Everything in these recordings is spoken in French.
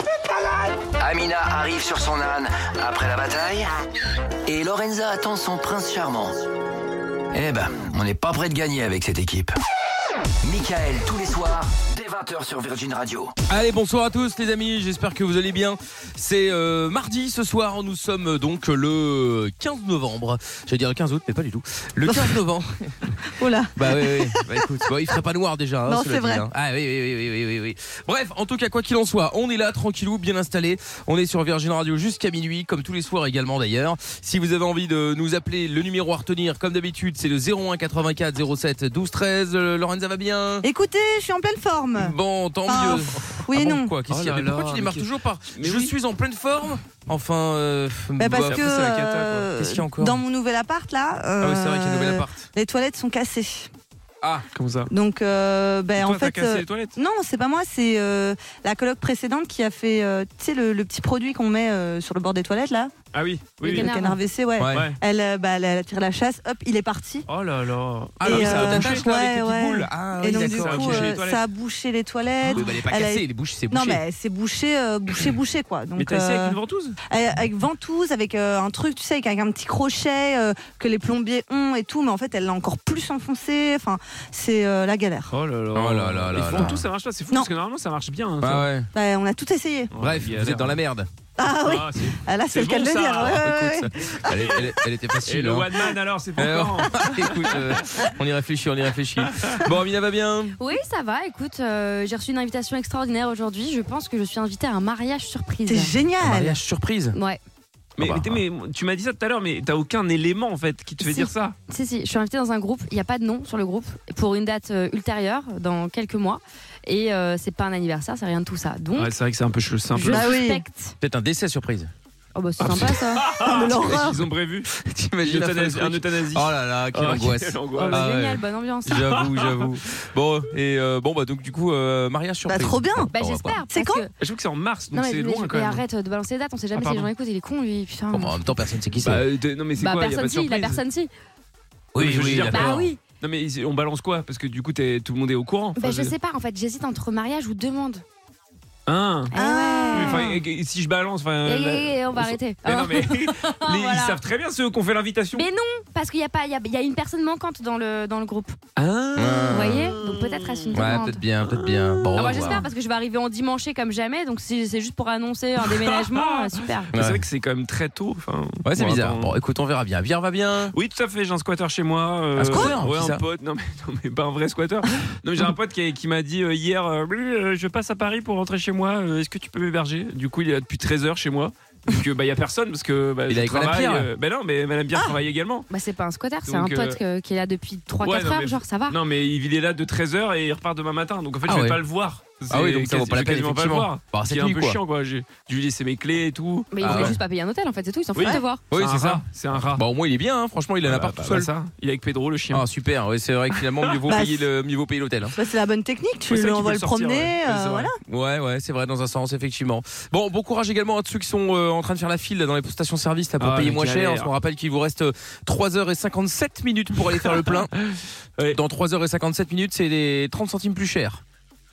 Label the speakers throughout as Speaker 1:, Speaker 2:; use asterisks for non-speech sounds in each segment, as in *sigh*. Speaker 1: C'est malade.
Speaker 2: Amina arrive sur son âne après la bataille. Et Lorenza attend son prince charmant. Eh ben, on n'est pas prêt de gagner avec cette équipe. Michael, tous les soirs, dès 20h sur Virgin Radio.
Speaker 3: Allez, bonsoir à tous les amis, j'espère que vous allez bien. C'est euh, mardi ce soir, nous sommes euh, donc le 15 novembre. J'allais dire le 15 août, mais pas du tout. Le
Speaker 2: *laughs*
Speaker 3: 15 novembre.
Speaker 4: *laughs*
Speaker 5: Oula.
Speaker 3: Bah oui, oui. Bah, écoute, bon, il ferait pas noir déjà. hein,
Speaker 5: Non,
Speaker 3: cela
Speaker 5: c'est
Speaker 3: dit,
Speaker 5: vrai.
Speaker 3: hein. Ah oui, oui, oui, oui, oui, oui, oui. Bref, en tout cas, quoi qu'il en soit, on est là, tranquillou, bien installé. On est sur Virgin Radio jusqu'à minuit, comme tous les soirs également d'ailleurs. Si vous avez envie de nous appeler, le numéro à retenir, comme d'habitude, c'est le 01 84 07 12 13. Euh, Lorenza va bien
Speaker 5: Écoutez, je suis en pleine forme.
Speaker 3: Bon, tant
Speaker 5: Ah,
Speaker 3: mieux.
Speaker 5: pff, oui
Speaker 3: Ah
Speaker 5: et
Speaker 3: bon,
Speaker 5: non.
Speaker 3: Quoi, qu'est-ce
Speaker 6: Oh
Speaker 3: qu'il y a
Speaker 6: là
Speaker 3: Mais pourquoi
Speaker 6: là,
Speaker 3: tu démarres
Speaker 6: mais
Speaker 3: toujours par
Speaker 6: mais
Speaker 3: Je
Speaker 6: oui.
Speaker 3: suis en pleine forme Enfin. euh,
Speaker 5: Bah, parce
Speaker 3: bah,
Speaker 5: que
Speaker 6: après, c'est la cata, quoi.
Speaker 5: euh,
Speaker 3: Qu'est-ce qu'il y a encore
Speaker 5: dans mon nouvel appart là,
Speaker 3: Ah oui, c'est
Speaker 5: euh,
Speaker 3: vrai qu'il y a un nouvel appart.
Speaker 5: les toilettes sont cassées.
Speaker 3: Ah,
Speaker 6: Comme ça.
Speaker 5: Donc euh, ben, en
Speaker 6: Toi, t'as
Speaker 5: fait,
Speaker 6: cassé
Speaker 5: euh,
Speaker 6: les toilettes
Speaker 5: non, c'est pas moi, c'est euh, la coloc précédente qui a fait, euh, tu sais, le, le petit produit qu'on met euh, sur le bord des toilettes là,
Speaker 6: Ah oui, oui,
Speaker 4: Le
Speaker 6: oui.
Speaker 5: le canard WC, ouais.
Speaker 3: ouais.
Speaker 6: Ouais.
Speaker 5: Elle, euh, bah, elle a tiré la chasse, hop, il est parti.
Speaker 6: Oh là là.
Speaker 3: Ah,
Speaker 5: Et,
Speaker 3: oui, ça
Speaker 5: euh,
Speaker 3: t'attache là avec
Speaker 5: ouais,
Speaker 3: les petites
Speaker 5: ouais.
Speaker 3: boules. Ah,
Speaker 5: et
Speaker 3: oui,
Speaker 5: donc du
Speaker 3: d'accord.
Speaker 5: coup,
Speaker 6: bouché
Speaker 5: euh,
Speaker 6: les toilettes.
Speaker 5: ça a bouché les toilettes.
Speaker 3: Oui, bah, elle est pas
Speaker 5: elle a-
Speaker 3: cassée, les bouches, c'est
Speaker 5: Non
Speaker 3: bouché.
Speaker 5: mais c'est bouché, euh,
Speaker 3: *laughs*
Speaker 5: bouché, bouché quoi. Donc,
Speaker 6: Mais t'as essayé
Speaker 5: euh,
Speaker 6: avec une ventouse
Speaker 5: Euh, avec ventouse, avec euh, un truc, tu sais, avec, avec un petit crochet euh, que les plombiers ont et tout, mais en fait, elle l'a encore plus enfoncé. Enfin, c'est euh, la galère.
Speaker 6: Oh là là.
Speaker 3: Oh là là là
Speaker 6: Les
Speaker 3: là.
Speaker 6: ventouses, ça marche pas. C'est fou
Speaker 5: Non.
Speaker 6: parce que normalement, ça marche bien. hein, ça.
Speaker 3: Ah ouais.
Speaker 5: Bah, on a tout essayé.
Speaker 6: Oh,
Speaker 3: Bref,
Speaker 6: galère.
Speaker 3: vous êtes dans la merde.
Speaker 5: Ah oui,
Speaker 6: Ah, c'est-
Speaker 5: Ah, là, c'est le
Speaker 6: c'est
Speaker 5: cas de
Speaker 6: bon,
Speaker 5: le
Speaker 6: ça.
Speaker 5: dire. ouais, ouais, ouais.
Speaker 3: Écoute, ça- elle, est- elle est- elle était facile.
Speaker 6: Et le
Speaker 3: hein.
Speaker 6: one man alors, c'est pas
Speaker 3: Alors,
Speaker 6: encore.
Speaker 3: *laughs* écoute, euh, on y réfléchit, on y réfléchit. Bon, Amina va bien
Speaker 4: Oui, ça va. Écoute, euh, j'ai reçu une invitation extraordinaire aujourd'hui. Je pense que je suis invitée à un mariage
Speaker 5: C'est
Speaker 4: surprise.
Speaker 3: Un
Speaker 5: génial.
Speaker 3: Ah, Mariage surprise.
Speaker 4: Ouais,
Speaker 6: Mais,
Speaker 3: Ah bah.
Speaker 6: mais- mais tu m'as dit ça tout à l'heure, mais t'as aucun élément en fait qui te fait
Speaker 4: Si.
Speaker 6: dire ça.
Speaker 4: si, si. Je suis invitée dans un groupe. Il n'y a pas de nom sur le groupe pour une date euh, ultérieure, dans quelques mois. Et euh, c'est pas un anniversaire, c'est rien de tout ça. Donc,
Speaker 6: Ouais, c'est vrai que c'est un peu chelou. c'est un peu-
Speaker 4: je
Speaker 5: Bah oui.
Speaker 4: suspecte.
Speaker 3: Peut-être un décès surprise.
Speaker 4: Oh, bah, c'est sympa ça.
Speaker 5: Ah,
Speaker 6: *laughs*
Speaker 5: mais
Speaker 6: Qu'est-ce
Speaker 5: l'horreur.
Speaker 6: qu'ils ont prévu
Speaker 3: *laughs* T'imagines
Speaker 6: Une
Speaker 3: la fin
Speaker 6: euthanasie-
Speaker 3: du
Speaker 6: Un
Speaker 3: truc
Speaker 6: euthanasie.
Speaker 3: Oh là là, quelle
Speaker 6: Ah,
Speaker 3: angoisse.
Speaker 6: quelle
Speaker 4: Oh,
Speaker 6: angoisse.
Speaker 4: bah,
Speaker 3: Ah ouais.
Speaker 4: génial, bonne ambiance. *laughs*
Speaker 3: J'avoue, j'avoue. Bon, et euh, bon, bah donc du coup, euh, mariage
Speaker 5: Bah,
Speaker 3: surprise.
Speaker 5: trop bien.
Speaker 4: Bah,
Speaker 3: On va
Speaker 4: j'espère.
Speaker 5: C'est
Speaker 4: parce
Speaker 5: quand
Speaker 4: que-
Speaker 6: Je trouve que c'est en mars,
Speaker 4: Non,
Speaker 6: donc
Speaker 4: mais,
Speaker 6: c'est
Speaker 4: mais-
Speaker 6: loin quand
Speaker 4: mais
Speaker 6: même.
Speaker 4: arrête de balancer les dates, on sait
Speaker 6: Ah,
Speaker 4: jamais si les
Speaker 6: pardon.
Speaker 4: gens écoutent, il est con lui, putain.
Speaker 3: Bon, bah, en même temps, personne ne sait qui c'est.
Speaker 6: Bah, euh, t'es- non mais c'est
Speaker 4: Bah,
Speaker 6: quoi y a pas
Speaker 4: personne
Speaker 6: de
Speaker 4: si, la
Speaker 6: surprise.
Speaker 4: personne si.
Speaker 6: Oui, je veux dire,
Speaker 3: d'accord.
Speaker 4: Bah oui,
Speaker 6: Non mais ils- on balance quoi Parce que du coup t'es- tout le monde est au courant.
Speaker 4: bah
Speaker 6: Enfin,
Speaker 4: je sais pas, en fait, j'hésite entre mariage ou demande.
Speaker 6: Hein
Speaker 4: Eh
Speaker 5: Ah.
Speaker 6: Oui,
Speaker 4: ouais.
Speaker 6: enfin, et- et si je balance, enfin.
Speaker 4: Eh,
Speaker 6: la-
Speaker 4: eh, eh, on va
Speaker 6: s-
Speaker 4: arrêter.
Speaker 6: Euh, Mais non, mais
Speaker 3: *laughs*
Speaker 6: les- ils
Speaker 4: Voilà.
Speaker 6: savent très bien ceux qui ont fait l'invitation.
Speaker 4: Mais non, parce qu'il y a pas, il y a, il y a une personne manquante dans le dans le groupe.
Speaker 6: Ah.
Speaker 4: Vous voyez, donc peut-être reste une
Speaker 3: Ouais,
Speaker 4: demande.
Speaker 3: peut-être Oh, bien, peut-être bien. Bon, on
Speaker 4: Ah,
Speaker 3: va
Speaker 4: moi
Speaker 3: voir.
Speaker 4: j'espère parce que je vais arriver en dimanche comme jamais, donc si c'est juste pour annoncer un
Speaker 3: *laughs*
Speaker 4: déménagement, euh, super.
Speaker 6: Mais C'est
Speaker 3: Ouais.
Speaker 6: vrai que c'est quand même très tôt. Enfin,
Speaker 3: Ouais, c'est
Speaker 6: bon,
Speaker 3: bizarre.
Speaker 6: attends.
Speaker 3: Bon, écoute, on verra bien. Pierre va bien.
Speaker 6: Oui, tout à fait, j'ai un squatter chez moi. euh,
Speaker 3: Un squatter,
Speaker 6: Ouais,
Speaker 3: qui ça
Speaker 6: un pote. Non mais, non, mais pas un vrai squatter. non, mais j'ai un pote qui, qui m'a dit euh, hier euh, Blu, euh, Je passe à Paris pour rentrer chez moi, euh, est-ce que tu peux m'héberger Du coup, il est là depuis 13h chez moi. Donc, euh, bah, il n'y a personne parce que. Bah,
Speaker 3: Il est
Speaker 6: je
Speaker 3: avec Madame
Speaker 6: travaille,
Speaker 3: Pierre. Ah.
Speaker 6: euh, bah non, mais Madame Pierre travaille également.
Speaker 4: Bah c'est pas un squatter, c'est un
Speaker 6: Donc, euh,
Speaker 4: pote que- qui est là depuis 3-4
Speaker 6: Ouais, non, mais-
Speaker 4: heures, genre ça va.
Speaker 6: Non, mais il est là de 13h et il repart demain matin. Donc, en fait,
Speaker 3: Ah
Speaker 6: je vais
Speaker 3: ouais.
Speaker 6: pas le voir.
Speaker 3: Ah oui,
Speaker 6: C'est
Speaker 3: donc ça vaut
Speaker 6: quasi-
Speaker 3: pas la
Speaker 6: je vais
Speaker 3: peine,
Speaker 6: quasiment pas le
Speaker 3: effectivement.
Speaker 6: voir.
Speaker 3: Bah, c'est
Speaker 6: C'est un
Speaker 3: nul,
Speaker 6: peu
Speaker 3: quoi.
Speaker 6: chiant, quoi. J'ai- Je lui ai laissé mes clés et tout.
Speaker 4: Mais il
Speaker 3: Ah
Speaker 4: voulait
Speaker 3: ouais.
Speaker 4: juste pas payer un hôtel en fait, c'est tout, il s'en fout
Speaker 6: Oui.
Speaker 4: de te voir.
Speaker 3: Oui,
Speaker 6: un
Speaker 3: c'est ça.
Speaker 6: rat, C'est un rat.
Speaker 3: Bah, au moins, il est bien, hein. franchement, il a un
Speaker 6: Bah,
Speaker 3: appart
Speaker 6: bah,
Speaker 3: tout seul.
Speaker 6: bah, ça. Il est avec Pedro, le chien.
Speaker 3: Ah, super. Ouais, c'est vrai que finalement, mieux vaut
Speaker 5: Bah,
Speaker 3: payer
Speaker 5: c'est-
Speaker 3: le- mieux vaut payer l'hôtel. hein.
Speaker 5: Bah, c'est la bonne technique. Tu
Speaker 6: Ouais, c'est vrai
Speaker 5: l'envoies le
Speaker 6: qu'il faut le sortir,
Speaker 5: promener.
Speaker 6: ouais.
Speaker 5: euh,
Speaker 6: Ouais, c'est vrai.
Speaker 5: voilà.
Speaker 3: Ouais, ouais, c'est vrai, dans un sens, effectivement. Bon, bon courage également à ceux qui sont euh, en train de faire la file là, dans les stations-service là, pour
Speaker 6: Ah,
Speaker 3: payer
Speaker 6: la
Speaker 3: moins cher.
Speaker 6: galère.
Speaker 3: On rappelle qu'il vous reste euh, 3h57 minutes pour aller faire
Speaker 6: *laughs*
Speaker 3: le plein.
Speaker 6: Ouais.
Speaker 3: Dans 3h57 minutes, c'est les 30 centimes plus cher.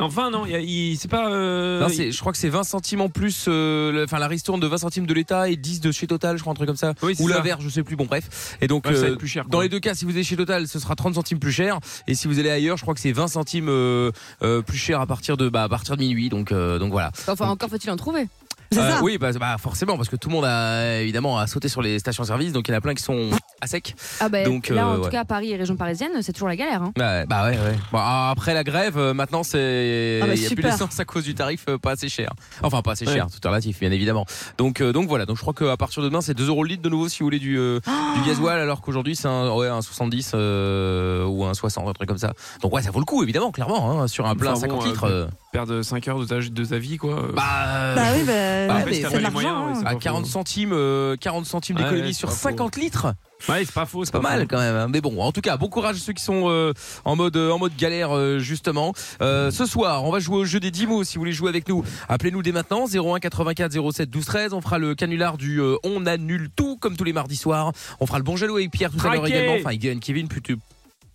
Speaker 6: Enfin, non, il y a- il- c'est pas. euh,
Speaker 3: Non, c'est- je crois que c'est 20 centimes en plus, euh, le- enfin la ristourne de 20 centimes de l'État et 10 de chez Total, je crois, un truc comme ça.
Speaker 6: Oui, c'est
Speaker 3: Ou
Speaker 6: ça.
Speaker 3: l'inverse, je sais plus, bon bref. Et donc,
Speaker 6: Ouais, ça va
Speaker 3: euh,
Speaker 6: être plus cher, quoi.
Speaker 3: dans les deux cas, si vous allez chez Total, ce sera 30 centimes plus cher. Et si vous allez ailleurs, je crois que c'est 20 centimes euh, euh, plus cher à partir de, bah, à partir de minuit. Donc, euh, donc voilà.
Speaker 4: Enfin encore faut-il en trouver.
Speaker 5: Oh, C'est
Speaker 3: Euh,
Speaker 5: ça.
Speaker 3: Oui, bah, bah, forcément, parce que tout le monde a évidemment a sauté sur les stations-service, donc il y en a plein qui sont à sec.
Speaker 4: Ah bah
Speaker 3: Donc, euh,
Speaker 4: là en
Speaker 3: ouais.
Speaker 4: tout cas à Paris et région parisienne, c'est toujours la galère. hein.
Speaker 3: Ouais, bah ouais, ouais. Bon, après la grève, euh, maintenant c'est
Speaker 5: Ah bah,
Speaker 3: il y a plus
Speaker 5: super.
Speaker 3: d'essence à cause du tarif euh, pas assez cher. Enfin pas assez
Speaker 6: Ouais.
Speaker 3: cher, tout est relatif bien évidemment. Donc euh, donc voilà, donc je crois qu'à partir de demain c'est 2 euros le litre de nouveau si vous voulez du euh,
Speaker 5: Ah.
Speaker 3: du gasoil, alors qu'aujourd'hui c'est un ouais un 70 euh, ou un 60 un truc comme ça. Donc ouais, ça vaut le coup évidemment, clairement, hein, sur un plein
Speaker 6: Enfin, bon,
Speaker 3: 50 litres.
Speaker 6: euh,
Speaker 3: euh,
Speaker 6: Perdre 5 heures de ta, de ta vie, quoi.
Speaker 3: bah, euh,
Speaker 5: Bah oui,
Speaker 3: bah,
Speaker 5: bah,
Speaker 6: mais
Speaker 5: c'est
Speaker 6: t'as
Speaker 5: de
Speaker 6: pas les
Speaker 5: l'argent,
Speaker 6: moyens,
Speaker 5: hein.
Speaker 6: ouais, c'est pas
Speaker 3: À
Speaker 6: faux.
Speaker 3: 40 centimes, euh, 40 centimes
Speaker 6: Ouais,
Speaker 3: d'économie
Speaker 6: c'est
Speaker 3: sur
Speaker 6: pas faux.
Speaker 3: 50 litres.
Speaker 6: Ouais, c'est pas faux, c'est
Speaker 3: Pas mal quand même. hein. Mais bon, en tout cas, bon courage à ceux qui sont euh, en mode euh, en mode galère euh, justement. Euh, ce soir, on va jouer au jeu des 10 mots. Si vous voulez jouer avec nous, appelez-nous dès maintenant 01 84 07 12 13. On fera le canular du euh, on annule tout comme tous les mardis soirs. On fera le bon jaloux avec Pierre tout à l'heure
Speaker 6: Traqué.
Speaker 3: également. Enfin, avec Dylan Kevin plutôt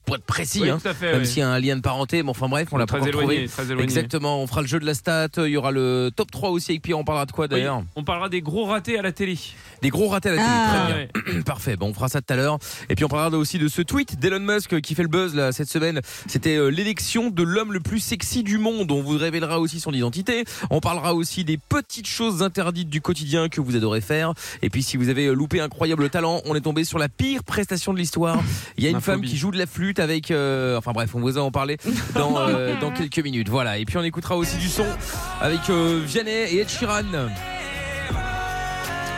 Speaker 3: pour être précis,
Speaker 6: Oui,
Speaker 3: hein.
Speaker 6: tout à fait.
Speaker 3: même
Speaker 6: ouais.
Speaker 3: s'il y a un lien de parenté. Mais enfin bref, on l'a pas
Speaker 6: très
Speaker 3: encore
Speaker 6: éloigné,
Speaker 3: trouvé.
Speaker 6: très éloigné.
Speaker 3: Exactement. On fera le jeu de la stat. Il y aura le top 3 aussi avec Pierre. On parlera de quoi
Speaker 6: Oui,
Speaker 3: d'ailleurs
Speaker 6: on parlera des gros ratés à la télé.
Speaker 3: Des gros ratés à la télé.
Speaker 5: Ah.
Speaker 3: Très bien.
Speaker 6: ouais.
Speaker 3: *clears throat* Parfait, bon, on fera ça tout à l'heure. Et puis on parlera aussi de ce tweet d'Elon Musk qui fait le buzz là, cette semaine. C'était euh, l'élection de l'homme le plus sexy du monde. On vous révélera aussi son identité. On parlera aussi des petites choses interdites du quotidien que vous adorez faire. Et puis si vous avez euh, loupé incroyable talent, on est tombé sur la pire prestation de l'histoire. Il y a une
Speaker 6: Ma
Speaker 3: femme
Speaker 6: phobie.
Speaker 3: qui joue de la flûte avec... euh, enfin bref, on vous a en parler dans, euh, dans quelques minutes. Voilà, et puis on écoutera aussi du son avec euh, Vianney et Ed Sheeran.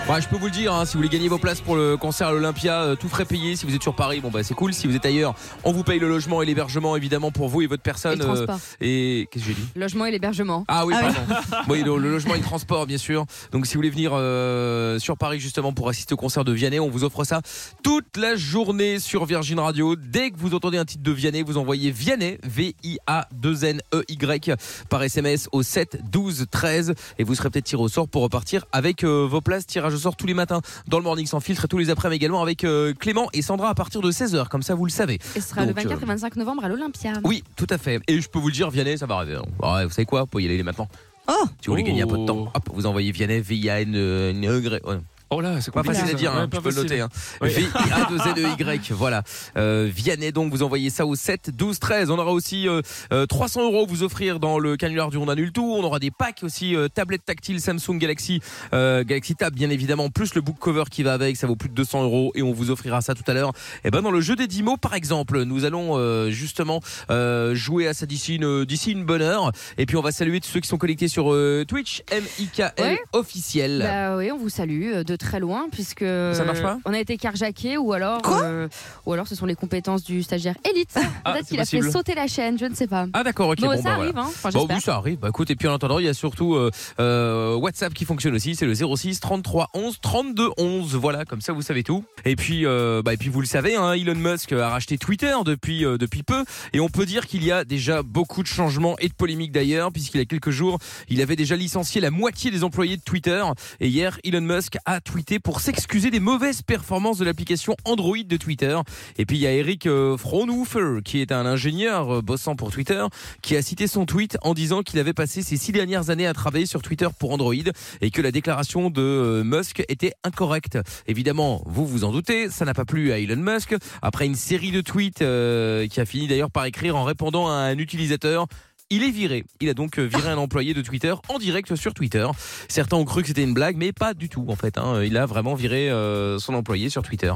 Speaker 3: Ouais, je peux vous le dire, hein, si vous voulez gagner vos places pour le concert à l'Olympia, euh, tout frais payé. Si vous êtes sur Paris, bon bah c'est cool. Si vous êtes ailleurs, on vous paye le logement et l'hébergement évidemment pour vous et votre
Speaker 4: Et
Speaker 3: personne.
Speaker 4: le
Speaker 3: euh,
Speaker 4: transport.
Speaker 3: et qu'est-ce que j'ai dit
Speaker 4: Logement et l'hébergement.
Speaker 3: Ah oui,
Speaker 5: Ah oui.
Speaker 3: pardon. Oui, le, le logement et le transport, bien sûr. Donc si vous voulez venir euh, sur Paris justement pour assister au concert de Vianney, on vous offre ça toute la journée sur Virgin Radio. Dès que vous entendez un titre de Vianney, vous envoyez Vianney, V-I-A-2-N-E-Y, E par SMS au 7 12 13 et vous serez peut-être tiré au sort pour repartir avec euh, vos places tirage au sort tous les matins dans le Morning Sans Filtre et tous les après-midi également avec euh, Clément et Sandra à partir de 16h. Comme ça, vous le savez.
Speaker 4: Et ce sera
Speaker 3: donc, euh,
Speaker 4: le 24 et 25 novembre à l'Olympia.
Speaker 3: Oui, tout à fait. Et je peux vous le dire, Vianney, ça va arriver. Ouais, vous savez quoi Vous pouvez y aller maintenant.
Speaker 5: Oh
Speaker 3: Si vous voulez gagner un peu de
Speaker 6: Oh.
Speaker 3: temps, hop, vous envoyez Vianney, V-I-A-N-E-Y. Ouais,
Speaker 6: Oh là, c'est
Speaker 3: Pas
Speaker 6: compliqué,
Speaker 3: facile
Speaker 6: ça.
Speaker 3: à dire, hein,
Speaker 6: Ouais,
Speaker 3: tu
Speaker 6: pas
Speaker 3: peux le
Speaker 6: facile.
Speaker 3: noter. Hein.
Speaker 6: Ouais.
Speaker 3: V-I-A-2-N-E-Y, E voilà. Euh, Vianney, donc, vous envoyez ça au 7, 12, 13. On aura aussi euh, euh, 300 euros à vous offrir dans le canular du On Annule Tout. On aura des packs aussi, euh, tablette tactile Samsung Galaxy, euh, Galaxy Tab, bien évidemment, plus le book cover qui va avec, ça vaut plus de 200 euros et on vous offrira ça tout à l'heure. Et ben, dans le jeu des 10 mots, par exemple, nous allons euh, justement euh, jouer à ça d'ici une, d'ici une bonne heure. Et puis, on va saluer tous ceux qui sont connectés sur euh, Twitch, M-I-K-L
Speaker 4: Ouais.
Speaker 3: officiel.
Speaker 4: Bah oui, on vous salue euh, de très loin puisque
Speaker 3: Ça marche pas
Speaker 4: on a été carjacké ou alors
Speaker 5: Quoi
Speaker 4: euh, ou alors ce sont les compétences du stagiaire élite.
Speaker 3: Ah,
Speaker 4: Peut-être
Speaker 3: c'est
Speaker 4: qu'il a fait
Speaker 3: possible.
Speaker 4: sauter la chaîne, je ne sais pas.
Speaker 3: Ah d'accord, ok.
Speaker 4: bon,
Speaker 3: bon, bah,
Speaker 4: ça
Speaker 3: voilà.
Speaker 4: arrive, hein. Enfin,
Speaker 3: Bon,
Speaker 4: j'espère.
Speaker 3: oui, ça arrive. Bah, écoute, et puis en attendant, il y a surtout euh, euh, WhatsApp qui fonctionne aussi. C'est le 06 33 11 32 11. Voilà, comme ça, vous savez tout. Et puis, euh, bah, et puis vous le savez, hein, Elon Musk a racheté Twitter depuis, euh, depuis peu. Et on peut dire qu'il y a déjà beaucoup de changements et de polémiques d'ailleurs, puisqu'il y a quelques jours, il avait déjà licencié la moitié des employés de Twitter. Et hier, Elon Musk a tweeté pour s'excuser des mauvaises performances de l'application Android de Twitter. Et puis il y a Eric euh, Fraunhofer, qui est un ingénieur euh, bossant pour Twitter, qui a cité son tweet en disant qu'il avait passé ses six dernières années à travailler sur Twitter pour Android et que la déclaration de euh, Musk était incorrecte. Évidemment, vous vous en doutez, ça n'a pas plu à Elon Musk. Après une série de tweets euh, qui a fini d'ailleurs par écrire en répondant à un utilisateur. Il est viré. Il a donc euh, viré un employé de Twitter en direct sur Twitter. Certains ont cru que c'était une blague, mais pas du tout en fait. hein. Il a vraiment viré euh, son employé sur Twitter.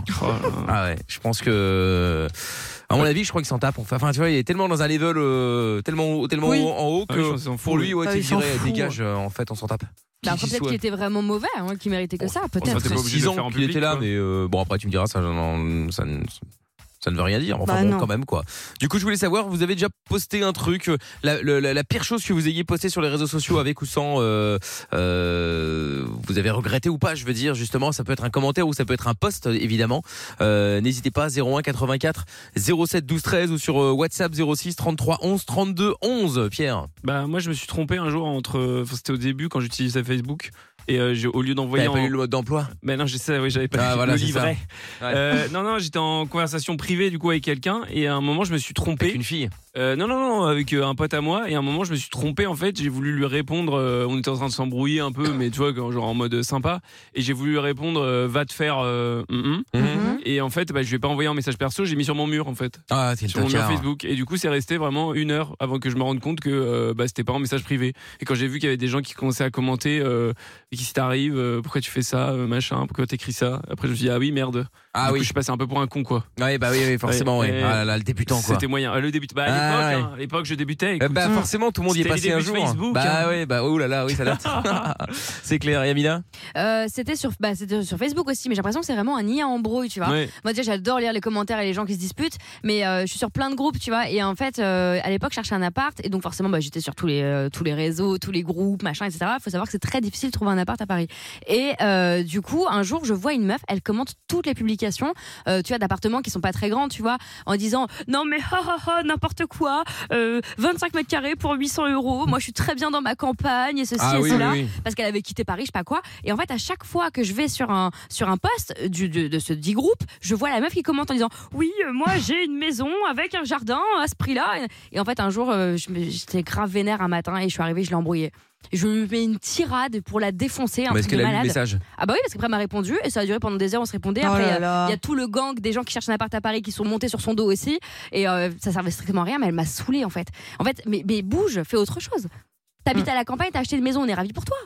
Speaker 3: Ah ouais, je pense que. À mon avis, je crois qu'il s'en tape. Enfin, enfin, tu vois, il est tellement dans un level euh, tellement, haut- tellement
Speaker 5: Oui.
Speaker 3: haut- en haut
Speaker 6: Ah
Speaker 3: que
Speaker 6: oui, je pense qu'ils s'en
Speaker 3: pour
Speaker 6: foutent,
Speaker 3: lui, ouais,
Speaker 5: Ah,
Speaker 3: tu
Speaker 5: ils s'en
Speaker 3: dirais,
Speaker 5: foutent.
Speaker 3: dégage, euh, en fait, on s'en tape.
Speaker 4: Bah,
Speaker 3: Qui
Speaker 4: après,
Speaker 3: qu'il
Speaker 4: peut-être
Speaker 3: soit.
Speaker 4: qu'il était vraiment mauvais, hein, qu'il méritait que ça,
Speaker 3: Ça
Speaker 4: peut-être.
Speaker 6: t'es
Speaker 3: fait
Speaker 6: pas obligé de
Speaker 3: 6
Speaker 6: le
Speaker 3: ans
Speaker 6: faire en
Speaker 3: qu'il
Speaker 6: public,
Speaker 3: était là,
Speaker 6: quoi.
Speaker 3: mais euh, bon, après, tu me diras, ça, non, ça, ne- ça ne veut rien dire. Enfin,
Speaker 5: Bah,
Speaker 3: bon,
Speaker 5: non.
Speaker 3: quand même, quoi. Du coup, je voulais savoir, vous avez déjà posté un truc, euh, la, le- la- la pire chose que vous ayez posté sur les réseaux sociaux avec ou sans, euh, euh, vous avez regretté ou pas, je veux dire, justement, ça peut être un commentaire ou ça peut être un post, évidemment. Euh, N'hésitez pas, 01 84 07 12 13 ou sur euh, WhatsApp 06 33 11 32 11, Pierre.
Speaker 6: Bah, moi, je me suis trompé un jour entre. enfin, C'était au début quand j'utilisais Facebook. Et euh, j'ai- au lieu d'envoyer.
Speaker 3: T'avais pas
Speaker 6: en-
Speaker 3: eu le mode d'emploi
Speaker 6: Mais non, j'ai ça, oui, j'avais pas
Speaker 3: Ah,
Speaker 6: lu
Speaker 3: voilà,
Speaker 6: le
Speaker 3: c'est
Speaker 6: livret.
Speaker 3: ça. Ouais.
Speaker 6: Euh, non, non, j'étais en conversation privée du coup avec quelqu'un et à un moment je me suis
Speaker 3: avec
Speaker 6: trompé.
Speaker 3: une fille.
Speaker 6: Euh, non, non, non, avec euh, un pote à moi et à un moment je me suis trompé en fait. J'ai voulu lui répondre. euh, on était en train de s'embrouiller un peu, mais tu vois, quand- genre en mode sympa. Et j'ai voulu lui répondre euh, va te faire. euh, hum, hum.
Speaker 3: Mm-hmm.
Speaker 5: Mhm.
Speaker 6: Et en fait, bah, je lui ai pas envoyé un message perso. J'ai mis sur mon mur en fait,
Speaker 3: Ah, t'es le
Speaker 6: sur mon mur
Speaker 3: tocard.
Speaker 6: Facebook. Et du coup, c'est resté vraiment une heure avant que je me rende compte que euh, bah, c'était pas un message privé. Et quand j'ai vu qu'il y avait des gens qui commençaient à commenter, euh, qu'est-ce qui t'arrive, euh, pourquoi tu fais ça, euh, machin, pourquoi t'écris ça. Après, je me suis dit ah oui merde.
Speaker 3: Ah
Speaker 6: Du coup,
Speaker 3: oui,
Speaker 6: je suis passé un peu pour un con quoi.
Speaker 3: Ouais, bah oui, oui, forcément,
Speaker 6: Ouais,
Speaker 3: ouais.
Speaker 6: et-
Speaker 3: Ah là là, le débutant, quoi.
Speaker 6: C'était moyen. Euh, Le début. Bah,
Speaker 3: Ah, Ah,
Speaker 6: l'époque. hein. À l'époque, je débutais.
Speaker 3: Euh,
Speaker 6: écoute.
Speaker 3: Bah forcément, tout le monde y est
Speaker 6: C'était les
Speaker 3: passé un
Speaker 6: débuts de
Speaker 3: jour.
Speaker 6: Facebook,
Speaker 3: bah
Speaker 6: hein.
Speaker 3: ouais, bah oh là là, oui ça date.
Speaker 6: *laughs*
Speaker 3: Ah. c'est clair, Yamina.
Speaker 4: Euh, c'était sur, bah, c'était sur Facebook aussi, mais j'ai l'impression que c'est vraiment un lien embrouille, tu vois.
Speaker 6: Ouais.
Speaker 4: Moi déjà j'adore lire les commentaires et les gens qui se disputent, mais euh, je suis sur plein de groupes, tu vois. Et en fait, euh, à l'époque, je cherchais un appart, et donc forcément, bah, j'étais sur tous les euh, tous les réseaux, tous les groupes, machin, etc. Faut savoir que c'est très difficile de trouver un appart à Paris. Et euh, du coup, un jour, je vois une meuf, elle commente toutes les publications, euh, tu vois, d'appartements qui sont pas très grands, tu vois, en disant non mais *laughs* ha ha ha n'importe quoi, euh, 25 mètres carrés pour 800 euros. Moi, je suis très bien dans ma campagne et ceci et cela *laughs* parce qu'elle avait quitté Paris, je sais pas quoi. Et en fait, à chaque fois que je vais sur un, sur un post du, de, de ce dit groupe, je vois la meuf qui commente en disant Oui, euh, moi j'ai une maison avec un jardin à ce prix-là. Et, et en fait, un jour, euh, je me- j'étais grave vénère un matin et je suis arrivée, je l'ai embrouillée. Je lui mets une tirade pour la défoncer, un
Speaker 3: Mais est-ce
Speaker 4: truc de
Speaker 3: qu'elle a lu le
Speaker 4: malade.
Speaker 3: message
Speaker 4: Ah bah oui, parce qu'après elle m'a répondu et ça a duré pendant des heures, on se répondait. Après,
Speaker 5: Oh
Speaker 4: il
Speaker 5: là
Speaker 4: y a-
Speaker 5: là.
Speaker 4: il y a tout le gang des gens qui cherchent un appart à Paris qui sont montés sur son dos aussi. Et euh, ça servait strictement à rien, mais elle m'a saoulée en fait. En fait, mais, mais bouge, fais autre chose. T'habites à la campagne, t'as acheté une maison, on est ravis pour toi.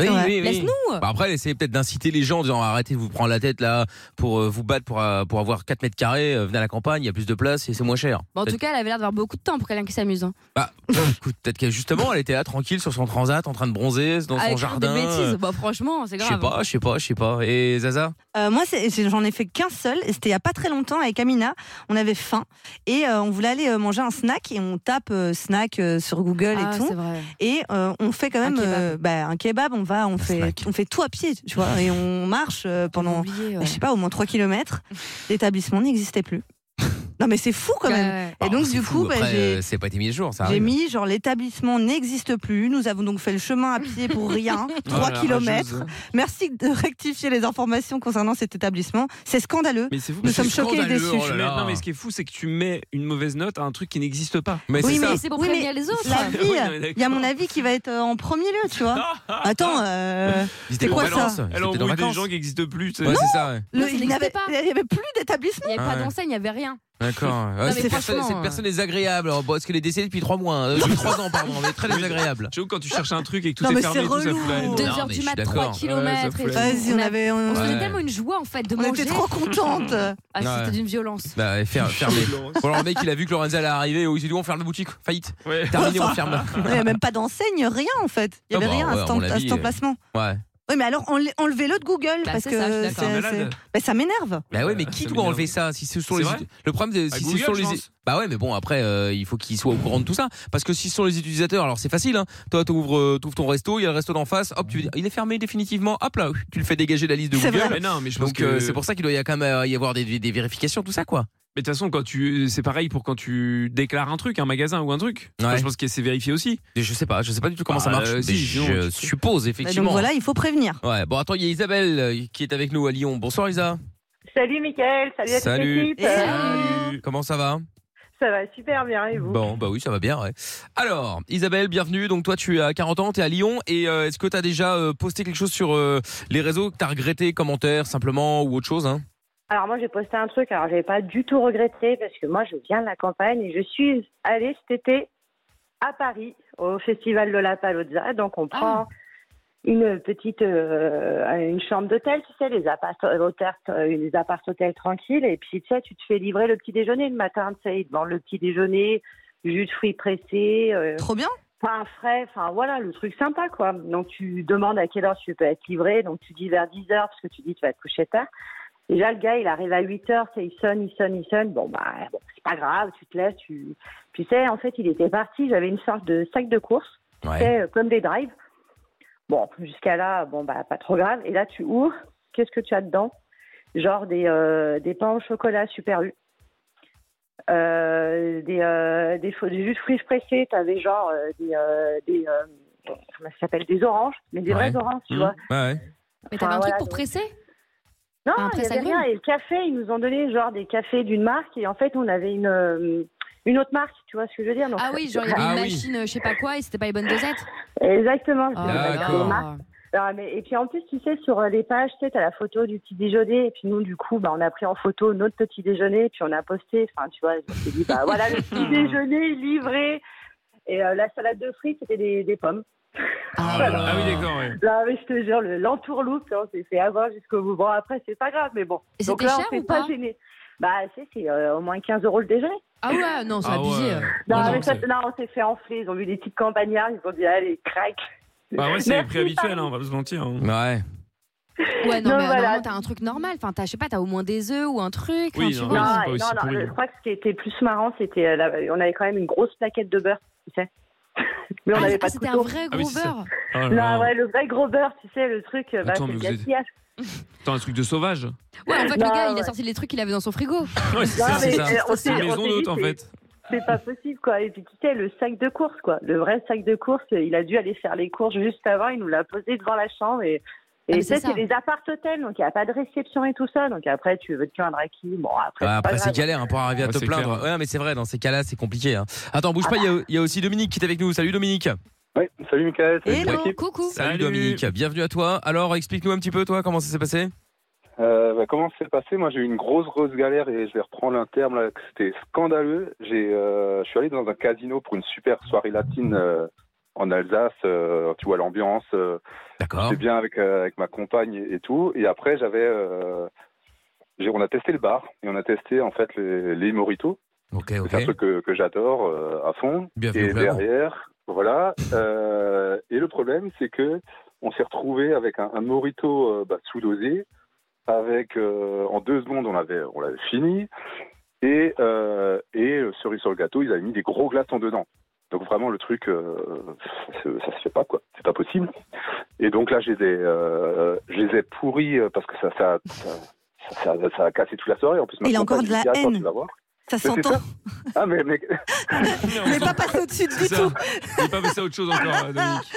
Speaker 3: Oui,
Speaker 5: Ouais.
Speaker 3: oui, oui.
Speaker 4: Laisse-nous.
Speaker 3: Bah, après, elle essayait peut-être d'inciter les gens en disant arrêtez de vous prendre la tête là pour euh, vous battre pour, euh, pour avoir 4 mètres carrés, euh, venez à la campagne, il y a plus de place et c'est moins cher.
Speaker 4: Bon, en tout
Speaker 3: Peut-être-
Speaker 4: cas, elle avait l'air d'avoir beaucoup de temps pour quelqu'un qui s'amuse. hein.
Speaker 3: bah, écoute, peut-être que justement, elle était là tranquille sur son transat en train de bronzer dans
Speaker 5: Ah,
Speaker 4: À
Speaker 3: son
Speaker 4: écrire
Speaker 3: jardin.
Speaker 4: Des bêtises.
Speaker 3: euh,
Speaker 4: Bah, franchement, c'est
Speaker 3: Je
Speaker 4: grave.
Speaker 3: sais pas, je sais pas, je sais pas. Et Zaza
Speaker 5: Euh, moi, c'est- c'est- j'en ai fait qu'un seul, et c'était il y a pas très longtemps avec Amina. On avait faim et euh, on voulait aller euh, manger un snack et on tape euh, snack euh, sur Google
Speaker 4: Ah,
Speaker 5: et
Speaker 4: c'est
Speaker 5: tout.
Speaker 4: vrai.
Speaker 5: Et euh, on fait quand
Speaker 4: Un
Speaker 5: même
Speaker 4: kebab.
Speaker 5: euh, bah, un kebab. On va, on fait,
Speaker 3: snack.
Speaker 5: on fait tout à pied, tu vois, et on marche euh,
Speaker 4: J'ai
Speaker 5: pendant,
Speaker 4: oublié, ouais.
Speaker 5: bah, je sais pas, au moins 3 km. L'établissement n'existait plus. *laughs* non, mais c'est fou quand même.
Speaker 4: Ouais, ouais.
Speaker 5: Et
Speaker 3: Ah,
Speaker 5: donc,
Speaker 3: c'est
Speaker 5: du
Speaker 3: fou,
Speaker 5: coup, bah,
Speaker 3: après,
Speaker 5: j'ai-
Speaker 3: euh, c'est pas été mis le jour, ça.
Speaker 5: J'ai
Speaker 3: arrive.
Speaker 5: mis genre l'établissement n'existe plus. Nous avons donc fait le chemin à pied pour
Speaker 3: *laughs*
Speaker 5: rien,
Speaker 3: Oh
Speaker 5: 3
Speaker 6: Voilà,
Speaker 5: km.
Speaker 6: rageuse.
Speaker 5: Merci de rectifier les informations concernant cet établissement. C'est scandaleux.
Speaker 6: Mais c'est fou.
Speaker 5: Nous
Speaker 6: parce que
Speaker 5: sommes choqués
Speaker 6: tu
Speaker 5: et
Speaker 3: scandaleux,
Speaker 5: déçus.
Speaker 3: oh là
Speaker 6: mets-
Speaker 3: là.
Speaker 6: Non, mais ce qui est fou, c'est que tu mets une mauvaise note à un truc qui n'existe pas.
Speaker 3: Mais
Speaker 5: Oui,
Speaker 3: c'est ça. Ah
Speaker 4: Mais c'est pour
Speaker 5: Oui,
Speaker 4: prévenir
Speaker 5: mais
Speaker 4: les autres.
Speaker 6: *laughs*
Speaker 5: La
Speaker 6: Oui, non, mais
Speaker 5: vie,
Speaker 6: d'accord.
Speaker 5: il y a mon avis qui va être euh, en premier lieu, tu
Speaker 3: *laughs*
Speaker 5: vois. Attends, euh,
Speaker 3: Ils étaient
Speaker 5: C'est quoi
Speaker 3: en vacances,
Speaker 5: ça
Speaker 3: ils
Speaker 6: Alors,
Speaker 3: étaient en
Speaker 6: on des
Speaker 3: vacances.
Speaker 6: gens qui n'existent plus. tu sais.
Speaker 3: Ouais, c'est ça, ouais.
Speaker 5: le-
Speaker 4: ça
Speaker 5: il n'y
Speaker 4: n'existe
Speaker 5: avait,
Speaker 4: pas.
Speaker 5: il y avait plus d'établissement.
Speaker 4: Il n'y avait
Speaker 3: Ah
Speaker 4: pas
Speaker 3: ouais.
Speaker 4: d'enseigne, il n'y avait rien.
Speaker 3: D'accord. Ouais,
Speaker 4: mais
Speaker 3: cette,
Speaker 4: franchement,
Speaker 3: personne, cette
Speaker 4: euh,
Speaker 3: personne est désagréable. Alors, bon, parce qu'elle est décédée depuis 3 mois. euh, depuis 3 ans, pardon. Elle est très désagréable.
Speaker 6: Tu vois, quand tu cherches un truc et que tout
Speaker 5: Non,
Speaker 6: est
Speaker 5: mais
Speaker 6: fermé,
Speaker 5: c'est
Speaker 6: tout ça fout la haine.
Speaker 5: relou.
Speaker 4: Deux
Speaker 3: non,
Speaker 4: heures
Speaker 3: mais je
Speaker 4: du
Speaker 3: suis
Speaker 4: mat,
Speaker 3: d'accord.
Speaker 4: trois
Speaker 3: Ouais,
Speaker 6: ça
Speaker 4: kilomètres. et
Speaker 6: fout
Speaker 4: tout.
Speaker 6: la
Speaker 5: Vas-y, on avait, on,
Speaker 4: On se
Speaker 3: Ouais.
Speaker 4: faisait tellement une joie en fait de
Speaker 5: on était
Speaker 4: manger.
Speaker 5: trop contentes.
Speaker 4: Ah,
Speaker 3: Ouais.
Speaker 4: C'était d'une violence.
Speaker 3: Bah, elle est fer- fermée. Bon, alors, le mec, il a vu que Lorenza allait arriver. Il s'est dit, on ferme la boutique. Faillite.
Speaker 6: Ouais.
Speaker 3: Terminé,
Speaker 4: *laughs*
Speaker 3: on ferme.
Speaker 5: Il n'y avait même pas d'enseigne, rien en fait. Il n'y
Speaker 3: Ah
Speaker 5: avait
Speaker 3: bah,
Speaker 5: rien
Speaker 3: ouais,
Speaker 5: à,
Speaker 3: à mon
Speaker 5: cet, à
Speaker 3: avis,
Speaker 5: cet
Speaker 3: euh,
Speaker 5: emplacement.
Speaker 3: Ouais.
Speaker 5: Oui, mais alors enle- enlevez-le de Google
Speaker 4: Bah,
Speaker 5: parce
Speaker 4: c'est
Speaker 5: que
Speaker 4: ça, je suis d'accord.
Speaker 5: c'est-
Speaker 6: C'est un
Speaker 5: c'est-
Speaker 6: malade.
Speaker 5: bah, ça m'énerve.
Speaker 3: Bah ouais, mais
Speaker 6: Euh,
Speaker 3: qui
Speaker 6: ça
Speaker 3: doit
Speaker 6: m'énerve.
Speaker 3: enlever ça si ce sont
Speaker 6: C'est
Speaker 3: les
Speaker 6: vrai
Speaker 3: uti- Le problème, c'est-
Speaker 6: À
Speaker 3: si
Speaker 6: Google,
Speaker 3: ce sont
Speaker 6: je
Speaker 3: les.
Speaker 6: pense.
Speaker 3: Bah ouais, mais bon, après, euh, il faut qu'ils soient au courant de tout ça. Parce que si ce sont les utilisateurs, alors c'est facile. Hein. Toi, t'ouvres, euh, t'ouvres ton resto, il y a le resto d'en face. Hop, tu dis, il est fermé définitivement. Hop là, tu le fais dégager de la liste de
Speaker 5: C'est
Speaker 3: Google.
Speaker 5: vrai.
Speaker 6: Mais non, mais je pense
Speaker 3: Donc
Speaker 6: que
Speaker 3: euh, c'est pour ça qu'il doit y, a quand même, euh, y avoir des, des- des vérifications, tout ça quoi.
Speaker 6: Mais de toute façon, quand tu, c'est pareil pour quand tu déclares un truc, un magasin ou un truc. Moi,
Speaker 3: Ouais.
Speaker 6: je pense que c'est vérifié aussi.
Speaker 3: Et Je sais pas, je sais pas du tout comment
Speaker 6: Bah,
Speaker 3: ça marche.
Speaker 6: euh,
Speaker 3: mais
Speaker 6: si,
Speaker 3: je
Speaker 6: sinon,
Speaker 3: euh,
Speaker 6: tu-
Speaker 3: suppose
Speaker 5: Bah,
Speaker 3: effectivement.
Speaker 5: donc voilà, il faut prévenir.
Speaker 3: Ouais, bon attends, il y a Isabelle euh, qui est avec nous à Lyon. Bonsoir Isa.
Speaker 7: Salut Mickaël, salut à
Speaker 3: Salut.
Speaker 7: toute l'équipe.
Speaker 5: Et-
Speaker 6: Salut.
Speaker 3: Comment ça va
Speaker 7: Ça va super bien et vous
Speaker 3: Bon, bah oui, ça va bien. Ouais. Alors, Isabelle, bienvenue. Donc toi, tu as 40 ans, tu es à Lyon. Et euh, est-ce que tu as déjà euh, posté quelque chose sur euh, les réseaux que tu as regretté, commentaires simplement ou autre chose hein
Speaker 7: Alors moi j'ai posté un truc, alors j'avais pas du tout regretté parce que moi je viens de la campagne et je suis allée cet été à Paris au festival de la Palozza, donc on prend une petite euh, une chambre d'hôtel, tu sais les appart hôtels euh, les appart hôtels tranquilles et puis tu sais tu te fais livrer le petit déjeuner le matin, tu sais ils te vendent le petit déjeuner, jus de fruits pressés, euh,
Speaker 5: Trop bien.
Speaker 7: Pas un frais, enfin voilà, le truc sympa quoi. Donc tu demandes à quelle heure tu peux être livré, donc tu dis vers 10 heures parce que tu dis tu vas te coucher tard. Déjà le gars il arrive à 8 heures, c'est il sonne, il sonne, il sonne. Bon bah bon, c'est pas grave, tu te laisses, tu tu sais en fait il était parti, j'avais une sorte de sac de course, tu sais, euh, comme des drives. Bon jusqu'à là bon bah pas trop grave. Et là tu ouvres, qu'est-ce que tu as dedans Genre des euh, des pains au chocolat super U. Euh, des, euh, des, faux- des jus de fruits pressés, t'avais genre euh, des, euh, des euh, comment ça s'appelle, des oranges, mais des
Speaker 3: Ouais. Mmh.
Speaker 7: vraies oranges, tu
Speaker 6: Mhm.
Speaker 7: vois.
Speaker 3: Ouais, ouais.
Speaker 4: Mais t'avais
Speaker 7: Enfin,
Speaker 4: un truc
Speaker 7: voilà,
Speaker 4: pour
Speaker 7: donc-
Speaker 4: presser
Speaker 7: Non,
Speaker 4: Ah, après,
Speaker 7: il y
Speaker 4: ça
Speaker 7: avait
Speaker 4: grille.
Speaker 7: rien. Et le café, ils nous ont donné genre des cafés d'une marque, et en fait, on avait une, euh, une autre marque, tu vois ce que je veux dire Donc,
Speaker 4: Ah oui, genre il y avait
Speaker 3: Ah
Speaker 4: une
Speaker 3: oui.
Speaker 4: machine, euh, je sais pas quoi, et c'était pas les bonnes dosettes.
Speaker 7: Exactement.
Speaker 4: Ah,
Speaker 7: c'est
Speaker 3: D'accord.
Speaker 7: des marques. Non, mais, et puis en plus, tu sais, sur euh, les pages, tu sais, t'as la photo du petit déjeuner, et puis nous, du coup, bah, on a pris en photo notre petit déjeuner, et puis on a posté, enfin, tu vois, je me suis dit, bah voilà, le petit déjeuner livré, et euh, la salade de frites, c'était des, des pommes.
Speaker 3: Ah,
Speaker 7: Voilà.
Speaker 3: là là.
Speaker 6: *laughs* Ah oui, d'accord. ouais.
Speaker 7: Non, mais je te jure, le- l'entourloupe, hein, c'est fait avoir jusqu'au bout. Bon, après, c'est pas grave, mais bon.
Speaker 4: Et
Speaker 7: Donc
Speaker 4: c'était
Speaker 7: là,
Speaker 4: cher
Speaker 7: on s'est
Speaker 4: ou
Speaker 7: pas
Speaker 4: pas
Speaker 7: gêné. Bah, c'est, c'est euh, au moins 15 euros le déjeuner.
Speaker 4: Ah ouais, non, c'est
Speaker 6: Ah
Speaker 4: abusé.
Speaker 6: ouais.
Speaker 4: euh.
Speaker 7: Non,
Speaker 6: Non, non,
Speaker 7: mais ça,
Speaker 6: c'est-
Speaker 7: non, on s'est fait enfler. Ils ont vu des petites campagnards. Ils ont dit, allez, crac.
Speaker 6: Bah
Speaker 5: *laughs*
Speaker 6: ouais, c'est les
Speaker 7: Merci,
Speaker 6: prix habituels,
Speaker 7: Paris.
Speaker 6: hein, on va pas se mentir. hein.
Speaker 3: Ouais.
Speaker 4: Ouais, non,
Speaker 7: Non,
Speaker 4: mais
Speaker 7: voilà.
Speaker 4: euh, normalement, t'as un truc normal. Enfin, t'as, je sais pas, t'as au moins des œufs ou un truc.
Speaker 6: Oui,
Speaker 4: enfin, tu
Speaker 6: non,
Speaker 4: vois.
Speaker 6: mais
Speaker 7: non,
Speaker 6: c'est pas
Speaker 7: non,
Speaker 6: aussi
Speaker 7: non,
Speaker 6: pourri.
Speaker 7: je crois que ce qui était plus marrant, c'était. euh, la- on avait quand même une grosse plaquette de beurre, tu sais. *laughs* Mais on
Speaker 4: Ah,
Speaker 7: n'avait
Speaker 4: ah,
Speaker 7: pas de
Speaker 4: c'était un
Speaker 7: couteau.
Speaker 4: vrai
Speaker 6: Ah
Speaker 4: gros
Speaker 6: oui, c'est ça.
Speaker 4: beurre.
Speaker 6: Oh là là.
Speaker 7: Non, ouais, le vrai gros beurre, tu sais, le truc, euh, bah,
Speaker 6: Attends,
Speaker 7: c'est le
Speaker 6: mais vous êtes-
Speaker 7: gaspillage.
Speaker 6: Attends, un truc de sauvage.
Speaker 4: Ouais, en fait,
Speaker 7: Non,
Speaker 4: le gars, il a
Speaker 7: ouais.
Speaker 4: sorti les trucs qu'il avait dans son frigo.
Speaker 6: *laughs* Ouais, c'est
Speaker 7: Non,
Speaker 6: ça, c'est
Speaker 7: mais,
Speaker 6: ça.
Speaker 7: euh, on
Speaker 6: C'est une
Speaker 7: s'est- on
Speaker 6: maison
Speaker 7: s'est
Speaker 6: d'hôte
Speaker 7: dit,
Speaker 6: en fait.
Speaker 7: C'est pas possible, quoi. Et puis, tu sais, le sac de course, quoi. Le vrai sac de course, il a dû aller faire les courses juste avant. Il nous l'a posé devant la chambre. Et,
Speaker 4: Ah, mais
Speaker 7: et ça,
Speaker 4: c'est ça.
Speaker 7: c'est des appart-hôtels. Donc, il n'y a pas de réception et tout ça. Donc, après, tu veux te plaindre à qui Bon, après,
Speaker 6: Ah,
Speaker 3: Ouais,
Speaker 7: c'est pas
Speaker 3: après, c'est
Speaker 7: grave.
Speaker 3: galère hein, pour arriver à
Speaker 6: Ouais,
Speaker 3: te
Speaker 6: c'est
Speaker 3: plaindre.
Speaker 6: clair.
Speaker 3: Ouais, mais c'est vrai, dans ces cas-là, c'est compliqué. hein. Attends, bouge pas, il y a- il y, a aussi Dominique qui est avec nous. Salut Dominique.
Speaker 8: Oui, salut Michael, salut
Speaker 5: Hello.
Speaker 8: l'équipe.
Speaker 4: Coucou.
Speaker 3: Salut, Dominique, bienvenue à toi. Alors, explique-nous un petit peu, toi, comment ça s'est passé
Speaker 8: Euh, bah, comment ça s'est passé Moi j'ai eu une grosse grosse galère et je vais reprendre un terme là, que c'était scandaleux. J'ai, euh, je suis allé dans un casino pour une super soirée latine euh, en Alsace, euh, tu vois l'ambiance, euh,
Speaker 3: D'accord.
Speaker 8: c'est bien avec, euh, avec ma compagne et, et tout. Et après j'avais, euh, j'ai- on a testé le bar et on a testé en fait les, les moritos.
Speaker 3: Ok,
Speaker 8: C'est un
Speaker 3: ok.
Speaker 8: truc que, que j'adore euh, à fond.
Speaker 3: Bienvenue
Speaker 8: Et
Speaker 3: au club.
Speaker 8: derrière, voilà. euh, et le problème, c'est que on s'est retrouvé avec un, un Morito euh, bah, sous-dosé. Avec euh, en deux secondes, on l'avait on l'avait fini. Et euh, et euh, cerise sur le gâteau, ils avaient mis des gros glaçons dedans. Donc vraiment le truc, euh, ça, se- ça se fait pas quoi, c'est pas possible. Et donc là, je les ai, euh, je les ai pourris euh, parce que ça ça, ça, ça, ça- ça a cassé toute la soirée. En plus, ma
Speaker 5: Il a encore
Speaker 8: compagne
Speaker 5: de la
Speaker 8: me dit, Attends,
Speaker 5: haine.
Speaker 8: tu vas voir.
Speaker 5: Ça
Speaker 8: Mais c'est
Speaker 5: s'entend.
Speaker 8: ça. Ah
Speaker 3: *laughs*
Speaker 8: mais, mais
Speaker 5: Mais pas passé au-dessus
Speaker 6: C'est
Speaker 5: du
Speaker 6: ça.
Speaker 5: tout.
Speaker 6: Il est pas passé à autre chose encore, euh, Dominique.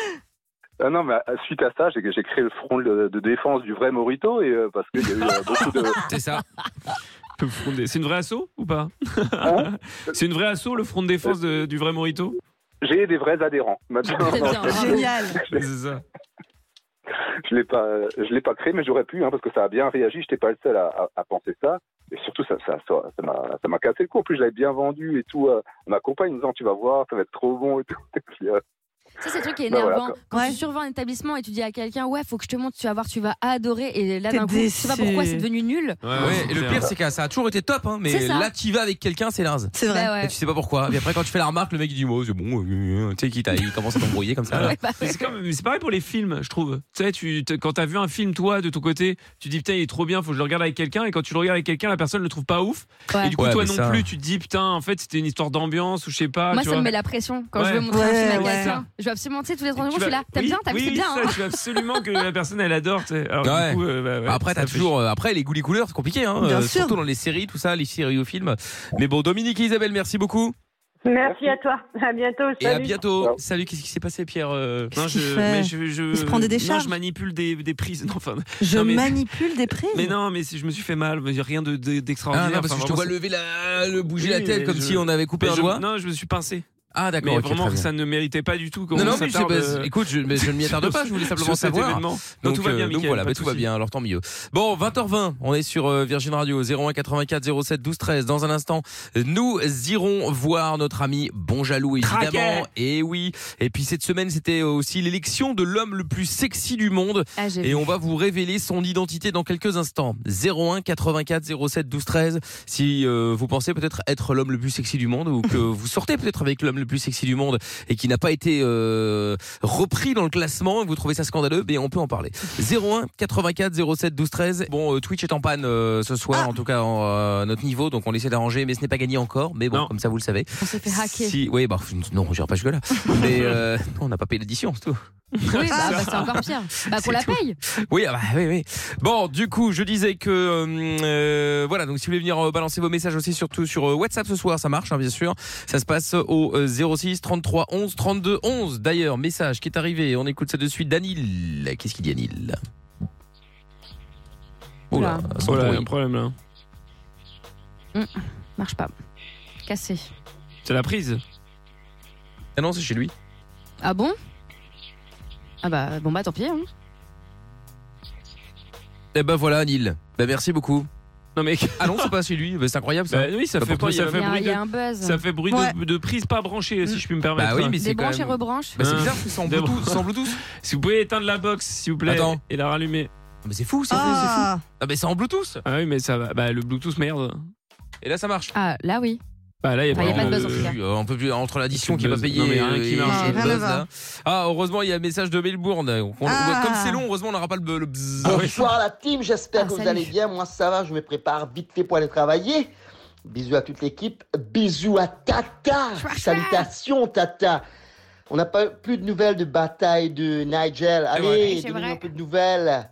Speaker 8: Ah non, mais à- suite à ça, j'ai j'ai créé le front de, de défense du vrai Morito et euh, parce qu'il y a eu euh, beaucoup de.
Speaker 6: *laughs*
Speaker 3: C'est ça.
Speaker 6: Le front des- C'est une vraie assaut ou pas
Speaker 8: Hein
Speaker 6: *laughs* C'est une vraie assaut le front de défense de- du vrai Morito
Speaker 8: J'ai des vrais adhérents. Maintenant,
Speaker 4: C'est
Speaker 8: non, *laughs*
Speaker 4: bien.
Speaker 5: Génial.
Speaker 6: C'est ça.
Speaker 8: je l'ai pas, je l'ai pas créé, mais j'aurais pu hein, parce que ça a bien réagi. J'étais pas le seul à, à- à penser ça. Et surtout, ça, ça, ça, ça m'a, ça m'a cassé le cou. En plus, je l'avais bien vendu et tout. euh, ma compagne me disant, tu vas voir, ça va être trop bon et tout. *laughs* Et puis, euh,
Speaker 4: Ça, c'est le truc qui est
Speaker 8: Bah
Speaker 4: énervant.
Speaker 8: voilà,
Speaker 4: Quand
Speaker 5: Ouais.
Speaker 4: tu survends un établissement et tu dis à quelqu'un, ouais, faut que je te montre, tu vas voir, tu vas adorer. Et là,
Speaker 5: T'es
Speaker 4: d'un coup, tu sais pas
Speaker 5: déçu.
Speaker 4: pourquoi c'est devenu nul.
Speaker 6: Ouais,
Speaker 3: Ouais, et le pire, c'est que ça a toujours été top, hein, mais
Speaker 4: C'est ça.
Speaker 3: là, tu vas avec quelqu'un, c'est l'inze.
Speaker 5: C'est vrai.
Speaker 4: Bah ouais.
Speaker 3: Et tu sais pas pourquoi. Et après, quand tu fais la remarque, le mec il dit oh, c'est bon, euh, euh, tu sais qui t'a- il commence à t'embrouiller comme ça.
Speaker 4: Ouais, bah ouais.
Speaker 6: Mais c'est comme- mais c'est pareil pour les films, je trouve. Tu sais, tu, t- quand t'as vu un film, toi, de ton côté, tu te dis putain, il est trop bien, faut que je le regarde avec quelqu'un. Et quand tu le regardes avec quelqu'un, la personne le trouve pas ouf.
Speaker 4: Ouais.
Speaker 6: Et du coup,
Speaker 3: Ouais,
Speaker 6: toi
Speaker 3: mais
Speaker 6: non
Speaker 3: ça-
Speaker 6: plus, tu te dis putain, en fait, c'était une histoire d'ambiance ou je sais pas. Ah,
Speaker 4: Moi,
Speaker 6: tu
Speaker 4: ça me
Speaker 6: vois.
Speaker 4: met la pression quand je
Speaker 6: Ouais.
Speaker 4: veux montrer
Speaker 5: Ouais,
Speaker 4: un film à
Speaker 5: ouais.
Speaker 4: quelqu'un. Je veux absolument, tu sais, tous les trois
Speaker 6: Et
Speaker 4: secondes,
Speaker 6: tu
Speaker 4: je
Speaker 6: vas-
Speaker 4: suis là. T'aimes
Speaker 6: oui,
Speaker 4: bien, t'aimes
Speaker 6: oui,
Speaker 4: c'est bien.
Speaker 6: ça,
Speaker 4: hein.
Speaker 6: tu veux absolument que la personne elle adore. tu sais. Alors,
Speaker 3: Ouais.
Speaker 6: du coup, euh, bah, ouais,
Speaker 3: Après,
Speaker 6: ça
Speaker 3: t'as
Speaker 6: fait
Speaker 3: toujours. euh, Après, les goûts, les couleurs, c'est compliqué, hein,
Speaker 5: Bien
Speaker 3: euh,
Speaker 5: sûr.
Speaker 3: surtout dans les séries, tout ça, les séries ou films. Mais bon, Dominique et Isabelle, merci beaucoup.
Speaker 7: Merci à toi. À bientôt.
Speaker 3: Et à
Speaker 7: salut.
Speaker 3: bientôt.
Speaker 8: Ciao.
Speaker 3: Salut, qu'est-ce qui s'est passé, Pierre euh,
Speaker 6: Non,
Speaker 5: Qu'est-ce qu'il
Speaker 6: je,
Speaker 5: fait
Speaker 6: mais je, je-
Speaker 5: Il se prend des décharges
Speaker 6: Non, je manipule des, des prises. *laughs* Non, enfin,
Speaker 5: Je
Speaker 6: Non, mais-
Speaker 5: manipule des prises. *laughs*
Speaker 6: mais non, mais c'est- je me suis fait mal. mais Rien de- de- d'extraordinaire.
Speaker 3: Ah non, parce
Speaker 6: Enfin,
Speaker 3: que je te
Speaker 6: vraiment,
Speaker 3: vois
Speaker 6: c'est-
Speaker 3: lever la, le bouger
Speaker 6: Oui,
Speaker 3: la tête
Speaker 6: mais
Speaker 3: comme
Speaker 6: je-
Speaker 3: si on avait coupé
Speaker 6: Mais
Speaker 3: un
Speaker 6: je-
Speaker 3: doigt.
Speaker 6: Non, je me suis pincé.
Speaker 3: Ah d'accord,
Speaker 6: Mais
Speaker 3: ok,
Speaker 6: vraiment,
Speaker 3: très bien.
Speaker 6: ça ne méritait pas du tout. qu'on
Speaker 3: Non, non, mais je sais
Speaker 6: s'attarde,
Speaker 3: pas.
Speaker 6: euh,
Speaker 3: Écoute, je, mais je *laughs* ne m'y attarde pas. Je voulais simplement
Speaker 6: *laughs* sur cet
Speaker 3: savoir.
Speaker 6: événement.
Speaker 3: Donc,
Speaker 6: Non, tout va
Speaker 3: euh,
Speaker 6: bien,
Speaker 3: donc
Speaker 6: Mickaël,
Speaker 3: voilà,
Speaker 6: pas
Speaker 3: bah,
Speaker 6: de
Speaker 3: tout va
Speaker 6: souci.
Speaker 3: bien, alors tant mieux. Bon, 20h20, on est sur euh, Virgin Radio 01 84 07 12 13. Dans un instant, nous irons voir notre ami Bon Jaloux, évidemment.
Speaker 6: Craquet
Speaker 3: Et oui. Et puis cette semaine, c'était aussi l'élection de l'homme le plus sexy du monde.
Speaker 4: Ah, j'ai
Speaker 3: Et on va vous révéler son identité dans quelques instants. 01 84 07 12 13. Si euh, vous pensez peut-être être l'homme le plus sexy du monde
Speaker 4: *laughs*
Speaker 3: ou que vous sortez peut-être avec l'homme le plus sexy du monde et qui n'a pas été euh, repris dans le classement et vous trouvez ça scandaleux, ben on peut en parler. 01 84 07 12 13. Bon, euh, Twitch est en panne euh, ce
Speaker 4: Ah.
Speaker 3: soir, en tout cas en, euh, notre niveau, donc on essaie d'arranger, mais ce n'est pas gagné encore. Mais bon,
Speaker 6: Non.
Speaker 3: comme ça vous le savez.
Speaker 4: on s'est fait hacker.
Speaker 3: Si, oui, bah non, on ne pas
Speaker 4: *laughs*
Speaker 3: jusque là. mais euh, on n'a pas payé l'addition, c'est tout.
Speaker 4: Oui, bah, bah, c'est encore pire. Bah, qu'on la paye.
Speaker 3: Oui, ah bah, oui, oui. Bon, du coup, je disais que euh, euh, voilà. Donc, si vous voulez venir euh, balancer vos messages aussi, surtout sur euh, WhatsApp ce soir, ça marche, hein, bien sûr. Ça se passe au euh, 06 33 11 32 11. D'ailleurs, message qui est arrivé. On écoute ça de suite. Danil, qu'est-ce qu'il dit, Anil Oh là, son
Speaker 6: Oh là, il y a un
Speaker 3: bruit.
Speaker 6: problème là.
Speaker 4: Marche pas. Cassé.
Speaker 6: C'est la prise.
Speaker 3: Ah non, c'est chez lui.
Speaker 4: Ah bon Ah bah, bon, bah, tant pis. hein.
Speaker 3: Eh ben voilà, Anil. Ben merci beaucoup.
Speaker 6: Non mais
Speaker 3: Ah non, c'est pas chez lui. Ben, c'est incroyable ça.
Speaker 6: Bah oui, ça
Speaker 3: Bah,
Speaker 6: fait
Speaker 3: pour
Speaker 6: pas- ça
Speaker 3: toi, il
Speaker 4: Il
Speaker 6: fait
Speaker 4: y, a-
Speaker 6: bruit
Speaker 4: il y
Speaker 6: de
Speaker 4: a un buzz.
Speaker 6: ça fait bruit de-
Speaker 5: Ouais.
Speaker 6: de, prise pas branchée si je puis me
Speaker 3: Bah
Speaker 6: permettre.
Speaker 3: oui, mais c'est quand
Speaker 4: Débranche et
Speaker 3: même.
Speaker 4: rebranche.
Speaker 3: Bah, c'est
Speaker 6: Hein.
Speaker 3: bizarre tout sans Bluetooth, sans Bluetooth.
Speaker 6: *laughs* Si vous pouvez éteindre la box s'il vous plaît
Speaker 3: Attends.
Speaker 6: et la rallumer.
Speaker 3: Ah, Mais c'est fou, c'est fou, c'est fou.
Speaker 5: Ah,
Speaker 3: Ah mais c'est en Bluetooth.
Speaker 6: Ah oui, mais ça va bah le Bluetooth merde.
Speaker 3: Et là, ça marche.
Speaker 4: Ah, là oui.
Speaker 6: Bah là, il
Speaker 4: Enfin, y a pas de buzz, en tout cas.
Speaker 3: Euh, on peut plus entre l'addition qui est pas
Speaker 6: Buzz. Non, mais
Speaker 3: payée
Speaker 6: rien
Speaker 3: euh,
Speaker 6: qui
Speaker 3: et
Speaker 6: marche.
Speaker 3: le
Speaker 5: Ah,
Speaker 3: buzz,
Speaker 5: rien à
Speaker 3: là. Ah, heureusement, il y a un message de Melbourne. On- on-
Speaker 5: Ah.
Speaker 3: Comme c'est long, heureusement, on n'aura pas le, bu- le buzz.
Speaker 9: Bonsoir la team, j'espère
Speaker 4: Ah,
Speaker 9: que vous
Speaker 4: salut.
Speaker 9: allez bien. Moi ça va, je me prépare vite fait pour aller travailler. Bisous à toute l'équipe, bisous à Tata.
Speaker 4: Chouard,
Speaker 9: Salutations Tata. On n'a pas plus de nouvelles de bataille de Nigel.
Speaker 4: vrai.
Speaker 9: Allez,
Speaker 4: C'est
Speaker 9: donnez
Speaker 4: vrai.
Speaker 9: un peu de nouvelles.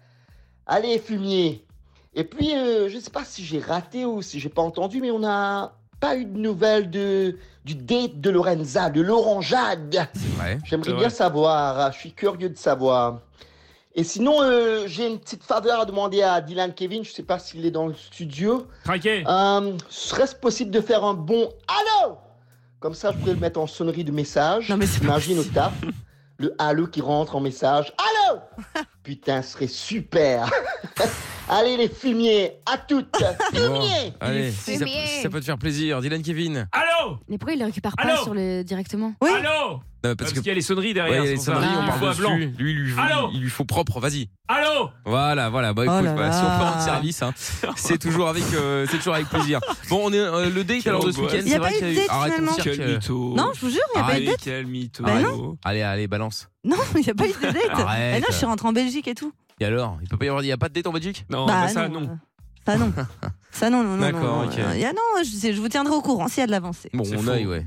Speaker 9: Allez fumier. Et puis euh, je ne sais pas si j'ai raté ou si j'ai pas entendu, mais on n'a pas eu de nouvelles de du date de Lorenza, de Laurent-Jade.
Speaker 4: *laughs*
Speaker 3: Ouais.
Speaker 6: C'est
Speaker 9: J'aimerais
Speaker 6: vrai.
Speaker 9: bien savoir, je suis curieux de savoir. Et sinon, euh, j'ai une petite faveur à demander à Dylan Kevin, je sais pas s'il est dans le studio.
Speaker 6: Traqué
Speaker 9: Euh, Serait-ce possible de faire un bon Allô Comme ça, je pourrais le mettre en sonnerie de message.
Speaker 5: Non, mais c'est pas
Speaker 9: Imagine au taf, le Allô qui rentre en message.
Speaker 5: *laughs*
Speaker 9: Allô Putain, ce serait super *laughs* Allez les fumiers, à toutes
Speaker 3: Bon,
Speaker 9: Fumiers
Speaker 3: Ah. Allez, si ça, si ça peut te faire plaisir. Dylan Kevin.
Speaker 6: Allô
Speaker 4: Mais pourquoi il les récupère pas
Speaker 6: Allô
Speaker 4: sur le directement
Speaker 5: Oui.
Speaker 6: Allô
Speaker 3: Non,
Speaker 6: Parce
Speaker 3: Euh, parce que.
Speaker 6: qu'il y a les sonneries
Speaker 3: Ouais, il y
Speaker 6: derrière.
Speaker 3: a les
Speaker 6: c'est pour ça. Ah,
Speaker 3: sonneries,
Speaker 6: Il
Speaker 3: on
Speaker 6: faut à
Speaker 3: parle
Speaker 6: blanc.
Speaker 3: dessus. Lui, il lui, faut-
Speaker 6: Allô
Speaker 3: il lui faut propre, vas-y.
Speaker 6: Allô
Speaker 3: Voilà, voilà. Bah,
Speaker 5: Oh
Speaker 3: écoute,
Speaker 5: là
Speaker 3: bah,
Speaker 5: là.
Speaker 3: si on peut rendre service, hein, c'est toujours avec, euh, c'est toujours avec plaisir. Bon, on est euh, le date
Speaker 6: Quelle
Speaker 3: alors de ce
Speaker 6: angoisse.
Speaker 3: week-end.
Speaker 5: Y a
Speaker 3: c'est
Speaker 5: pas
Speaker 3: vrai
Speaker 5: eu de
Speaker 3: qu'il
Speaker 5: date,
Speaker 3: Arrête de
Speaker 5: finalement.
Speaker 3: dire que-
Speaker 6: mytho
Speaker 5: Non, je vous jure, il n'y a pas eu de
Speaker 6: Allez,
Speaker 5: date.
Speaker 6: quel mytho
Speaker 5: Bah
Speaker 3: Allez, allez, balance.
Speaker 5: Non, il n'y a pas eu de date.
Speaker 3: *laughs* Arrête.
Speaker 5: Ah, Mais non, je suis rentrée en Belgique et tout.
Speaker 3: Et alors, il peut pas y avoir, il y a pas de date en Belgique
Speaker 6: Non,
Speaker 5: bah,
Speaker 6: bah ça
Speaker 5: non.
Speaker 6: non.
Speaker 5: Ça non. Ça non, non, non.
Speaker 3: D'accord,
Speaker 5: non, non,
Speaker 3: ok.
Speaker 5: non. Il y a- non, je, je vous tiendrai au courant s'il y a de l'avancée.
Speaker 3: Bon,
Speaker 6: C'est
Speaker 3: on
Speaker 6: faux.
Speaker 3: aille, ouais.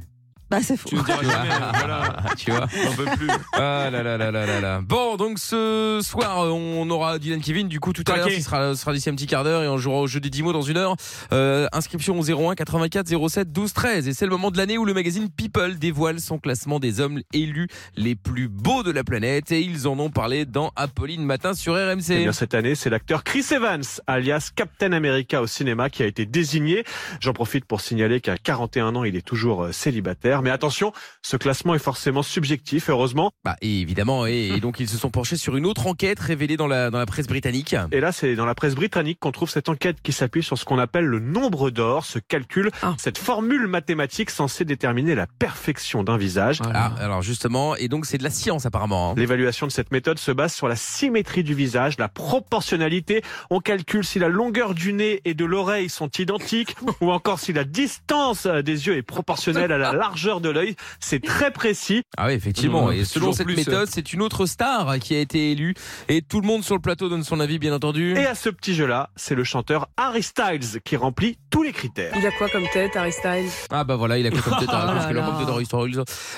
Speaker 5: Bah c'est faux.
Speaker 6: Tu me diras jamais, euh, voilà.
Speaker 3: *laughs* tu vois.
Speaker 6: J'en peux plus.
Speaker 3: *laughs* Ah là là là là là là. Bon, donc ce soir, euh, on aura Dylan Kevin. Du coup, tout à l'heure,
Speaker 6: Traqué.
Speaker 3: ce sera, ce sera d'ici un petit quart d'heure et on jouera au jeu des 10 mots dans une heure. Euh, inscription au 01 84 07 12 13. Et c'est le moment de l'année où le magazine People dévoile son classement des hommes élus les plus beaux de la planète. Et ils en ont parlé dans Apolline Matin sur
Speaker 10: Eh bien,
Speaker 3: RMC.
Speaker 10: cette année, c'est l'acteur Chris Evans, alias Captain America au cinéma, qui a été désigné. J'en profite pour signaler qu'à 41 ans, il est toujours euh, célibataire. Mais attention, ce classement est forcément subjectif, heureusement.
Speaker 3: Bah, et évidemment. Et, et donc, ils se sont penchés sur une autre enquête révélée dans la, dans la presse britannique.
Speaker 10: Et là, c'est dans la presse britannique qu'on trouve cette enquête qui s'appuie sur ce qu'on appelle le nombre d'or, ce calcul,
Speaker 6: Ah.
Speaker 10: cette formule mathématique censée déterminer la perfection d'un visage.
Speaker 3: Ah, alors justement, et donc c'est de la science apparemment. hein.
Speaker 10: L'évaluation de cette méthode se base sur la symétrie du visage, la proportionnalité. On calcule si la longueur du nez et de l'oreille sont identiques *laughs* ou encore si la distance des yeux est proportionnelle à la largeur de l'œil. C'est très précis.
Speaker 3: Ah oui, effectivement.
Speaker 6: Non,
Speaker 3: et selon
Speaker 6: toujours
Speaker 3: cette
Speaker 6: plus. euh,
Speaker 3: méthode, c'est une autre star qui a été élue. Et tout le monde sur le plateau donne son avis, bien entendu.
Speaker 10: Et à ce petit jeu-là, c'est le chanteur Harry Styles qui remplit tous les critères.
Speaker 11: Il a quoi comme tête, Harry Styles
Speaker 3: Ah bah voilà, il a
Speaker 6: *laughs*
Speaker 3: cru comme tête à
Speaker 4: Oh là
Speaker 3: parce que la
Speaker 4: là.
Speaker 3: robe de Doris Story.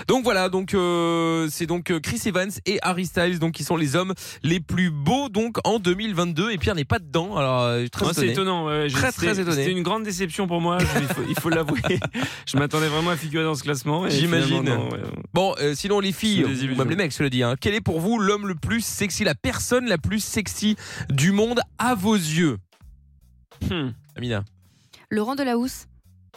Speaker 3: Donc voilà, donc euh, c'est donc euh, Chris Evans et Harry Styles, donc qui sont les hommes les plus beaux donc en 2022. Et Pierre n'est pas dedans. Alors euh, je suis très
Speaker 6: Non, Ah, c'est
Speaker 3: étonné.
Speaker 6: étonnant. ouais, j'ai-
Speaker 3: Très,
Speaker 6: c'était-
Speaker 3: très étonné.
Speaker 6: C'était
Speaker 3: *laughs*
Speaker 6: une grande déception pour moi. je- il faut- Il faut l'avouer. Je m'attendais vraiment à figurer dans ce classement. et
Speaker 3: J'imagine.
Speaker 6: finalement, non, ouais.
Speaker 3: Bon, euh, sinon les filles,
Speaker 6: C'est des
Speaker 3: ou
Speaker 6: illusions.
Speaker 3: même les mecs, je le dis. Hein, quel est pour vous l'homme le plus sexy, la personne la plus sexy du monde à vos yeux,
Speaker 6: Hmm.
Speaker 3: Amina
Speaker 4: Laurent Delahousse.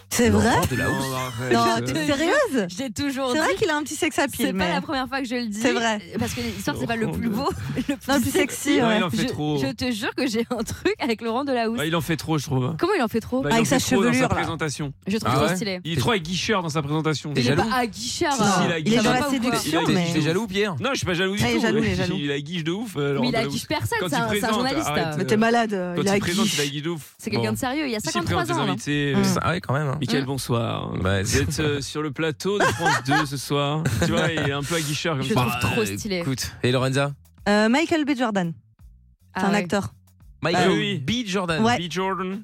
Speaker 5: C'est vrai
Speaker 3: Laurent de la Housse.
Speaker 5: Non,
Speaker 6: Non,
Speaker 5: t'es sérieuse
Speaker 4: J'ai toujours
Speaker 5: C'est
Speaker 4: dit.
Speaker 5: vrai qu'il a un petit sexe à
Speaker 4: C'est
Speaker 5: pile,
Speaker 4: pas
Speaker 5: mais
Speaker 4: la première fois que je le dis.
Speaker 5: C'est vrai.
Speaker 4: Parce que l'histoire, c'est pas le
Speaker 6: Laurent
Speaker 4: plus beau, le plus,
Speaker 5: Non, le plus sexy,
Speaker 6: Non,
Speaker 5: ouais.
Speaker 6: il en fait
Speaker 4: je,
Speaker 6: trop.
Speaker 4: je te jure que j'ai un truc avec Laurent Delahousse.
Speaker 6: Ouais, Ah, Il en fait trop, je trouve.
Speaker 4: Comment il en fait trop
Speaker 6: Bah, il
Speaker 5: Avec
Speaker 6: en fait
Speaker 5: sa
Speaker 6: trop dans
Speaker 5: chevelure, là.
Speaker 6: présentation.
Speaker 4: Je trouve
Speaker 3: Ah
Speaker 4: trop
Speaker 3: ouais
Speaker 4: stylé.
Speaker 6: Il est trop aguicheur dans sa présentation.
Speaker 3: T'es
Speaker 4: Il est
Speaker 3: jaloux
Speaker 4: pas à Guichard.
Speaker 6: Si, si, il a
Speaker 5: il est
Speaker 6: guiche.
Speaker 5: dans
Speaker 6: Il
Speaker 5: la
Speaker 6: a-
Speaker 5: séduction,
Speaker 6: il a-
Speaker 5: mais.
Speaker 3: T'es jaloux, Pierre
Speaker 6: Non, je suis pas jaloux du
Speaker 5: Ah, il est
Speaker 6: tout. *laughs*
Speaker 5: jaloux, il est jaloux.
Speaker 6: Il a guiche de ouf. euh, Laurent
Speaker 4: Mais il a
Speaker 6: Delahousse.
Speaker 4: guiche personne,
Speaker 6: Quand il
Speaker 4: c'est un, c'est un
Speaker 6: présente,
Speaker 4: journaliste.
Speaker 6: arrête. euh,
Speaker 5: Mais t'es malade,
Speaker 6: Quand
Speaker 5: il a
Speaker 6: il présente, il a
Speaker 5: guiche.
Speaker 6: guiche de ouf.
Speaker 4: C'est
Speaker 6: Bon.
Speaker 4: quelqu'un de sérieux, il a
Speaker 6: Ici, il
Speaker 4: 53
Speaker 6: présente
Speaker 4: ans. hein.
Speaker 6: les
Speaker 4: là.
Speaker 6: invités.
Speaker 5: Mm.
Speaker 6: euh,
Speaker 3: Ah oui, quand même. hein.
Speaker 6: Michael, bonsoir.
Speaker 3: Bah,
Speaker 6: Vous *laughs* êtes euh, sur le plateau de France 2 ce soir. Tu vois, il est un peu aguicheur comme
Speaker 4: Je
Speaker 6: ça.
Speaker 4: trouve trop
Speaker 3: euh,
Speaker 4: stylé.
Speaker 3: Écoute, et Lorenza
Speaker 5: Euh, Michael B. Jordan, c'est
Speaker 4: Ah
Speaker 5: un
Speaker 4: ouais.
Speaker 5: acteur.
Speaker 3: Michael
Speaker 6: oui.
Speaker 3: B. Jordan.
Speaker 5: Ouais.
Speaker 6: B. Jordan.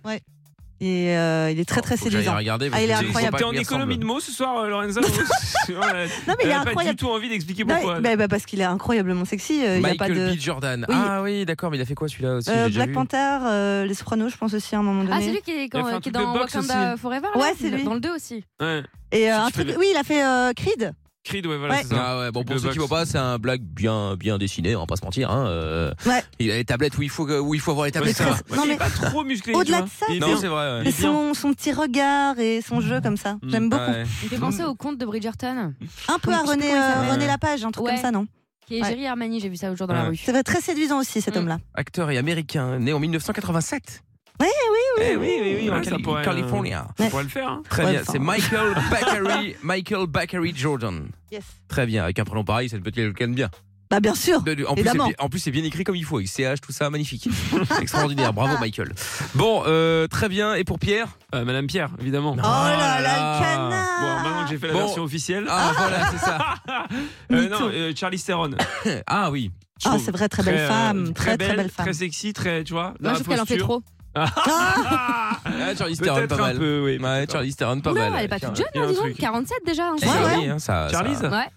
Speaker 5: Et euh, il est très très
Speaker 3: Faut que j'aille
Speaker 5: séduisant.
Speaker 3: regarder,
Speaker 5: Ah, il est
Speaker 3: parce que je sais
Speaker 5: incroyable.
Speaker 3: pas
Speaker 6: T'es en
Speaker 3: combien
Speaker 6: économie de
Speaker 3: ressemble.
Speaker 6: mots ce soir, euh, Lorenza *laughs* Non,
Speaker 5: mais il est
Speaker 6: pas du
Speaker 5: incroyable.
Speaker 6: tout envie d'expliquer
Speaker 5: Non,
Speaker 6: pourquoi.
Speaker 5: bah, bah, parce qu'il est incroyablement sexy. euh, il y a pas
Speaker 3: Michael
Speaker 5: de...
Speaker 3: B. Jordan.
Speaker 5: Oui.
Speaker 3: Ah oui, d'accord, mais il a fait quoi celui-là aussi
Speaker 5: Euh,
Speaker 3: J'ai déjà
Speaker 5: Black
Speaker 3: vu.
Speaker 5: Panther, euh, Les Sopranos, je pense aussi à un moment donné.
Speaker 4: Ah, c'est lui qui est,
Speaker 6: Il a fait un
Speaker 4: qui est
Speaker 6: truc de
Speaker 4: dans
Speaker 6: boxe
Speaker 4: Wakanda
Speaker 6: aussi.
Speaker 4: Forever là
Speaker 5: Ouais, c'est lui.
Speaker 4: Dans le 2 aussi.
Speaker 6: Ouais.
Speaker 5: Et euh,
Speaker 6: Si
Speaker 5: un
Speaker 6: tu fais
Speaker 5: truc,
Speaker 6: le-
Speaker 5: oui, il a fait euh, Creed.
Speaker 6: Creed, ouais, voilà,
Speaker 5: Ouais.
Speaker 6: c'est ça.
Speaker 3: Ah ouais, bon, pour
Speaker 6: De
Speaker 3: ceux qui
Speaker 6: boxe.
Speaker 3: voient pas, c'est un blague bien, bien dessiné, on va pas se mentir. Hein. euh,
Speaker 5: Ouais.
Speaker 3: Il a les tablettes où il faut, que- où il faut avoir les
Speaker 6: Ouais,
Speaker 3: tablettes.
Speaker 6: ça
Speaker 3: ça
Speaker 6: va.
Speaker 3: va.
Speaker 6: Ouais,
Speaker 5: Non,
Speaker 6: il est
Speaker 5: mais
Speaker 6: pas trop musclé.
Speaker 5: au-delà
Speaker 6: tu
Speaker 5: de
Speaker 6: vois.
Speaker 5: ça,
Speaker 6: Il est
Speaker 3: Non,
Speaker 6: bien.
Speaker 3: c'est vrai. ouais.
Speaker 6: Il est
Speaker 5: Et
Speaker 6: bien.
Speaker 5: son, son petit regard et son jeu comme ça,
Speaker 6: Mm.
Speaker 5: j'aime beaucoup.
Speaker 3: Ouais.
Speaker 4: Il fait
Speaker 6: Mmh.
Speaker 4: penser au conte de Bridgerton,
Speaker 5: Un peu à
Speaker 4: Je
Speaker 5: René,
Speaker 4: sais plus comment il
Speaker 5: euh,
Speaker 4: s'appelle.
Speaker 5: René Lapage, un truc
Speaker 4: Ouais.
Speaker 5: comme ça, non
Speaker 4: qui est
Speaker 5: Ouais.
Speaker 4: Jerry Armani, j'ai vu ça le jour dans la
Speaker 6: Ouais.
Speaker 4: rue.
Speaker 5: C'est vrai, très séduisant aussi cet
Speaker 4: Mm.
Speaker 5: homme-là.
Speaker 3: Acteur et américain, né en 1987.
Speaker 5: Ouais,
Speaker 3: oui, Eh oui, oui, oui, en
Speaker 6: Ouais, ça
Speaker 3: Cali-
Speaker 6: pourrait, euh,
Speaker 3: Californie.
Speaker 6: On pourrait le faire. hein.
Speaker 3: Très
Speaker 5: Ouais,
Speaker 3: bien,
Speaker 5: enfin.
Speaker 3: c'est Michael Bakery, Michael Bakery Jordan.
Speaker 5: Yes.
Speaker 3: Très bien, avec un prénom pareil, c'est le petit lequel bien.
Speaker 5: Bah bien sûr.
Speaker 3: De- de- en, plus, c'est
Speaker 5: évidemment.
Speaker 3: bien- en plus, c'est bien écrit comme il faut. Avec CH, tout ça, magnifique. C'est extraordinaire. Bravo, Michael. Bon, euh, très bien. Et pour Pierre
Speaker 6: Euh, Madame Pierre, évidemment.
Speaker 5: Oh là
Speaker 3: Oh
Speaker 5: là,
Speaker 3: là là.
Speaker 5: le canard
Speaker 6: Bon, maintenant que j'ai fait la
Speaker 3: Bon.
Speaker 6: version officielle.
Speaker 3: Ah, voilà, c'est ça.
Speaker 6: *laughs* Euh,
Speaker 5: mytho.
Speaker 6: non, euh, Charlie Theron.
Speaker 3: *coughs* Ah oui.
Speaker 6: Je
Speaker 5: Ah,
Speaker 6: trouve
Speaker 5: c'est vrai, très belle
Speaker 6: euh,
Speaker 5: femme. Très, très belle femme.
Speaker 6: Très sexy, très, tu vois. dans
Speaker 4: Moi,
Speaker 6: la
Speaker 4: je trouve qu'elle en fait
Speaker 6: posture. *laughs* Ah,
Speaker 4: trop.
Speaker 5: Ah
Speaker 3: Ah, Charlie Theron,
Speaker 6: Peut-être
Speaker 3: pas
Speaker 6: un
Speaker 3: mal.
Speaker 6: peu, oui.
Speaker 3: Ouais, Charlie Theron, pas mal.
Speaker 4: Non, elle est pas toute jeune,
Speaker 6: il y a
Speaker 4: hein,
Speaker 6: un
Speaker 4: dis donc.
Speaker 6: truc.
Speaker 4: 47 déjà. hein,
Speaker 3: Eh,
Speaker 4: c'est
Speaker 5: Ouais,
Speaker 4: vrai.
Speaker 3: oui, hein, ça,
Speaker 6: Charlize
Speaker 3: ça,
Speaker 4: Ouais.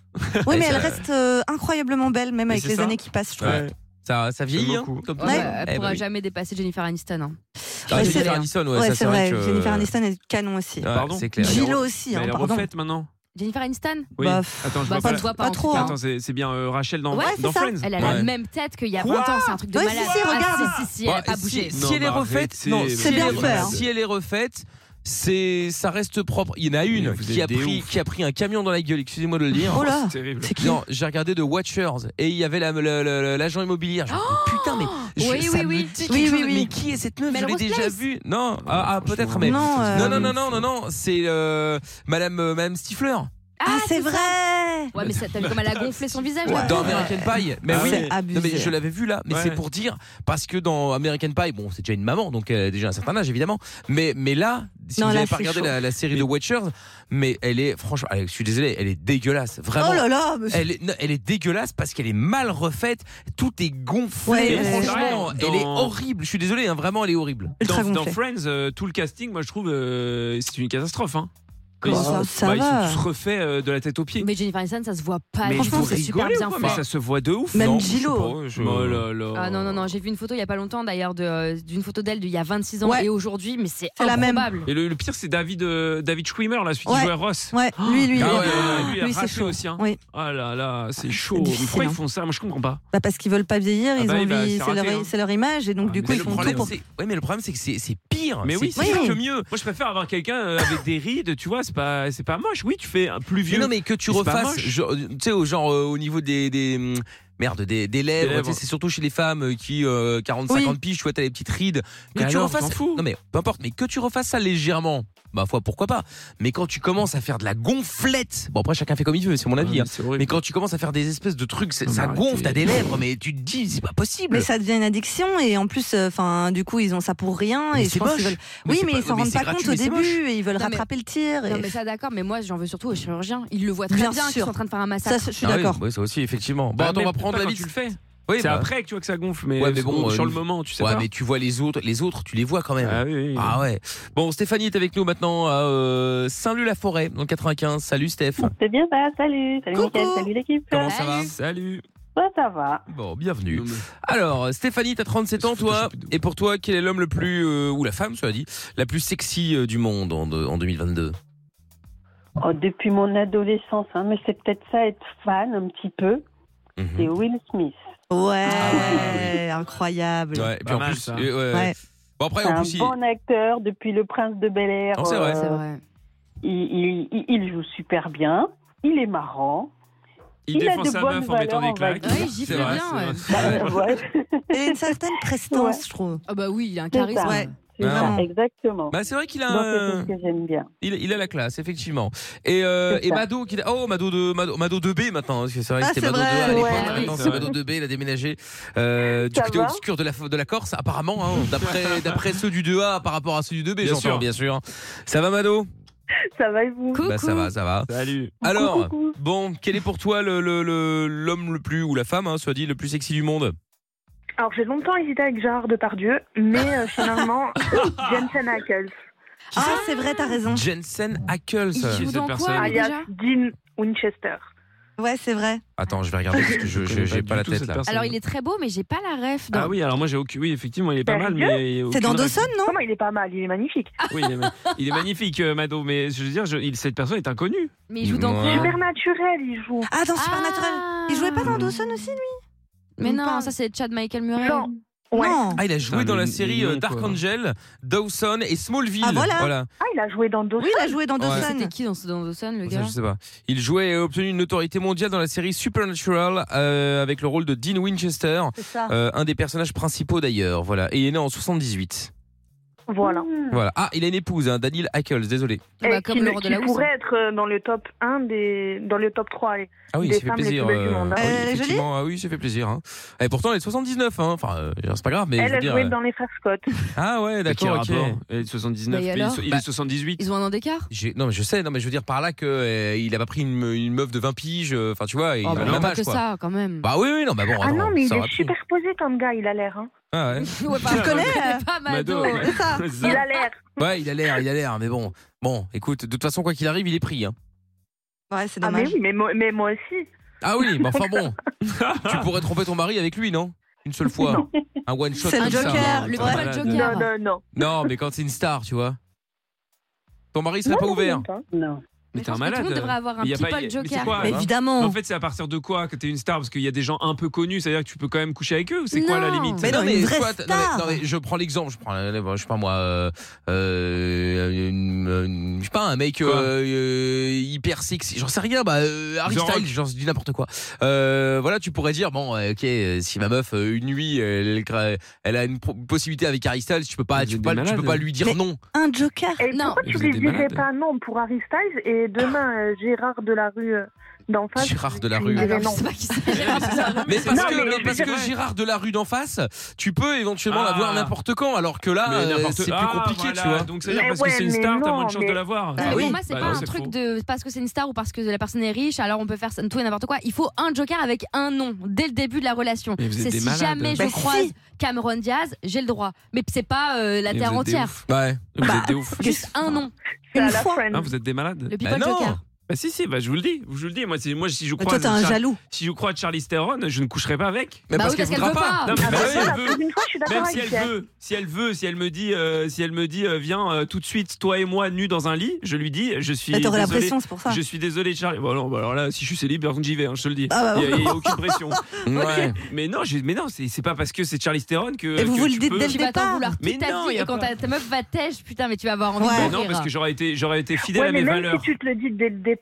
Speaker 5: Oui,
Speaker 3: Et
Speaker 5: mais
Speaker 3: ça-
Speaker 5: elle reste euh, incroyablement belle, même avec
Speaker 6: c'est
Speaker 5: les
Speaker 6: ça.
Speaker 5: années qui passent, je trouve.
Speaker 3: Ouais. ça, ça vieillit.
Speaker 6: J'aime
Speaker 3: hein,
Speaker 6: beaucoup.
Speaker 3: comme
Speaker 4: Ouais,
Speaker 3: tout.
Speaker 4: elle
Speaker 3: Eh
Speaker 4: pourra
Speaker 3: ben oui.
Speaker 4: jamais dépasser Jennifer Aniston. hein.
Speaker 3: Ah,
Speaker 5: Ouais, c'est
Speaker 3: Jennifer
Speaker 5: vrai.
Speaker 3: Aniston, ouais,
Speaker 5: ouais,
Speaker 3: ça,
Speaker 5: c'est vrai.
Speaker 3: que-
Speaker 5: Jennifer Aniston est canon aussi.
Speaker 3: Ouais,
Speaker 6: Pardon.
Speaker 3: c'est clair.
Speaker 5: Gilo aussi,
Speaker 6: Mais
Speaker 5: hein,
Speaker 6: elle est
Speaker 5: pardon.
Speaker 6: refaite maintenant.
Speaker 4: Jennifer Aniston
Speaker 6: Oui.
Speaker 5: Bah, pff,
Speaker 6: Attends, je
Speaker 4: Bah,
Speaker 6: vois
Speaker 4: ça
Speaker 6: pas.
Speaker 4: ne se voit pas.
Speaker 5: Pas
Speaker 4: en tout
Speaker 5: trop,
Speaker 4: cas.
Speaker 5: hein.
Speaker 6: Attends, c'est c'est bien euh, Rachel dans,
Speaker 4: Ouais, c'est
Speaker 6: dans
Speaker 5: ça.
Speaker 6: Friends.
Speaker 4: Elle a
Speaker 3: Ouais.
Speaker 4: la même tête qu'il y a
Speaker 6: Quoi Bah,
Speaker 4: 20 ans, c'est un truc de
Speaker 5: Ouais, si,
Speaker 4: malade.
Speaker 5: si,
Speaker 4: Ah,
Speaker 5: regarde.
Speaker 4: si, si, si, elle a
Speaker 3: Bon,
Speaker 4: pas
Speaker 3: si-
Speaker 4: bougé.
Speaker 3: Si,
Speaker 6: Non,
Speaker 3: elle est
Speaker 6: mais
Speaker 3: refaite,
Speaker 6: arrêtez,
Speaker 3: non,
Speaker 6: mais-
Speaker 3: si
Speaker 5: C'est
Speaker 3: elle
Speaker 5: bien
Speaker 3: est-
Speaker 5: fait, hein.
Speaker 3: Si elle est refaite, c'est, ça reste propre. Il y en a
Speaker 6: Mais
Speaker 3: une
Speaker 6: vous
Speaker 3: qui
Speaker 6: êtes
Speaker 3: a
Speaker 6: des
Speaker 3: pris,
Speaker 6: ouf.
Speaker 3: qui a pris un camion dans la gueule. Excusez-moi de le dire.
Speaker 5: Oh là
Speaker 6: C'est terrible.
Speaker 5: C'est qui
Speaker 3: Non, j'ai regardé The Watchers et il y avait la- le- le- le- l'agent immobilier.
Speaker 5: Ah,
Speaker 3: Je me dis, Oh putain, mais je-
Speaker 4: Oui,
Speaker 3: ça
Speaker 4: oui,
Speaker 3: me
Speaker 4: oui.
Speaker 3: dit quelque
Speaker 5: Oui,
Speaker 3: chose.
Speaker 5: oui, oui.
Speaker 3: Mais qui est cette meuf
Speaker 4: Mais
Speaker 3: Je
Speaker 4: elle
Speaker 3: l'ai
Speaker 4: Rose
Speaker 3: déjà
Speaker 4: Place.
Speaker 3: vue. Non, ah, ah, peut-être,
Speaker 6: franchement,
Speaker 3: mais.
Speaker 5: Non, euh,
Speaker 3: Non, non, non, non, non, non, c'est euh, Madame, euh, Madame Stifler
Speaker 5: Ah, c'est
Speaker 4: ça.
Speaker 5: vrai
Speaker 4: Ouais, mais ça- t'as vu comme elle a gonflé son visage là.
Speaker 3: dans American Pie. Mais
Speaker 6: Ah
Speaker 3: oui,
Speaker 6: ouais.
Speaker 5: C'est abusé.
Speaker 3: Non, mais je l'avais vu là, mais
Speaker 6: Ouais.
Speaker 3: c'est pour dire parce que dans American Pie, bon, c'est déjà une maman, donc elle a déjà un certain âge évidemment. Mais mais là, si
Speaker 5: Non,
Speaker 3: vous
Speaker 5: là,
Speaker 3: n'avez pas
Speaker 5: c'est
Speaker 3: regardé
Speaker 5: chaud.
Speaker 3: la, la série de Watchers, mais elle est franchement, allez, je suis désolé, elle est dégueulasse, vraiment.
Speaker 5: Oh là là mais-
Speaker 3: Elle est, non, elle est dégueulasse parce qu'elle est mal refaite, tout est gonflé.
Speaker 5: Ouais,
Speaker 3: Et
Speaker 5: ouais.
Speaker 3: franchement,
Speaker 6: Ouais.
Speaker 3: elle est
Speaker 6: Dans-
Speaker 3: horrible. Je suis désolé, hein, vraiment, elle est horrible.
Speaker 5: Ultra
Speaker 6: dans, dans
Speaker 5: gonflé.
Speaker 6: Friends, euh, tout le casting, moi je trouve, euh, c'est une catastrophe. Hein.
Speaker 5: Comment
Speaker 6: ils
Speaker 5: ça
Speaker 6: sont,
Speaker 5: Ça
Speaker 6: bah,
Speaker 5: va.
Speaker 6: Ils sont tous refaits euh, de la tête aux pieds.
Speaker 4: Mais Jennifer Aniston, ça se voit pas.
Speaker 6: Mais
Speaker 4: Franchement,
Speaker 6: vous
Speaker 4: c'est super
Speaker 6: rigolez
Speaker 4: bien
Speaker 6: ou
Speaker 4: fait.
Speaker 6: pas Mais ça se voit de ouf.
Speaker 5: Même
Speaker 6: non
Speaker 5: Gillo.
Speaker 6: Je sais pas, je- Oh là là.
Speaker 4: Ah non, non, non, j'ai vu une photo il y a pas longtemps d'ailleurs de, euh, d'une photo d'elle d'il y a 26 ans
Speaker 5: Ouais.
Speaker 4: et aujourd'hui, mais c'est
Speaker 5: C'est la même.
Speaker 4: improbable.
Speaker 6: Et le, le pire, c'est David, euh, David Schwimmer, là, celui
Speaker 5: Ouais.
Speaker 6: qui jouait Ross.
Speaker 5: Ouais, lui, lui, lui, lui,
Speaker 6: Ah ouais, lui, il a
Speaker 5: lui, c'est
Speaker 6: raclé
Speaker 5: chaud.
Speaker 6: aussi. Hein.
Speaker 5: Oui.
Speaker 6: Ah là là, c'est chaud. Mais
Speaker 5: difficile,
Speaker 6: pourquoi
Speaker 5: hein.
Speaker 6: ils font ça Moi, je comprends pas.
Speaker 5: Bah, parce qu'ils veulent pas vieillir,
Speaker 6: Ah
Speaker 5: ils
Speaker 6: bah
Speaker 5: ont
Speaker 6: oui, bah,
Speaker 5: envie-
Speaker 6: c'est
Speaker 5: c'est leur,
Speaker 6: raté, hein.
Speaker 5: c'est leur image et donc
Speaker 6: Ah,
Speaker 5: du
Speaker 6: mais
Speaker 5: coup
Speaker 6: le
Speaker 5: ils font tout
Speaker 3: problème,
Speaker 5: pour.
Speaker 3: c'est- ouais, mais le problème, c'est que c'est c'est pire.
Speaker 6: Mais oui,
Speaker 3: c'est
Speaker 5: oui.
Speaker 3: pire que mieux.
Speaker 6: Moi, je préfère avoir quelqu'un euh, avec des rides, tu vois, c'est pas, c'est pas moche. Oui, tu fais un plus
Speaker 3: Mais
Speaker 6: vieux.
Speaker 3: non, mais que tu
Speaker 6: C'est pas
Speaker 3: refasses,
Speaker 6: moche.
Speaker 3: genre, euh, tu sais, au genre euh, au niveau des, des, hum, merde, des, des lèvres,
Speaker 6: Des lèvres.
Speaker 3: tu sais, c'est surtout chez les femmes euh, qui 40-50
Speaker 5: Oui.
Speaker 3: piges, tu vois, t'as les petites rides. Que
Speaker 6: Mais
Speaker 3: tu
Speaker 6: alors,
Speaker 3: refasses,
Speaker 6: t'en fous.
Speaker 3: non mais peu importe, mais que tu refasses ça légèrement, bah fois pourquoi pas. Mais quand tu commences à faire de la gonflette, bon après chacun fait comme il veut, c'est mon avis.
Speaker 6: Ah,
Speaker 3: hein.
Speaker 6: c'est horrible.
Speaker 3: Mais quand tu commences à faire des espèces de trucs, c'est-
Speaker 6: Non, mais
Speaker 3: ça
Speaker 6: arrêtez.
Speaker 3: gonfle, t'as des lèvres, mais tu te dis c'est pas possible.
Speaker 5: Mais ça devient une addiction et en plus, euh, enfin, du coup, ils ont ça pour rien
Speaker 3: Mais
Speaker 5: et je
Speaker 3: c'est
Speaker 5: pense qu'ils
Speaker 3: moche.
Speaker 5: veulent. Oui,
Speaker 3: c'est
Speaker 5: mais ils s'en
Speaker 3: mais
Speaker 5: rendent
Speaker 3: c'est
Speaker 5: pas
Speaker 3: gratuit,
Speaker 5: compte au
Speaker 3: mais c'est moche.
Speaker 5: début et ils veulent
Speaker 4: Non, mais-
Speaker 5: rattraper le tir. et-
Speaker 4: Non, mais ça d'accord, mais moi j'en veux surtout aux chirurgiens. Ils le voient très
Speaker 5: Bien
Speaker 4: bien,
Speaker 5: sûr.
Speaker 4: qu'ils sont en train de faire un massacre.
Speaker 5: Ça, je suis
Speaker 3: Ah oui,
Speaker 5: d'accord.
Speaker 3: ouais, ça aussi effectivement. Bon,
Speaker 6: Bah,
Speaker 3: attends, on
Speaker 6: mais
Speaker 3: va prendre
Speaker 6: pas
Speaker 3: la
Speaker 6: quand
Speaker 3: vie.
Speaker 6: Tu le fais.
Speaker 3: Oui,
Speaker 6: C'est
Speaker 3: bah.
Speaker 6: après que tu vois que ça gonfle, mais,
Speaker 3: Ouais, mais bon,
Speaker 6: sur
Speaker 3: euh,
Speaker 6: le moment, tu sais
Speaker 3: Ouais,
Speaker 6: pas.
Speaker 3: mais tu vois les autres, les autres, tu les vois quand même.
Speaker 6: Ah oui, oui.
Speaker 3: Ah ouais. Bon, Stéphanie est avec nous maintenant à euh, Saint-Leu-la-Forêt, dans le 95. Salut Steph.
Speaker 7: C'est bien ça, salut, salut
Speaker 5: Coucou.
Speaker 7: Mickaël, salut l'équipe.
Speaker 3: Comment ça va
Speaker 4: Salut.
Speaker 6: Salut.
Speaker 7: Ouais, ça va.
Speaker 3: Bon, bienvenue. Alors, Stéphanie, t'as 37 ans,
Speaker 6: Parce que
Speaker 3: toi.
Speaker 6: Photoshop est de ouf.
Speaker 3: Et pour toi, quel est l'homme le plus, euh, ou la femme, cela dit, la plus sexy euh, du monde en, de- en 2022
Speaker 7: Oh, depuis mon adolescence, hein, mais c'est peut-être ça être fan un petit peu,
Speaker 3: Mhm. Ah
Speaker 7: c'est Will Smith.
Speaker 5: Ouais, incroyable.
Speaker 3: Ouais, et puis
Speaker 6: Pas
Speaker 3: en
Speaker 6: mal,
Speaker 3: plus.
Speaker 6: ça.
Speaker 3: euh, ouais.
Speaker 5: Ouais.
Speaker 3: Bon, après,
Speaker 7: C'est
Speaker 3: en
Speaker 7: un
Speaker 3: plus, il-
Speaker 7: bon acteur depuis Le Prince de Bel Air. Euh,
Speaker 3: Non, c'est vrai.
Speaker 4: C'est vrai.
Speaker 7: Il, il- il joue super bien, il est marrant.
Speaker 6: Il,
Speaker 7: Il a
Speaker 6: défend
Speaker 7: de
Speaker 6: sa
Speaker 7: bonnes
Speaker 6: meuf en mettant des
Speaker 7: valeurs, on va
Speaker 6: claques.
Speaker 7: dire.
Speaker 4: Oui, j'y
Speaker 6: C'est
Speaker 4: fais
Speaker 6: vrai,
Speaker 4: bien,
Speaker 6: c'est vrai.
Speaker 4: ouais.
Speaker 7: Bah, ouais,
Speaker 5: Elle a une certaine
Speaker 7: *laughs*
Speaker 5: prestance,
Speaker 7: Ouais.
Speaker 5: je trouve.
Speaker 4: Ah bah oui, il a un
Speaker 7: C'est
Speaker 4: charisme.
Speaker 7: ça.
Speaker 5: Ouais.
Speaker 7: c'est ça,
Speaker 5: Vraiment.
Speaker 7: exactement.
Speaker 3: Bah, c'est vrai qu'il a,
Speaker 7: Donc,
Speaker 3: un-
Speaker 7: c'est ce que j'aime bien.
Speaker 3: il, il a la classe, effectivement. Et, euh,
Speaker 7: C'est
Speaker 3: et
Speaker 7: ça.
Speaker 3: Mado, qui... oh Mado de Mado, Mado 2B maintenant, parce que c'est vrai que
Speaker 5: Ah,
Speaker 3: c'était
Speaker 5: c'est
Speaker 3: Mado 2
Speaker 5: vrai.
Speaker 3: à l'époque.
Speaker 7: Ouais,
Speaker 3: maintenant
Speaker 6: oui.
Speaker 3: c'est Mado 2B, il a déménagé euh, du
Speaker 7: Ça
Speaker 3: côté
Speaker 7: va
Speaker 3: obscur de la de la Corse, apparemment, hein,
Speaker 7: *laughs*
Speaker 3: d'après d'après ceux du 2A par rapport à ceux du 2B,
Speaker 6: Bien
Speaker 3: j'entends
Speaker 6: sûr.
Speaker 3: bien sûr. Ça va Mado
Speaker 7: Ça va et vous
Speaker 4: Coucou.
Speaker 3: Bah ça va, ça va.
Speaker 6: Salut.
Speaker 3: Alors,
Speaker 7: coucou.
Speaker 3: bon, quel est pour toi l'homme le, le, l'homme le plus, ou la femme, hein, soit dit, le plus sexy du monde
Speaker 11: Alors j'ai longtemps hésité avec Gérard Depardieu, mais euh, finalement Jensen Ackles.
Speaker 5: Ah, c'est vrai, t'as raison.
Speaker 3: Jensen Ackles.
Speaker 4: Il joue
Speaker 6: cette
Speaker 4: dans
Speaker 6: personne.
Speaker 4: quoi lui, déjà
Speaker 11: Alias Dean Winchester.
Speaker 5: Ouais, c'est vrai.
Speaker 3: Attends, je vais regarder parce que je je- j'ai pas, la tête là.
Speaker 4: Alors Ah il est très beau, mais j'ai pas la ref. dans-
Speaker 6: Ah oui, alors moi j'ai aucune. Oui, effectivement, il est pas mal,
Speaker 11: Sérieux
Speaker 6: mais.
Speaker 5: C'est dans
Speaker 6: aucune
Speaker 5: Dawson, non
Speaker 11: Comment il est pas mal, il est magnifique.
Speaker 6: Oui, il est, il est magnifique, euh, Mado, mais je veux dire, je- il- cette personne est inconnue.
Speaker 4: Mais il joue dans
Speaker 3: Ouais.
Speaker 4: quoi
Speaker 11: Supernaturel, il joue.
Speaker 5: Ah, dans Supernatural. Il jouait pas dans Dawson aussi, lui
Speaker 4: Ah. Mais non,
Speaker 5: Pas-
Speaker 4: ça c'est Chad Michael Murray.
Speaker 11: Non. Ouais.
Speaker 5: Non.
Speaker 3: Ah, il a joué
Speaker 6: Putain,
Speaker 3: dans
Speaker 6: mais
Speaker 3: la
Speaker 6: les-
Speaker 3: série
Speaker 6: les
Speaker 3: euh,
Speaker 6: noms,
Speaker 3: Dark
Speaker 6: quoi.
Speaker 3: Angel, Dawson et Smallville.
Speaker 5: Ah, voilà.
Speaker 11: Ah, il a joué dans Dawson.
Speaker 5: Oui, il a joué dans
Speaker 3: Ouais.
Speaker 5: Dawson.
Speaker 4: C'était qui dans, dans Dawson, le
Speaker 3: Ça,
Speaker 4: gars
Speaker 3: je sais pas. Il jouait et a obtenu une notoriété mondiale dans la série Supernatural euh, avec le rôle de Dean Winchester,
Speaker 5: C'est ça.
Speaker 3: euh, un des personnages principaux d'ailleurs. Voilà. Et il est né en 78.
Speaker 11: Voilà.
Speaker 3: Voilà. Ah, il a une épouse, hein, Daniel Hackels, désolé.
Speaker 11: Et qui, ne- qui pourrait être euh, dans le top 1 des, dans le top 3 allez,
Speaker 3: Ah oui,
Speaker 11: des
Speaker 3: ça fait
Speaker 11: femmes
Speaker 3: plaisir.
Speaker 11: les plus belles du
Speaker 3: euh,
Speaker 11: monde. hein.
Speaker 3: ah oui, effectivement, ah oui, ça fait plaisir. hein. Et pourtant, elle est de 79, hein. enfin, euh, c'est pas grave, mais je
Speaker 11: Elle
Speaker 3: veux
Speaker 11: a
Speaker 3: dire.
Speaker 11: joué
Speaker 3: euh,
Speaker 11: dans les frères
Speaker 6: *laughs*
Speaker 11: Scott.
Speaker 3: Ah ouais, d'accord, ok.
Speaker 6: quel rapport Elle est de 79,
Speaker 4: Mais
Speaker 6: il est-
Speaker 4: alors
Speaker 6: il
Speaker 3: Bah,
Speaker 6: est 78.
Speaker 4: Ils ont un an d'écart
Speaker 3: J'ai- Non, mais je sais, non, mais je veux dire par là que euh, il a pas pris une, me- une meuf de 20 piges, euh, enfin, tu vois, il
Speaker 4: Oh,
Speaker 3: a
Speaker 4: bah,
Speaker 3: le même
Speaker 4: pas
Speaker 3: âge,
Speaker 4: que
Speaker 3: quoi.
Speaker 4: ça, quand même.
Speaker 3: Bah oui, oui, non, bah bon,
Speaker 11: ah
Speaker 3: attends,
Speaker 11: non, mais il
Speaker 3: ça
Speaker 11: est
Speaker 3: rapide.
Speaker 11: superposé comme gars, il a l'air. Hein.
Speaker 5: *laughs*
Speaker 3: Ah ouais.
Speaker 4: Ouais,
Speaker 3: *laughs*
Speaker 4: bah,
Speaker 5: Tu connais euh,
Speaker 4: pas Mado.
Speaker 6: Mado, ouais. C'est
Speaker 11: Il
Speaker 6: ça.
Speaker 11: a l'air.
Speaker 3: Ouais, il a l'air, il a l'air, mais bon. Bon, écoute, de toute façon, quoi qu'il arrive, il est pris. Hein.
Speaker 5: Ouais, c'est
Speaker 11: Ah, mais
Speaker 5: dommage.
Speaker 11: oui, mais moi, mais moi aussi.
Speaker 3: Ah oui, mais enfin
Speaker 11: *laughs*
Speaker 3: bon. tu pourrais tromper ton mari avec lui, non Une seule fois. Un one shot
Speaker 5: C'est le
Speaker 3: comme ça.
Speaker 5: joker,
Speaker 3: non,
Speaker 4: Le
Speaker 3: t'es
Speaker 4: papa
Speaker 3: malade.
Speaker 4: Joker.
Speaker 11: Non, non, non.
Speaker 3: Non, mais quand c'est une star, tu vois. Ton mari serait
Speaker 11: Non,
Speaker 3: pas
Speaker 11: non,
Speaker 3: ouvert.
Speaker 11: même pas.
Speaker 7: Non.
Speaker 6: Mais
Speaker 4: je
Speaker 6: t'es un
Speaker 4: pense que Tout
Speaker 6: malade.
Speaker 4: le monde devrait avoir un
Speaker 6: Mais y a pas-
Speaker 4: petit
Speaker 6: mais
Speaker 4: poil
Speaker 6: c'est
Speaker 4: Joker.
Speaker 6: quoi,
Speaker 5: Mais
Speaker 6: hein
Speaker 5: évidemment.
Speaker 6: En fait, c'est à partir de quoi que t'es une star Parce qu'il y a des gens un peu connus, c'est-à-dire que tu peux quand même coucher avec eux ou C'est quoi la
Speaker 4: Non.
Speaker 6: limite
Speaker 5: Mais non, une vraie
Speaker 3: soit- non, mais-
Speaker 5: star.
Speaker 3: non, mais je prends l'exemple, je prends, euh, je sais pas moi, euh, euh, une- une- je sais pas un mec
Speaker 6: Quoi
Speaker 3: euh, euh, hyper sexy, j'en sais rien, bah euh, Harry
Speaker 6: The Rock.
Speaker 3: Styles, j'en dis n'importe quoi. Euh, voilà, tu pourrais dire bon, euh, ok, euh, si ma meuf euh, une nuit, elle, elle a une pro- possibilité avec Harry Styles, tu peux pas,
Speaker 6: Vous
Speaker 3: tu
Speaker 6: êtes
Speaker 3: peux pas,
Speaker 6: des
Speaker 3: tu peux
Speaker 6: malades.
Speaker 3: pas lui dire
Speaker 5: Mais-
Speaker 3: non.
Speaker 5: Un joker.
Speaker 11: Et
Speaker 4: Non.
Speaker 11: pourquoi tu
Speaker 6: Vous
Speaker 11: lui
Speaker 6: êtes des
Speaker 11: dirais
Speaker 6: malades.
Speaker 11: pas non pour Harry Styles et demain euh, Gérard de la rue euh, d'en face
Speaker 3: Gérard
Speaker 11: tu
Speaker 3: de la
Speaker 11: lui
Speaker 3: rue.
Speaker 11: dirais
Speaker 4: Alors,
Speaker 11: non.
Speaker 4: je sais pas qui c'est. Gérard Delarue.
Speaker 3: Mais parce
Speaker 11: Non,
Speaker 3: que,
Speaker 11: mais
Speaker 3: mais
Speaker 11: je
Speaker 3: parce
Speaker 6: veux
Speaker 3: que
Speaker 6: dire-
Speaker 3: Gérard de la rue d'en face, tu peux éventuellement
Speaker 6: Ah.
Speaker 3: l'avoir n'importe quand, alors que là,
Speaker 6: Mais
Speaker 3: euh,
Speaker 6: n'importe-
Speaker 3: c'est
Speaker 6: Ah,
Speaker 3: plus compliqué,
Speaker 6: voilà,
Speaker 3: tu vois.
Speaker 6: Donc c'est-à-dire
Speaker 11: Mais
Speaker 6: parce
Speaker 11: ouais,
Speaker 6: que c'est une
Speaker 11: mais
Speaker 6: star, t'as moins
Speaker 11: non,
Speaker 6: de chances
Speaker 11: mais-
Speaker 6: de la voir.
Speaker 4: Mais Pour moi, c'est
Speaker 6: Bah
Speaker 4: pas
Speaker 6: non,
Speaker 4: un
Speaker 6: c'est
Speaker 4: truc
Speaker 6: faux.
Speaker 4: de parce que c'est une star ou parce que la personne est riche, alors on peut faire tout et n'importe quoi. Il faut un joker avec un nom dès le début de la relation.
Speaker 6: Mais vous êtes
Speaker 4: C'est
Speaker 6: des
Speaker 4: si
Speaker 6: malades.
Speaker 4: jamais je
Speaker 5: Bah,
Speaker 4: croise
Speaker 5: si.
Speaker 4: Cameron Diaz, j'ai le droit. Mais c'est pas euh, la
Speaker 6: Mais
Speaker 4: terre
Speaker 6: vous êtes des
Speaker 4: entière.
Speaker 6: ouf.
Speaker 3: Ouais.
Speaker 6: Vous êtes des ouf.
Speaker 4: Juste un nom.
Speaker 11: C'est à
Speaker 5: Une
Speaker 11: la
Speaker 5: fois.
Speaker 11: Friends.
Speaker 6: Hein, vous êtes des malades.
Speaker 4: Le
Speaker 3: Bah
Speaker 4: people
Speaker 3: non.
Speaker 4: joker.
Speaker 6: Bah si si, bah je vous le dis, je vous le dis. Moi, c'est- moi si je
Speaker 5: Mais toi,
Speaker 6: crois
Speaker 5: t'es un jaloux.
Speaker 6: si je crois à Charlize Theron, je ne coucherai pas avec.
Speaker 3: Mais
Speaker 4: Bah
Speaker 3: parce
Speaker 4: oui,
Speaker 3: qu'elle
Speaker 4: parce qu'elle
Speaker 3: voudra
Speaker 4: veut
Speaker 3: pas.
Speaker 4: pas.
Speaker 6: Non,
Speaker 11: Ah,
Speaker 6: mais
Speaker 11: bah,
Speaker 6: bah,
Speaker 11: voilà,
Speaker 6: elle veut.
Speaker 11: pour une fois, je suis d'accord
Speaker 6: Même si
Speaker 11: avec
Speaker 6: elle
Speaker 11: elle.
Speaker 6: veut, si elle veut, si elle me dit, euh, si elle me dit, euh, viens euh, tout de suite, toi et moi nus dans un lit, je lui dis, je suis.
Speaker 5: Là, Bah, T'aurais la
Speaker 6: désolé,
Speaker 5: pression, c'est pour ça.
Speaker 6: Je suis désolé, Charlie. Bon, alors, bah, alors là, si je suis célib, par contre, j'y vais, hein, je te le dis.
Speaker 5: Ah, bah,
Speaker 6: Il n'y a,
Speaker 5: *laughs*
Speaker 6: il y a aucune pression.
Speaker 3: Ouais.
Speaker 6: Mais non, j'ai- mais non, c'est c'est pas parce que c'est Charlie Theron que.
Speaker 5: Et vous
Speaker 6: que
Speaker 5: vous le
Speaker 6: tu
Speaker 5: dites
Speaker 6: peux-
Speaker 5: dès le
Speaker 4: Tu vas t'en
Speaker 5: départ.
Speaker 4: vouloir
Speaker 6: Mais
Speaker 4: toute ta
Speaker 6: non,
Speaker 4: vie
Speaker 6: y a
Speaker 4: et quand
Speaker 6: pas.
Speaker 4: ta, ta meuf va têche, putain, mais tu vas avoir envie
Speaker 5: Ouais.
Speaker 6: Mais
Speaker 4: de
Speaker 6: non,
Speaker 4: mourir.
Speaker 6: parce que j'aurais été, j'aurais été fidèle
Speaker 11: Ouais,
Speaker 6: à
Speaker 11: mais
Speaker 6: mes
Speaker 11: même
Speaker 6: valeurs.
Speaker 11: si tu te le dis dès le départ,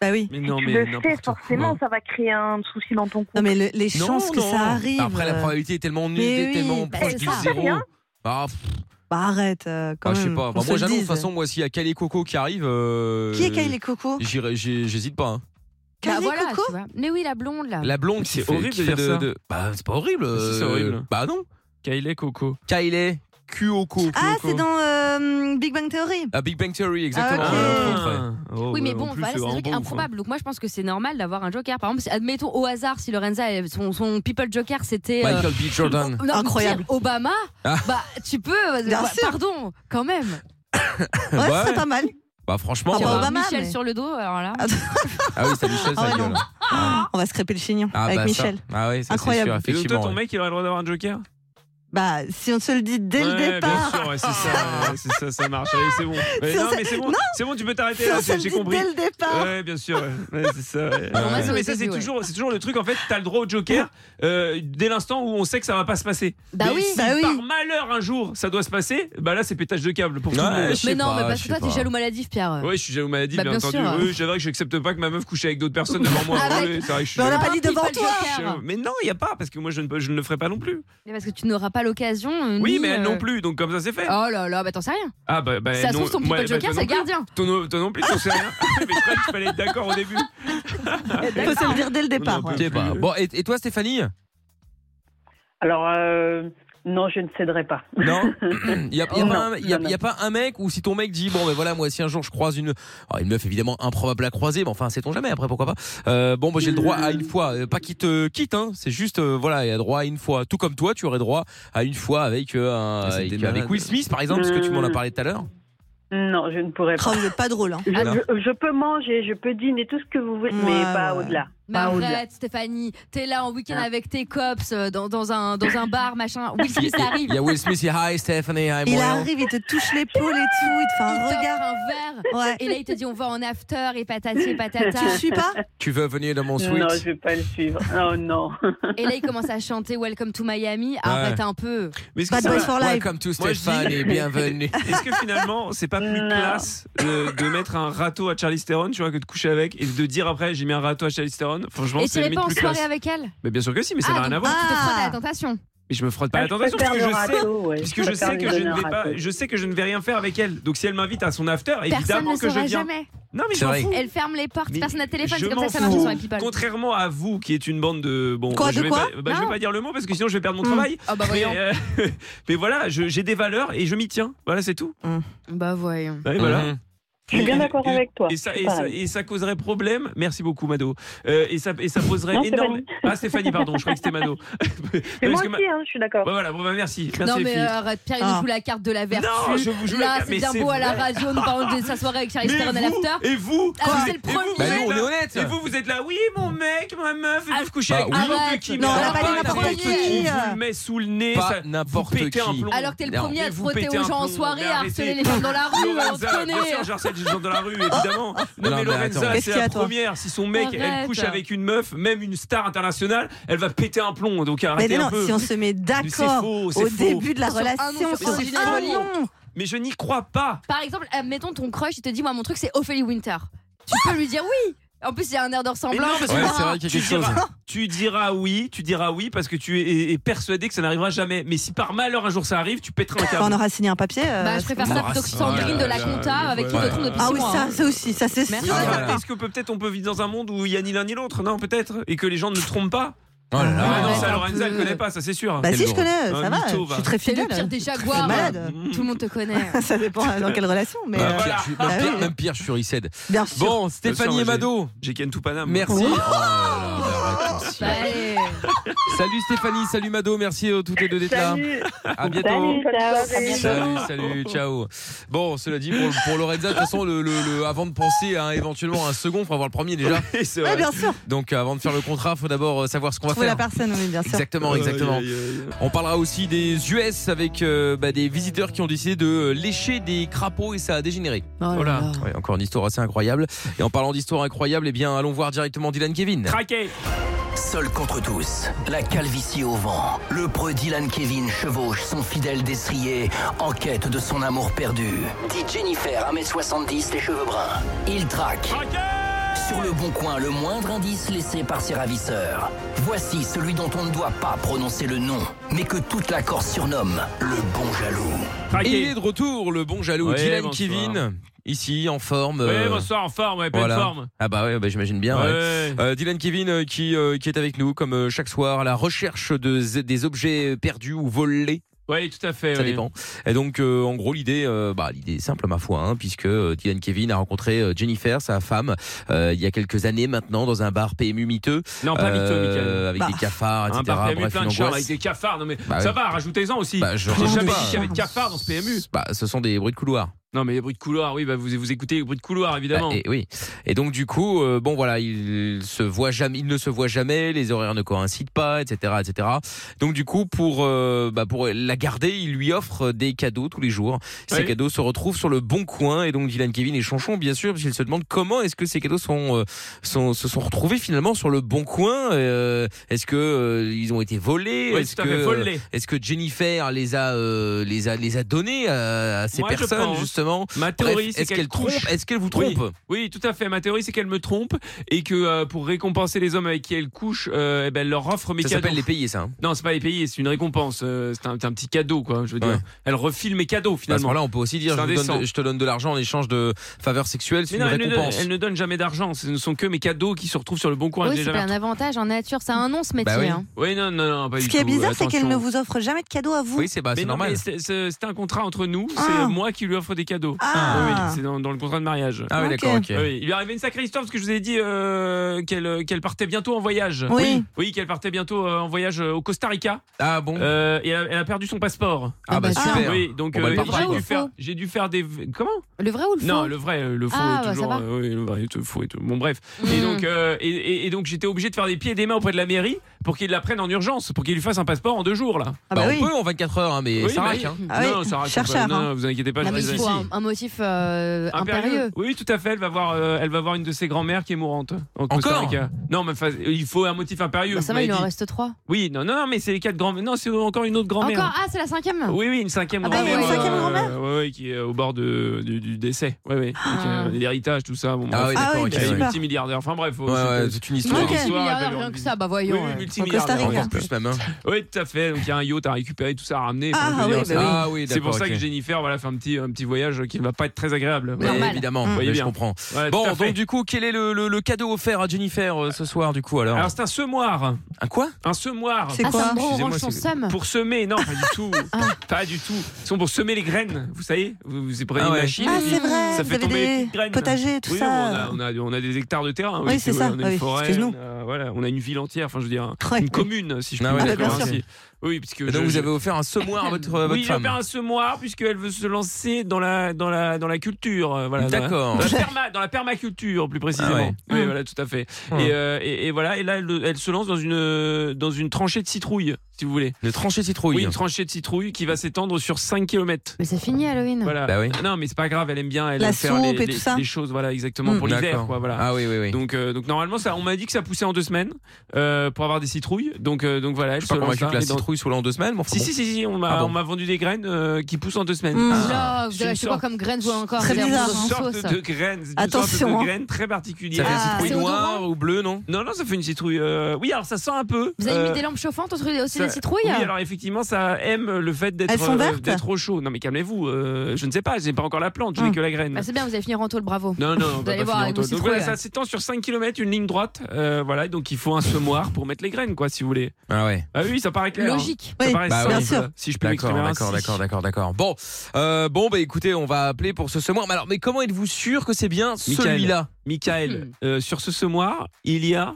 Speaker 5: Bah oui.
Speaker 6: Mais non,
Speaker 11: tu
Speaker 6: mais
Speaker 11: le sais
Speaker 6: n'importe quoi.
Speaker 11: forcément, ça va créer un souci dans ton couple.
Speaker 5: Non, mais le- les chances que
Speaker 3: non.
Speaker 5: ça arrive.
Speaker 3: Après, la
Speaker 5: euh,
Speaker 3: probabilité est tellement nulle,
Speaker 5: Mais
Speaker 3: est
Speaker 5: oui,
Speaker 3: tellement
Speaker 4: bah,
Speaker 3: proche
Speaker 4: c'est
Speaker 3: du
Speaker 4: ça.
Speaker 3: zéro.
Speaker 11: Rien.
Speaker 3: Ah, pff,
Speaker 5: Bah arrête, euh, quand
Speaker 3: ah, je sais
Speaker 5: même,
Speaker 3: pas.
Speaker 5: qu'on
Speaker 3: Enfin,
Speaker 5: se
Speaker 3: moi,
Speaker 5: le
Speaker 3: j'annonce. De toute
Speaker 5: dise.
Speaker 3: façon, moi, s'il y a Calais Coco qui arrive. euh,
Speaker 5: Qui est Kyle et Coco
Speaker 3: j'irai- j'ai- J'hésite pas. hein.
Speaker 4: Bah
Speaker 5: Kylie
Speaker 4: voilà,
Speaker 5: Coco
Speaker 4: tu vois. Mais oui, la blonde
Speaker 5: Ah.
Speaker 4: là.
Speaker 3: La blonde,
Speaker 6: Mais
Speaker 3: qui
Speaker 6: c'est
Speaker 3: fait-
Speaker 6: horrible de
Speaker 3: qui fait
Speaker 6: dire ça.
Speaker 3: Bah, c'est pas horrible.
Speaker 6: Mais si, c'est
Speaker 3: euh,
Speaker 6: horrible.
Speaker 3: Bah non.
Speaker 6: Kylie Coco.
Speaker 3: Kylie Cuoco.
Speaker 5: Ah,
Speaker 3: Cuoco.
Speaker 5: c'est dans euh, Big Bang Theory.
Speaker 3: Ah, Big Bang Theory, exactement.
Speaker 5: Ah, ok.
Speaker 3: Euh, trop près.
Speaker 6: Oh,
Speaker 4: Oui,
Speaker 6: bah,
Speaker 4: mais
Speaker 6: en
Speaker 4: bon,
Speaker 6: plus,
Speaker 4: voilà, c'est
Speaker 6: un
Speaker 4: un truc
Speaker 6: bon, enfin.
Speaker 4: improbable. Donc moi, je pense que c'est normal d'avoir un joker. Par exemple, si- admettons au hasard, si Lorenza, elle- son, son people joker, c'était. euh,
Speaker 3: Michael B. Jordan.
Speaker 4: non,
Speaker 5: Incroyable.
Speaker 4: pire, Obama,
Speaker 3: Ah.
Speaker 4: bah tu peux. euh,
Speaker 5: Bien
Speaker 4: bah,
Speaker 5: sûr.
Speaker 4: Pardon, quand même.
Speaker 5: Ouais,
Speaker 3: ouais.
Speaker 5: c'est pas mal.
Speaker 3: Bah, franchement.
Speaker 5: Ah, bah,
Speaker 4: Tiens,
Speaker 5: Obama,
Speaker 4: Michel
Speaker 5: mais-
Speaker 4: sur le dos,
Speaker 5: euh,
Speaker 4: alors *laughs* là.
Speaker 3: Ah oui, c'est Michel,
Speaker 5: Ah,
Speaker 3: ça
Speaker 5: ouais,
Speaker 3: gueule.
Speaker 5: non. On va se crêper le chignon
Speaker 3: Ah,
Speaker 5: avec
Speaker 3: bah, ça-
Speaker 5: Michel.
Speaker 3: Ah oui, ça, c'est
Speaker 5: Incroyable.
Speaker 3: sûr,
Speaker 6: Et donc, toi,
Speaker 3: effectivement.
Speaker 6: ton mec, il aurait le droit d'avoir un joker
Speaker 5: Bah, si on se le dit dès le
Speaker 6: Ouais,
Speaker 5: départ.
Speaker 6: Bien sûr, ouais, c'est ça, ouais, c'est ça, ça marche. Allez, c'est bon. Ouais,
Speaker 5: Si on
Speaker 6: non,
Speaker 5: se-
Speaker 6: mais c'est bon,
Speaker 5: non.
Speaker 6: c'est bon, tu peux t'arrêter
Speaker 5: Si
Speaker 6: là,
Speaker 5: on se
Speaker 6: j'ai
Speaker 5: le
Speaker 6: j'ai
Speaker 5: dit
Speaker 6: compris.
Speaker 5: dès le départ.
Speaker 6: Ouais, bien sûr, ouais, ouais, c'est ça. ouais.
Speaker 3: Pour moi,
Speaker 6: Ouais.
Speaker 4: c'est
Speaker 6: Non,
Speaker 4: au
Speaker 6: mais ça, c'est
Speaker 4: début, ouais.
Speaker 6: toujours, c'est toujours le truc, en fait, t'as le droit au joker euh, dès l'instant où on sait que ça va pas se passer.
Speaker 4: Bah
Speaker 6: mais
Speaker 4: oui.
Speaker 6: si
Speaker 5: Bah oui.
Speaker 6: par malheur un jour ça doit se passer, bah là, c'est pétage de câble pour tout le
Speaker 3: Ouais,
Speaker 6: monde.
Speaker 3: je sais
Speaker 4: Mais non,
Speaker 3: pas,
Speaker 4: mais
Speaker 3: je
Speaker 4: parce que
Speaker 3: sais
Speaker 4: toi, t'es
Speaker 3: pas.
Speaker 4: jaloux maladif, Pierre.
Speaker 6: Ouais, je suis jaloux maladie,
Speaker 4: Bah,
Speaker 6: bien,
Speaker 4: bien
Speaker 6: entendu.
Speaker 4: sûr.
Speaker 6: Oui, c'est vrai que j'accepte pas que ma meuf couche avec d'autres personnes devant moi.
Speaker 4: Avec-
Speaker 6: Oui, c'est vrai que je suis
Speaker 5: Mais Bah, on
Speaker 6: jaloux.
Speaker 5: l'a pas dit
Speaker 4: Un people
Speaker 5: devant toi.
Speaker 6: Je suis
Speaker 4: joker.
Speaker 6: jaloux. Mais non, il y a pas, parce que moi je ne, peux- je ne le ferai pas non plus.
Speaker 4: Mais Parce que tu n'auras pas l'occasion. euh,
Speaker 6: Oui,
Speaker 4: ni,
Speaker 6: mais elle
Speaker 4: euh,
Speaker 6: non plus, donc comme ça c'est fait.
Speaker 4: Oh là là, bah t'en sais rien.
Speaker 6: Ah bah, bah
Speaker 4: ça se
Speaker 6: non,
Speaker 4: trouve, ton
Speaker 6: moi,
Speaker 4: people
Speaker 6: bah, toi
Speaker 4: joker,
Speaker 6: non
Speaker 4: c'est le
Speaker 6: plus.
Speaker 4: gardien.
Speaker 6: Toi, non plus, t'en sais
Speaker 4: *laughs*
Speaker 6: rien. Mais je croyais qu'il fallait être d'accord au début.
Speaker 5: Il *laughs* faut se le dire dès le départ.
Speaker 6: Non,
Speaker 5: ouais.
Speaker 3: Je sais pas. bah, Bon, et, et toi, Stéphanie
Speaker 7: Alors, euh, non, je ne céderai pas. *laughs*
Speaker 3: Non Il n'y a, il y a
Speaker 7: Non,
Speaker 3: pas un- il y a-
Speaker 7: non, non.
Speaker 3: il y a pas un mec où si ton mec dit, bon, ben voilà, moi, si un jour je croise une. alors, une meuf, évidemment, improbable à croiser, mais enfin, sait-on jamais après, pourquoi pas Euh, Bon, moi, j'ai le droit à une fois. Euh, Pas qu'il te quitte, hein. C'est juste, euh, voilà, il a droit à une fois. Tout comme toi, tu aurais droit à une fois avec, euh, un-
Speaker 6: Ah, c'est
Speaker 3: avec,
Speaker 6: des
Speaker 3: avec
Speaker 6: malades.
Speaker 3: Will Smith, par exemple, parce que tu
Speaker 7: Euh.
Speaker 3: m'en as parlé tout à l'heure.
Speaker 7: Non, je ne pourrai
Speaker 5: Oh,
Speaker 7: pas.
Speaker 5: vous êtes pas drôle. hein.
Speaker 7: Je,
Speaker 3: non.
Speaker 7: je- je peux manger, je peux dîner, tout ce que vous voulez, mais
Speaker 5: Ouais,
Speaker 7: pas
Speaker 5: ouais.
Speaker 7: au-delà.
Speaker 4: Mais
Speaker 7: Pas au-delà.
Speaker 4: arrête, Stéphanie. T'es là en week-end
Speaker 7: Ah.
Speaker 4: avec tes cops euh, dans, dans, un, dans un bar,
Speaker 6: *laughs*
Speaker 4: machin. Will Smith arrive.
Speaker 3: Il y a Will Smith, il dit, Hi, Stephanie, hi,
Speaker 5: Il
Speaker 3: Moëlle.
Speaker 5: arrive, il te touche l'épaule et tout, il te fait
Speaker 4: il
Speaker 5: un
Speaker 4: t'offre
Speaker 5: regard.
Speaker 4: un verre.
Speaker 5: Ouais.
Speaker 4: Et là, il te dit on va en after et patati et patata.
Speaker 5: Tu le suis pas
Speaker 3: Tu veux venir dans mon suite
Speaker 7: Non, je vais pas le suivre. Oh non.
Speaker 4: Et là, il commence à chanter Welcome to Miami. Arrête un peu.
Speaker 6: Mais est-ce que,
Speaker 5: Bad
Speaker 6: ça-
Speaker 5: Boys for Life.
Speaker 3: Welcome to
Speaker 6: Moi, je dis-
Speaker 3: Stéphanie, bienvenue.
Speaker 6: *laughs* est-ce que finalement, c'est pas plus
Speaker 7: Non.
Speaker 6: classe de, de mettre un râteau à Charlie Theron, tu vois, que de coucher avec et de dire après j'ai mis un râteau à Charlie Theron Franchement,
Speaker 4: Et
Speaker 6: c'est
Speaker 4: t'irais
Speaker 6: limite
Speaker 4: pas en
Speaker 6: plus
Speaker 4: soirée
Speaker 6: classe.
Speaker 4: avec elle
Speaker 6: Mais bien sûr que si, mais ça
Speaker 4: Ah,
Speaker 6: n'a rien à
Speaker 4: donc
Speaker 6: voir.
Speaker 4: Tu te
Speaker 5: Ah.
Speaker 4: frottes à la tentation.
Speaker 6: Mais Et je me frotte pas
Speaker 11: Ah,
Speaker 6: la
Speaker 11: je
Speaker 6: tentation parce
Speaker 11: préfère
Speaker 6: que je
Speaker 11: le
Speaker 6: sais,
Speaker 11: râteau, ouais, je
Speaker 6: puisque je
Speaker 11: préfère
Speaker 6: sais que
Speaker 11: lui
Speaker 6: je
Speaker 11: donner
Speaker 6: ne
Speaker 11: un
Speaker 6: vais pas,
Speaker 11: râteau.
Speaker 6: je sais que je ne vais rien faire avec elle. Donc si elle m'invite à son after,
Speaker 4: Personne
Speaker 6: Ah, évidemment
Speaker 4: ne
Speaker 6: que je
Speaker 4: saura
Speaker 6: viens.
Speaker 4: jamais.
Speaker 6: Non mais je m'en fous.
Speaker 4: Elle ferme les portes, personne n'a téléphone,
Speaker 6: Je
Speaker 4: c'est comme ça
Speaker 6: m'en
Speaker 4: que ça marche sur
Speaker 6: fous.
Speaker 4: la people.
Speaker 6: Contrairement à vous, qui est une bande de bon,
Speaker 4: Quoi,
Speaker 6: je
Speaker 4: de
Speaker 6: vais
Speaker 4: quoi
Speaker 6: pas, bah, je vais
Speaker 4: Non.
Speaker 6: pas dire le mot parce que sinon je vais perdre mon
Speaker 4: Mm.
Speaker 6: travail.
Speaker 4: Ah bah
Speaker 6: mais,
Speaker 4: voyons.
Speaker 6: euh, *laughs* mais voilà, je- j'ai des valeurs et je m'y tiens. Voilà, c'est tout.
Speaker 4: Bah voyons.
Speaker 6: Ouais, voilà.
Speaker 11: Je suis bien
Speaker 6: Et-
Speaker 11: d'accord
Speaker 6: et-
Speaker 11: avec toi,
Speaker 6: Et ça,
Speaker 11: c'est
Speaker 6: et, ça,
Speaker 11: pareil.
Speaker 6: et ça causerait problème. Merci beaucoup, Mado. Euh, et, ça, et ça poserait
Speaker 11: Non,
Speaker 6: énorme.
Speaker 11: Stéphanie.
Speaker 6: Ah, Stéphanie, pardon, je croyais que c'était
Speaker 11: *laughs*
Speaker 6: Mado.
Speaker 11: Mais moi
Speaker 6: Parce que ma-
Speaker 11: aussi, hein, je suis d'accord.
Speaker 6: Ouais, voilà, bon, bah, merci. Merci,
Speaker 4: non
Speaker 6: les
Speaker 4: mais
Speaker 6: filles.
Speaker 4: euh, arrête, Pierre, il nous
Speaker 6: Ah.
Speaker 4: joue la carte de la vertu.
Speaker 6: Non, je vous joue la
Speaker 4: Là,
Speaker 6: carte,
Speaker 4: c'est
Speaker 6: mais
Speaker 4: bien
Speaker 6: c'est
Speaker 4: beau à la
Speaker 6: vrai.
Speaker 4: radio, nous parlons de sa soirée avec Charlie
Speaker 6: Mais
Speaker 4: Theron à
Speaker 6: vous,
Speaker 4: l'after.
Speaker 6: et vous
Speaker 4: Alors,
Speaker 6: quoi
Speaker 4: c'est le
Speaker 6: Et vous,
Speaker 4: premier.
Speaker 6: vous
Speaker 4: Bah,
Speaker 6: êtes
Speaker 4: nous, on
Speaker 6: là-
Speaker 4: est honnêtes.
Speaker 6: Et vous, vous êtes là, oui, mon mec, ma meuf,
Speaker 4: Ah,
Speaker 6: vous couchez
Speaker 3: bah
Speaker 6: avec
Speaker 3: oui.
Speaker 6: n'importe qui.
Speaker 3: Non,
Speaker 6: mais
Speaker 3: on
Speaker 6: alors,
Speaker 3: a pas dit
Speaker 6: n'importe
Speaker 3: n'importe
Speaker 6: qui.
Speaker 3: qui.
Speaker 6: On vous met sous le nez.
Speaker 3: Pas
Speaker 6: ça-
Speaker 3: n'importe
Speaker 6: vous pétez un
Speaker 3: qui.
Speaker 6: plomb.
Speaker 4: Alors que t'es le
Speaker 6: Non,
Speaker 4: premier
Speaker 6: mais
Speaker 4: à te
Speaker 6: vous
Speaker 4: frotter
Speaker 6: pétez
Speaker 4: aux
Speaker 6: un
Speaker 4: gens en
Speaker 6: plomb,
Speaker 4: soirée,
Speaker 6: mais
Speaker 4: à
Speaker 6: arrêtez.
Speaker 4: harceler les gens dans la rue, on te
Speaker 6: Lorenza, bien
Speaker 4: connaît.
Speaker 6: sûr, je harcèle les gens dans la rue,
Speaker 4: *laughs*
Speaker 6: évidemment. Non,
Speaker 3: Non,
Speaker 6: mais
Speaker 3: mais
Speaker 6: Lorenza,
Speaker 3: attends.
Speaker 6: c'est
Speaker 5: Qu'est-ce qu'il y
Speaker 6: la
Speaker 5: a, toi
Speaker 6: première. Si son mec, elle
Speaker 4: Arrête.
Speaker 6: couche avec une meuf, même une star internationale, elle va péter un plomb. Donc
Speaker 5: Mais
Speaker 6: arrêtez
Speaker 5: non,
Speaker 6: un peu.
Speaker 5: si on se met d'accord
Speaker 6: faux,
Speaker 5: au
Speaker 6: c'est faux.
Speaker 5: début de la
Speaker 4: Sur un nom,
Speaker 5: relation,
Speaker 4: sur
Speaker 5: sur
Speaker 4: une
Speaker 5: un
Speaker 4: folie.
Speaker 5: nom,
Speaker 6: Mais je n'y crois pas.
Speaker 4: Par exemple, admettons ton crush, il te dit Moi, mon truc, c'est Ophélie Winter. Tu peux lui dire oui. En plus, il y a un air
Speaker 6: Mais
Speaker 4: de
Speaker 6: non,
Speaker 4: ressemblance.
Speaker 6: parce que-
Speaker 3: Ouais, c'est vrai qu'il y
Speaker 6: Tu
Speaker 3: a quelque chose.
Speaker 6: diras, *laughs* tu diras oui, tu diras oui parce que tu es, es persuadé que ça n'arrivera jamais. Mais si par malheur un jour ça arrive, tu pèteras un
Speaker 5: Enfin, on
Speaker 6: câble.
Speaker 5: aura signé un papier. euh,
Speaker 4: Bah, je préfère ça plutôt que Sandrine de la compta avec qui te trompe depuis
Speaker 5: Ah
Speaker 4: six
Speaker 5: oui,
Speaker 4: mois,
Speaker 5: ça,
Speaker 4: hein.
Speaker 5: ça aussi, ça c'est sûr.
Speaker 4: Merci.
Speaker 6: Ah,
Speaker 3: Voilà.
Speaker 6: Est-ce que peut- peut-être on peut vivre dans un monde où il n'y a ni l'un ni l'autre Non, peut-être. Et que les gens ne trompent pas.
Speaker 3: Oh là
Speaker 6: Ah,
Speaker 3: là.
Speaker 6: non,
Speaker 4: ouais,
Speaker 6: ça,
Speaker 4: un
Speaker 6: Lorenza,
Speaker 4: peu.
Speaker 6: elle connaît pas, ça c'est sûr.
Speaker 5: Bah
Speaker 3: Quel
Speaker 5: si, je
Speaker 3: bourreau.
Speaker 5: connais,
Speaker 6: Un
Speaker 5: ça va.
Speaker 6: mytho,
Speaker 5: Je
Speaker 6: va.
Speaker 5: suis très
Speaker 4: C'est le
Speaker 5: fidèle.
Speaker 4: pire des
Speaker 5: Je suis
Speaker 4: jaguars.
Speaker 5: malade.
Speaker 6: euh,
Speaker 4: Tout le monde te connaît.
Speaker 5: Ça dépend dans quelle relation, mais
Speaker 3: Même
Speaker 5: euh,
Speaker 6: voilà.
Speaker 3: pire, je suis- même
Speaker 5: Ah
Speaker 3: pire-
Speaker 5: oui.
Speaker 3: Même pire, je suis reset.
Speaker 5: bien sûr.
Speaker 3: Bon, Stéphanie
Speaker 6: Bien sûr,
Speaker 3: et Mado,
Speaker 6: J'ai Ken tout Paname.
Speaker 3: merci. Oh là là, bah, arrête,
Speaker 4: Bah, allez.
Speaker 3: Salut Stéphanie, salut Mado, merci euh, toutes les deux d'être là.
Speaker 11: Salut.
Speaker 3: À bientôt.
Speaker 11: Salut, ciao. À bientôt.
Speaker 3: Salut, salut, ciao. Bon, cela dit, pour, pour Lorenza, de toute façon, le, le- le- avant de penser à un- éventuellement un second, faut avoir le premier déjà.
Speaker 6: Et c'est
Speaker 5: Oui,
Speaker 6: vrai.
Speaker 5: bien sûr.
Speaker 3: Donc, euh, avant de faire le contrat, faut d'abord euh, savoir ce qu'on va
Speaker 5: Trouver la
Speaker 3: faire.
Speaker 5: personne, oui, bien sûr.
Speaker 3: Exactement, exactement. On parlera aussi des US avec euh, bah, des visiteurs qui ont décidé de euh, lécher des crapauds et ça a dégénéré.
Speaker 6: Voilà.
Speaker 3: Ouais, encore une histoire assez incroyable. Et en parlant d'histoire incroyable, eh bien, allons voir directement Dylan Kevin.
Speaker 6: Craqué.
Speaker 2: Seul contre tous, la calvitie au vent, le preux Dylan Kevin chevauche son fidèle destrier en quête de son amour perdu. Dit Jennifer, 1m70, les cheveux bruns. Il traque. Sur le bon coin, le moindre indice laissé par ses ravisseurs. Voici celui dont on ne doit pas prononcer le nom, mais que toute la Corse surnomme le bon jaloux.
Speaker 3: Il
Speaker 6: Craqué.
Speaker 3: est de retour, le bon jaloux
Speaker 6: Ouais,
Speaker 3: Dylan
Speaker 6: bonsoir.
Speaker 3: Kevin, ici en forme.
Speaker 6: Ouais,
Speaker 3: euh,
Speaker 6: bonsoir, en forme, ouais, pleine
Speaker 3: voilà.
Speaker 6: forme.
Speaker 3: Ah bah ouais, bah j'imagine bien. ouais.
Speaker 6: Ouais.
Speaker 3: Euh, Dylan Kevin euh, qui, euh, qui est avec nous comme euh, chaque soir à la recherche de, des objets perdus ou volés,
Speaker 6: Ouais, tout à fait.
Speaker 3: ça
Speaker 6: ouais.
Speaker 3: dépend. Et donc euh, en gros l'idée, euh, bah, l'idée est simple ma foi, hein, puisque euh, Dylan Kevin a rencontré euh, Jennifer, sa femme, euh, il y a quelques années maintenant dans un bar PMU miteux,
Speaker 6: Non, pas mytho,
Speaker 3: euh,
Speaker 6: Michael.
Speaker 3: avec
Speaker 5: Bah.
Speaker 3: des cafards, etc.
Speaker 6: Un bar PMU
Speaker 3: Bref,
Speaker 6: plein
Speaker 3: une
Speaker 6: de chars
Speaker 3: angoisse.
Speaker 6: avec des cafards. Non, mais
Speaker 3: Bah
Speaker 6: ça
Speaker 3: oui.
Speaker 6: va, rajoutez-en aussi.
Speaker 3: Bah, je
Speaker 6: J'ai
Speaker 3: rajoute
Speaker 6: jamais
Speaker 3: pas.
Speaker 6: dit qu'il y avait de cafards dans ce PMU.
Speaker 3: Bah, ce sont des bruits de couloir.
Speaker 6: Non, mais les bruits de couloir, oui, bah, vous, vous écoutez les bruits de couloir,
Speaker 3: Bah,
Speaker 6: évidemment.
Speaker 3: et oui. Et donc du coup, euh, bon voilà, il se voit jamais, il ne se voit jamais, les horaires ne coïncident pas, etc., etc. Donc du coup, pour euh, bah, pour la garder, il lui offre des cadeaux tous les jours. Ces
Speaker 6: Oui.
Speaker 3: cadeaux se retrouvent sur le bon coin, et donc Dylan Kevin et Chanchon, bien sûr, parce qu'ils se demandent comment est-ce que ces cadeaux sont, euh, sont se sont retrouvés finalement sur le bon coin. euh, est-ce que euh, ils ont été volés
Speaker 6: Oui,
Speaker 3: Est-ce
Speaker 6: tout à fait,
Speaker 3: que
Speaker 6: faut le lait.
Speaker 3: est-ce que Jennifer les a euh, les a les a donnés à, à ces
Speaker 6: Moi, je
Speaker 3: personnes
Speaker 6: pense.
Speaker 3: justement
Speaker 6: Ma
Speaker 3: Bref,
Speaker 6: théorie, c'est
Speaker 3: est-ce qu'elle trompe
Speaker 6: couche.
Speaker 3: Est-ce qu'elle vous trompe
Speaker 6: Oui, tout à fait. Ma théorie, c'est qu'elle me trompe et que euh, pour récompenser les hommes avec qui elle couche, euh, eh ben, elle leur offre mes
Speaker 3: Ça
Speaker 6: cadeaux.
Speaker 3: s'appelle les payer ça. hein.
Speaker 6: Non, c'est pas les payer, c'est une récompense. euh, c'est un, c'est un petit cadeau, quoi. Je veux dire,
Speaker 3: Ouais. Bah,
Speaker 6: elle refile mes cadeaux
Speaker 3: À ce
Speaker 6: finalement.
Speaker 3: moment-là, on peut aussi dire
Speaker 6: C'est
Speaker 3: je, vous donne
Speaker 6: indécent.
Speaker 3: de- je te donne de l'argent en échange de faveurs sexuelles, c'est
Speaker 6: Mais
Speaker 3: une
Speaker 6: non, elle ne, donne,
Speaker 3: récompense.
Speaker 6: elle ne donne jamais d'argent. Ce ne sont que mes cadeaux qui se retrouvent sur le bon coin.
Speaker 4: Oui,
Speaker 6: Je n'ai
Speaker 4: c'est
Speaker 6: jamais-
Speaker 4: un avantage en nature, ça a un nom ce métier.
Speaker 3: Bah oui.
Speaker 4: hein.
Speaker 6: Oui, non, non, non, pas
Speaker 5: Ce
Speaker 6: du
Speaker 5: qui est
Speaker 6: tout.
Speaker 5: bizarre, c'est qu'elle
Speaker 6: Attention.
Speaker 5: ne vous offre jamais de cadeaux à vous.
Speaker 3: Oui, c'est bah,
Speaker 6: Mais
Speaker 3: c'est
Speaker 6: non,
Speaker 3: normal.
Speaker 6: mais c'est- c'est c'est un contrat entre nous. C'est
Speaker 5: Ah.
Speaker 6: moi qui lui offre des cadeaux.
Speaker 5: Ah.
Speaker 6: Oui, c'est dans, dans le contrat de mariage.
Speaker 3: Ah oui,
Speaker 5: Ok.
Speaker 3: d'accord, ok.
Speaker 6: Ah oui, il lui est arrivé une sacrée histoire parce que je vous ai dit euh, qu'elle euh, qu'elle partait bientôt en voyage.
Speaker 5: Oui.
Speaker 6: Oui, qu'elle partait bientôt euh, en voyage euh, au Costa Rica.
Speaker 3: Ah bon
Speaker 6: Euh, et elle a, elle a perdu son passeport.
Speaker 3: Ah bah
Speaker 4: bah,
Speaker 3: super.
Speaker 6: Oui, donc
Speaker 3: Bon, bah,
Speaker 6: euh,
Speaker 3: le
Speaker 4: vrai
Speaker 6: j'ai
Speaker 4: ou
Speaker 6: dû faire
Speaker 4: faux
Speaker 6: j'ai dû faire des comment
Speaker 4: Le vrai ou le faux
Speaker 6: Non, le vrai, euh, le faux
Speaker 4: Ah,
Speaker 6: est
Speaker 4: bah,
Speaker 6: toujours
Speaker 4: ça va.
Speaker 6: euh, oui, le vrai est faux et tout. Bon bref. Et
Speaker 4: Mm.
Speaker 6: donc euh, et, et- et donc j'étais obligé de faire des pieds et des mains auprès de la mairie pour qu'ils la prennent en urgence, pour qu'ils lui fassent un passeport en deux jours là.
Speaker 5: Ah
Speaker 3: Bah,
Speaker 5: bah
Speaker 3: on
Speaker 5: oui.
Speaker 3: peut en 24 heures, hein, mais
Speaker 6: Oui,
Speaker 3: ça
Speaker 6: bah,
Speaker 3: raque. hein.
Speaker 5: Ah
Speaker 6: non,
Speaker 5: oui,
Speaker 6: ça raconte
Speaker 5: chercheur,
Speaker 6: pas. Non,
Speaker 5: hein.
Speaker 6: vous inquiétez pas,
Speaker 4: Non, mais
Speaker 6: je
Speaker 4: il
Speaker 6: vais-
Speaker 4: faut
Speaker 6: si,
Speaker 4: un, un motif euh, impérieux.
Speaker 6: Oui, tout à fait. Elle va voir, euh, elle va voir une de ses grand-mères qui est mourante. En Costa
Speaker 3: Encore
Speaker 6: Rica. Non, mais enfin, il faut un motif impérieux.
Speaker 4: Bah, ça
Speaker 6: vous
Speaker 4: va, il
Speaker 6: m'avez
Speaker 4: en
Speaker 6: dit.
Speaker 4: reste trois.
Speaker 6: Oui, non, non, non, mais c'est les quatre grands-mères. Non, c'est encore une autre grand-mère.
Speaker 4: Encore Ah, c'est la cinquième
Speaker 6: Oui, oui, une cinquième
Speaker 4: Ah bah,
Speaker 6: grand-mère.
Speaker 4: il y a une
Speaker 5: cinquième
Speaker 6: euh,
Speaker 5: grand-mère
Speaker 6: ouais, ouais, qui est au bord de, du, du décès. Ouais, ouais. Donc, euh, L'héritage, tout ça. Bon,
Speaker 3: Ah oui,
Speaker 6: bref.
Speaker 5: Ah
Speaker 3: d'accord,
Speaker 5: oui,
Speaker 3: ok.
Speaker 6: Elle est
Speaker 5: super.
Speaker 6: multimilliardaire. Enfin bref. faut-
Speaker 3: Ouais, ouais,
Speaker 6: c'était-
Speaker 3: toute une histoire.
Speaker 5: Ok.
Speaker 6: Histoire,
Speaker 4: milliardaire,
Speaker 6: belle
Speaker 4: rien
Speaker 6: envie.
Speaker 4: que ça, bah
Speaker 6: Oui,
Speaker 4: voyons.
Speaker 6: oui,
Speaker 4: ouais.
Speaker 5: Au Costa
Speaker 6: milliardaire,
Speaker 5: Rica.
Speaker 6: en plus, *laughs*
Speaker 3: même.
Speaker 6: Oui, tout à fait. Donc il y a un yacht à récupérer, tout ça à ramener.
Speaker 5: Ah,
Speaker 6: Enfin, je veux
Speaker 5: oui,
Speaker 6: dire,
Speaker 5: bah
Speaker 6: c'est-
Speaker 5: oui.
Speaker 3: Ah oui,
Speaker 6: C'est pour
Speaker 3: d'accord,
Speaker 6: ça que
Speaker 3: ok.
Speaker 6: Jennifer voilà, fait un petit, un petit voyage qui ne va pas être très agréable.
Speaker 3: Mais évidemment,
Speaker 6: Vous voyez
Speaker 3: mais je
Speaker 6: bien.
Speaker 3: comprends.
Speaker 6: Ouais, tout
Speaker 3: bon,
Speaker 6: à fait.
Speaker 3: donc du coup, quel est le, le- le cadeau offert à Jennifer euh, ce soir, du coup, alors
Speaker 6: Alors c'est un semoir.
Speaker 3: Un quoi
Speaker 6: Un semoir.
Speaker 5: C'est Ah, quoi c'est un
Speaker 4: gros
Speaker 6: Excusez-moi,
Speaker 4: orange sans
Speaker 6: c'est-
Speaker 4: somme.
Speaker 6: Pour semer, non, pas du tout.
Speaker 5: Ah.
Speaker 6: Pas du tout. Ils sont pour semer les graines, vous savez. Vous, vous prenez
Speaker 3: Ah ouais.
Speaker 6: une machine.
Speaker 5: Ah,
Speaker 6: et puis
Speaker 5: c'est vrai,
Speaker 6: Ça
Speaker 5: vous
Speaker 6: fait
Speaker 5: avez
Speaker 6: tomber les
Speaker 5: des
Speaker 6: petites graines.
Speaker 5: potagers, tout
Speaker 6: oui,
Speaker 5: ça.
Speaker 6: On a, on, a, on a des hectares de hein, terrain.
Speaker 5: Oui, c'est
Speaker 6: puis,
Speaker 5: ça.
Speaker 6: On a une
Speaker 5: Ah oui,
Speaker 6: forêt.
Speaker 5: excuse-nous.
Speaker 6: euh, voilà, on a une ville entière. Enfin, je veux dire,
Speaker 5: Ouais.
Speaker 6: une commune, si je
Speaker 3: Ah
Speaker 6: peux
Speaker 3: ouais,
Speaker 6: dire
Speaker 5: d'accord.
Speaker 6: ainsi. Oui, puisque
Speaker 3: Donc vous avez offert un semoir à votre, à votre
Speaker 6: oui, je vais faire
Speaker 3: femme.
Speaker 6: un semoir puisqu'elle veut se lancer dans la dans la dans la culture, euh, voilà. dans la-
Speaker 3: D'accord.
Speaker 6: Dans la, perma- dans la permaculture plus précisément.
Speaker 3: Ah ouais.
Speaker 6: Oui, voilà, tout à fait.
Speaker 3: Ah.
Speaker 6: Et, euh, et, et voilà, et là elle, elle se lance dans une euh, dans une tranchée de citrouille, si vous voulez.
Speaker 3: Le tranché citrouille.
Speaker 6: Oui, une tranchée de citrouille qui va s'étendre sur 5 km.
Speaker 4: Mais c'est fini Halloween.
Speaker 6: Voilà.
Speaker 3: Bah oui.
Speaker 6: Non, mais c'est pas grave, elle aime bien elle
Speaker 5: La
Speaker 6: aime faire les,
Speaker 5: soupe et
Speaker 6: les-
Speaker 5: tout ça.
Speaker 6: les choses voilà exactement
Speaker 5: Mm.
Speaker 6: pour l'hiver
Speaker 3: D'accord.
Speaker 6: quoi, voilà.
Speaker 3: Ah oui, oui, oui.
Speaker 6: Donc, euh, donc normalement, ça, on m'a dit que ça poussait en deux semaines euh, pour avoir des citrouilles. Donc, euh, donc voilà, elle
Speaker 3: je suis
Speaker 6: se
Speaker 3: pas
Speaker 6: lance
Speaker 3: convaincu
Speaker 6: là,
Speaker 3: que la
Speaker 6: et dans-
Speaker 3: citrouille soit là en deux semaines, mais enfin
Speaker 6: si,
Speaker 3: bon.
Speaker 6: si, si, si, on m'a
Speaker 3: Ah bon
Speaker 6: on m'a vendu des graines euh, qui poussent en deux semaines.
Speaker 5: Mm.
Speaker 4: Là, vous
Speaker 6: Ah. C'est
Speaker 4: avez
Speaker 6: une
Speaker 4: acheté quoi
Speaker 6: sorte-
Speaker 4: comme graines vous encore
Speaker 5: C'est
Speaker 6: C'est une
Speaker 4: réservé
Speaker 5: bizarre,
Speaker 4: en
Speaker 6: sorte
Speaker 4: sauce.
Speaker 6: de graines, c'est une
Speaker 5: Attention,
Speaker 6: sorte
Speaker 5: hein.
Speaker 6: de graines très particulière.
Speaker 3: Ça fait
Speaker 4: Ah,
Speaker 3: une
Speaker 4: c'est
Speaker 3: citrouille noire ou bleue, non
Speaker 6: Non, non, ça fait une citrouille. euh, Oui, alors ça sent un peu.
Speaker 4: Vous avez
Speaker 6: euh,
Speaker 4: mis des lampes chauffantes entre les- aussi
Speaker 6: ça-
Speaker 4: des citrouilles Ah,
Speaker 6: Oui, alors effectivement, ça aime le fait d'être
Speaker 5: Elles sont
Speaker 6: euh,
Speaker 5: vertes
Speaker 6: d'être au chaud. Non, mais calmez-vous. euh, je ne sais pas, je n'ai pas encore la plante, je
Speaker 5: Hum.
Speaker 6: n'ai que la graine.
Speaker 4: Bah, C'est bien, vous avez fini en taule, bravo.
Speaker 6: Non, non, on va
Speaker 4: allez
Speaker 6: pas
Speaker 4: voir
Speaker 6: finir
Speaker 4: avec
Speaker 6: en
Speaker 4: vos
Speaker 6: tôle. Donc voilà,
Speaker 4: citrouilles, hein.
Speaker 6: ça
Speaker 4: ouais.
Speaker 6: s'étend sur 5 km, une ligne droite. euh, voilà, donc il faut un semoir pour mettre les graines, quoi, si vous voulez.
Speaker 3: Ah ouais.
Speaker 6: Ah oui, ça paraît clair. hein.
Speaker 4: Logique.
Speaker 6: Ça
Speaker 5: Oui,
Speaker 6: paraît
Speaker 3: Bah
Speaker 6: simple,
Speaker 5: bien sûr.
Speaker 6: si je peux
Speaker 3: D'accord,
Speaker 6: m'exprimer
Speaker 3: d'accord,
Speaker 6: ainsi.
Speaker 3: d'accord, d'accord, d'accord. Bon, euh, bon, bah écoutez, on va appeler pour ce semoir. Mais alors, mais comment êtes-vous sûr que c'est bien
Speaker 6: Michael.
Speaker 3: celui-là
Speaker 6: Michael, euh, sur ce semoir, il y a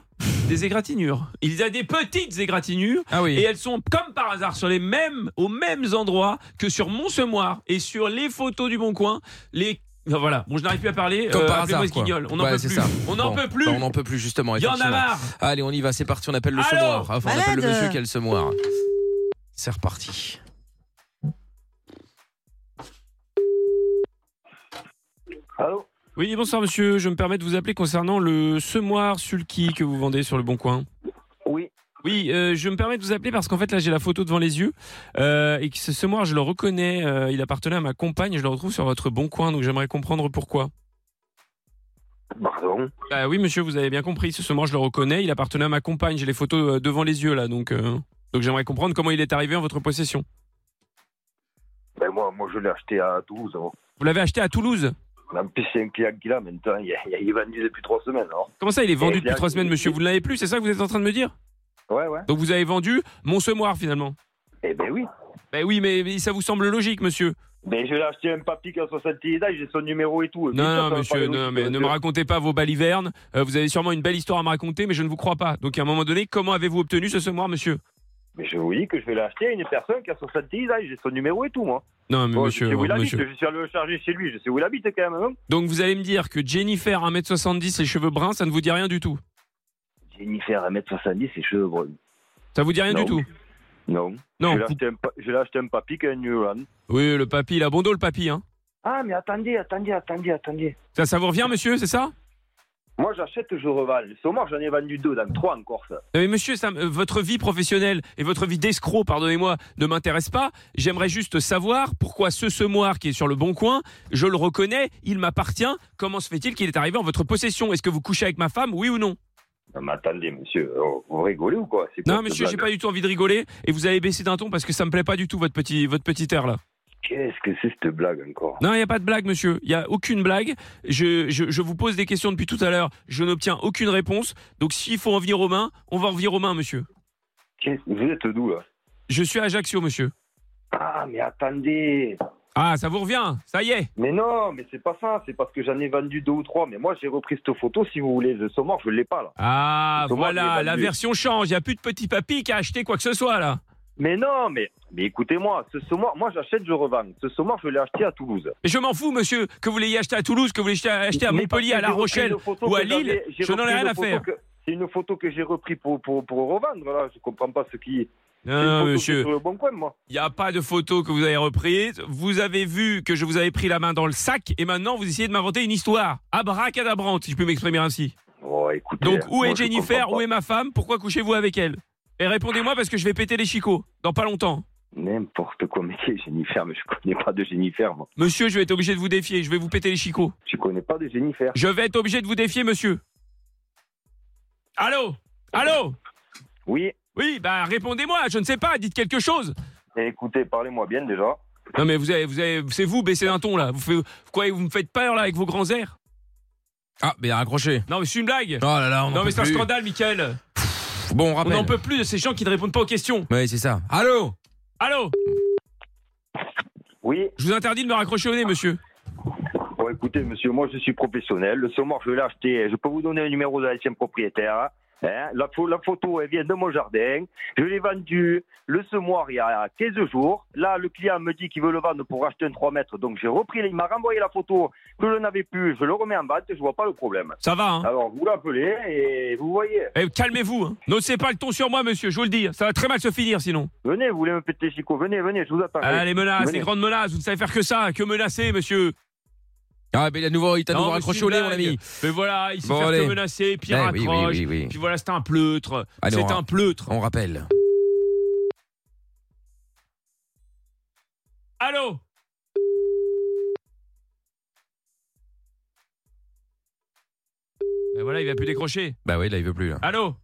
Speaker 6: des égratignures. Il y a des petites égratignures
Speaker 3: Ah oui.
Speaker 6: et elles sont comme par hasard sur les mêmes, aux mêmes endroits que sur mon semoir et sur les photos du Bon Coin. Les Enfin, voilà, bon, je n'arrive plus à parler.
Speaker 3: Comme par
Speaker 6: Euh, appelez-moi
Speaker 3: hasard.
Speaker 6: ce qui
Speaker 3: quoi.
Speaker 6: gueule. On n'en
Speaker 3: Ouais,
Speaker 6: peut
Speaker 3: c'est
Speaker 6: plus.
Speaker 3: ça.
Speaker 6: On n'en
Speaker 3: Bon,
Speaker 6: peut plus.
Speaker 3: bah, on n'en peut plus, justement.
Speaker 6: Il y en a
Speaker 3: effectivement.
Speaker 6: marre.
Speaker 3: Allez, on y va, c'est parti, on appelle le
Speaker 6: Alors
Speaker 3: semoir. Enfin, on appelle le
Speaker 5: Malade.
Speaker 3: monsieur qui a le semoir. C'est reparti.
Speaker 12: Allô
Speaker 6: Oui, bonsoir monsieur. Je me permets de vous appeler concernant le semoir sulky que vous vendez sur le Bon Coin.
Speaker 12: Oui.
Speaker 6: Oui, euh, je me permets de vous appeler parce qu'en fait là j'ai la photo devant les yeux euh, et que ce semoir je le reconnais, euh, il appartenait à ma compagne, et je le retrouve sur votre Bon Coin donc j'aimerais comprendre pourquoi.
Speaker 12: Pardon
Speaker 6: Bah oui monsieur, vous avez bien compris, ce semoir je le reconnais, il appartenait à ma compagne, j'ai les photos euh, devant les yeux là donc euh, donc j'aimerais comprendre comment il est arrivé en votre possession.
Speaker 12: ben moi, moi, je l'ai acheté à 12 ans.
Speaker 6: Vous l'avez acheté à Toulouse.
Speaker 12: En plus, c'est un client qui l'a maintenant. Il, il, il est vendu depuis trois semaines. Alors.
Speaker 6: Comment ça il est vendu depuis
Speaker 12: Eh bien,
Speaker 6: trois semaines monsieur Vous ne l'avez plus, c'est ça que vous êtes en train de me dire
Speaker 12: Ouais, ouais.
Speaker 6: Donc vous avez vendu mon semoir finalement.
Speaker 12: Eh ben oui.
Speaker 6: Bah oui mais- mais ça vous semble logique monsieur
Speaker 12: Mais Ben, je l'ai acheté à un papy qui a 70 ans, j'ai son numéro et tout. Et puis, ça,
Speaker 6: Non,
Speaker 12: ça
Speaker 6: non,
Speaker 12: va
Speaker 6: monsieur,
Speaker 12: parler
Speaker 6: non,
Speaker 12: aussi,
Speaker 6: mais ne
Speaker 12: monsieur.
Speaker 6: me racontez pas vos balivernes. Euh, vous avez sûrement une belle histoire à me raconter, mais je ne vous crois pas. Donc, à un moment donné, comment avez-vous obtenu ce semoir, monsieur
Speaker 12: Mais je vous dis que je vais l'acheter à une personne qui a 70 ans, j'ai son numéro et tout, moi.
Speaker 6: Non, mais
Speaker 12: Bon, je
Speaker 6: monsieur,
Speaker 12: sais où il
Speaker 6: non,
Speaker 12: habite,
Speaker 6: monsieur.
Speaker 12: je suis allé le charger chez lui, je sais où il habite quand même. hein.
Speaker 6: Donc, vous allez me dire que Jennifer, 1m70, les cheveux bruns, ça ne vous dit rien du tout.
Speaker 12: Jennifer, 1m70, ses cheveux bruns.
Speaker 6: Ça vous dit rien
Speaker 12: Non.
Speaker 6: du tout
Speaker 12: Non.
Speaker 6: Non.
Speaker 12: Je l'ai
Speaker 6: vous-
Speaker 12: acheté un pa- je l'ai acheté à un papy qui a un New Holland.
Speaker 6: Oui, le papy, il a bon dos, le papy. Hein.
Speaker 7: Ah, mais attendez, attendez, attendez, attendez.
Speaker 6: Ça, ça vous revient, monsieur, c'est ça
Speaker 12: Moi, j'achète, je revends. Le saumon, j'en ai vendu deux, dans trois encore, ça.
Speaker 6: Non, mais monsieur, ça m- euh, votre vie professionnelle et votre vie d'escroc, pardonnez-moi, ne m'intéresse pas. J'aimerais juste savoir pourquoi ce semoir qui est sur le bon coin, je le reconnais, il m'appartient. Comment se fait-il qu'il est arrivé en votre possession Est-ce que vous couchez avec ma femme, oui ou non
Speaker 12: Non, mais attendez, monsieur, oh, vous rigolez ou quoi C'est quoi
Speaker 6: Non,
Speaker 12: cette
Speaker 6: monsieur, j'ai
Speaker 12: blague
Speaker 6: pas du tout envie de rigoler et vous allez baisser d'un ton parce que ça me plaît pas du tout votre petit votre petit air là.
Speaker 12: Qu'est-ce que c'est cette blague encore
Speaker 6: Non, il y a pas de blague, monsieur. Il y a aucune blague. Je, je, je vous pose des questions depuis tout à l'heure. Je n'obtiens aucune réponse. Donc s'il faut en venir aux mains, on va en venir aux mains, monsieur.
Speaker 12: Qu'est-ce- Vous êtes d'où, là
Speaker 6: Je suis à Ajaccio, monsieur.
Speaker 12: Ah, mais attendez
Speaker 6: Ah, ça vous revient Ça y est.
Speaker 12: Mais non, mais c'est pas ça, c'est parce que j'en ai vendu deux ou trois. Mais moi, j'ai repris cette photo, si vous voulez, le saumon, je l'ai pas, là.
Speaker 6: Ah,
Speaker 12: Comment il est
Speaker 6: voilà,
Speaker 12: vendu
Speaker 6: la version change. Il y a plus de petit papy qui a acheté quoi que ce soit là.
Speaker 12: Mais non, mais, mais écoutez-moi, ce saumon, moi, j'achète, je revends. Ce saumon, je l'ai acheté à Toulouse.
Speaker 6: Mais je m'en fous, monsieur, que vous l'ayez acheté à Toulouse, que vous l'ayez acheté à
Speaker 12: Mais
Speaker 6: Montpellier,
Speaker 12: parce
Speaker 6: à
Speaker 12: que
Speaker 6: La
Speaker 12: j'ai repris
Speaker 6: Rochelle
Speaker 12: une photo
Speaker 6: ou à
Speaker 12: que j'avais-
Speaker 6: Lille.
Speaker 12: j'ai
Speaker 6: Je n'en ai
Speaker 12: repris
Speaker 6: rien
Speaker 12: une
Speaker 6: à
Speaker 12: photo
Speaker 6: faire.
Speaker 12: que- C'est une photo que j'ai repris pour, pour, pour revendre, là. Je comprends pas ce qui. C'est
Speaker 6: Non,
Speaker 12: une
Speaker 6: non,
Speaker 12: photo que
Speaker 6: monsieur.
Speaker 12: Sur le bon coin, moi.
Speaker 6: Il n'y a pas de photo que vous avez reprise. Vous avez vu que je vous avais pris la main dans le sac et maintenant vous essayez de m'inventer une histoire. Abracadabrante, si je peux m'exprimer ainsi.
Speaker 12: Oh, écoutez.
Speaker 6: Donc, où
Speaker 12: moi,
Speaker 6: est
Speaker 12: je
Speaker 6: Jennifer
Speaker 12: comprends
Speaker 6: Où
Speaker 12: pas.
Speaker 6: est ma femme Pourquoi couchez-vous avec elle Et répondez-moi parce que je vais péter les chicots dans pas longtemps.
Speaker 12: N'importe quoi, mais qui est Jennifer Mais je connais pas de Jennifer, moi.
Speaker 6: Monsieur, je vais être obligé de vous défier. Je vais vous péter les chicots.
Speaker 12: Je connais pas de Jennifer.
Speaker 6: Je vais être obligé de vous défier, monsieur. Allô Allô
Speaker 12: Oui,
Speaker 6: Oui, bah répondez-moi, je ne sais pas, dites quelque chose.
Speaker 12: Eh, Écoutez, parlez-moi bien déjà.
Speaker 6: Non mais vous avez, vous avez- c'est vous baissez d'un ton là. Vous faites, quoi Vous me faites peur là avec vos grands airs.
Speaker 3: Ah, mais raccroché.
Speaker 6: Non mais c'est une blague.
Speaker 3: Oh là là, on en
Speaker 6: non
Speaker 3: peut
Speaker 6: mais c'est un
Speaker 3: plus.
Speaker 6: scandale, Michael.
Speaker 3: Bon, on
Speaker 6: On
Speaker 3: rappelle.
Speaker 6: n'en peut plus de ces gens qui ne répondent pas aux questions.
Speaker 3: Oui, c'est ça. Allô
Speaker 6: Allô.
Speaker 12: Oui.
Speaker 6: Je vous interdis de me raccrocher au nez, monsieur.
Speaker 12: Bon, écoutez, monsieur, moi, je suis professionnel. Le saumon, je l'ai acheté. Je peux vous donner le numéro de l'ancien propriétaire. Hein, la, pho- la photo, elle vient de mon jardin. Je l'ai vendu le semoir il y a 15 jours. Là, le client me dit qu'il veut le vendre pour acheter un 3 mètres. Donc, j'ai repris. Il m'a renvoyé la photo que je n'avais plus. Je le remets en vente. Je vois pas le problème.
Speaker 6: Ça va, hein
Speaker 12: Alors, vous l'appelez et vous voyez.
Speaker 6: Eh, calmez-vous. Hein. N'osez pas le ton sur moi, monsieur. Je vous le dis. Ça va très mal se finir sinon.
Speaker 12: Venez, vous voulez me péter, Chico Venez, venez, je vous attends.
Speaker 6: Ah, les menaces,
Speaker 12: Venez.
Speaker 6: les grandes menaces. Vous ne savez faire que ça, que menacer, monsieur.
Speaker 3: Ah, mais il a nouveau, il t'a
Speaker 6: Non,
Speaker 3: nouveau
Speaker 6: mais
Speaker 3: raccroché
Speaker 6: c'est
Speaker 3: au nez,
Speaker 6: une
Speaker 3: mon
Speaker 6: blague.
Speaker 3: ami.
Speaker 6: Mais voilà, il s'est
Speaker 3: Bon,
Speaker 6: fait
Speaker 3: allez.
Speaker 6: menacer, puis il
Speaker 3: Eh
Speaker 6: raccroche.
Speaker 3: oui, oui, oui, oui.
Speaker 6: Puis voilà, c'est un pleutre.
Speaker 3: Allez,
Speaker 6: C'est
Speaker 3: on ra-
Speaker 6: un pleutre.
Speaker 3: On rappelle.
Speaker 6: Allô Et Ben voilà, il va plus décrocher.
Speaker 3: Bah oui, là, il veut plus, là.
Speaker 6: Allô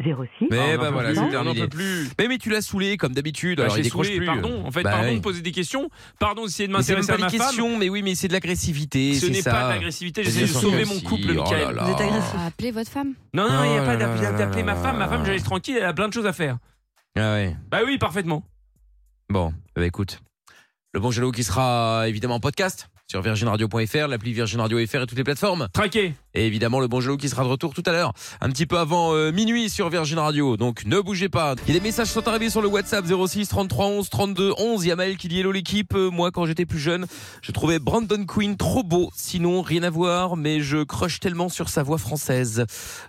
Speaker 11: 06.
Speaker 3: Mais
Speaker 6: Ah, on en
Speaker 3: bah
Speaker 6: peut
Speaker 3: voilà,
Speaker 6: plus,
Speaker 3: c'est
Speaker 6: on en
Speaker 3: terminé.
Speaker 6: peut plus.
Speaker 3: Mais, mais tu l'as saoulé comme d'habitude,
Speaker 6: Bah,
Speaker 3: alors
Speaker 6: j'ai
Speaker 3: il décroche
Speaker 6: saoulé,
Speaker 3: plus.
Speaker 6: Pardon, en fait,
Speaker 3: Bah
Speaker 6: pardon
Speaker 3: oui.
Speaker 6: de poser des questions. Pardon d'essayer de
Speaker 3: Mais c'est même
Speaker 6: m'intéresser
Speaker 3: pas
Speaker 6: à
Speaker 3: des
Speaker 6: ma femme.
Speaker 3: questions, mais oui, mais c'est de l'agressivité,
Speaker 6: Ce
Speaker 3: c'est
Speaker 6: n'est
Speaker 3: ça.
Speaker 6: pas de l'agressivité,
Speaker 3: Mais
Speaker 6: j'essaie de
Speaker 3: bien
Speaker 6: sauver
Speaker 3: sûr que
Speaker 6: mon
Speaker 3: si,
Speaker 6: couple,
Speaker 3: oh là
Speaker 6: Michael.
Speaker 3: là. Vous êtes agressif.
Speaker 4: Appelez Ah, votre femme.
Speaker 6: Non, non, il n'y a
Speaker 3: Oh
Speaker 6: pas
Speaker 3: là
Speaker 6: d'app-
Speaker 3: là
Speaker 6: d'appeler
Speaker 3: là
Speaker 6: ma femme. Ma
Speaker 3: là
Speaker 6: femme,
Speaker 3: là.
Speaker 6: je la laisse tranquille, elle a plein de choses à faire.
Speaker 3: Ah ouais.
Speaker 6: Bah oui, parfaitement.
Speaker 3: Bon, bah écoute. Le bon jaloux qui sera euh, évidemment en podcast sur virginradio.fr, l'appli Virgin Radio FR et toutes les plateformes.
Speaker 6: Traqué.
Speaker 3: Et évidemment, le bon jaloux qui sera de retour tout à l'heure, un petit peu avant euh, minuit sur Virgin Radio. Donc ne bougez pas. Il y a des messages qui sont arrivés sur le WhatsApp 06 33 11 32 11. Il y a Maël qui dit Hello l'équipe. Euh, Moi, quand j'étais plus jeune, je trouvais Brandon Quinn trop beau. Sinon, rien à voir, mais je croche tellement sur sa voix française.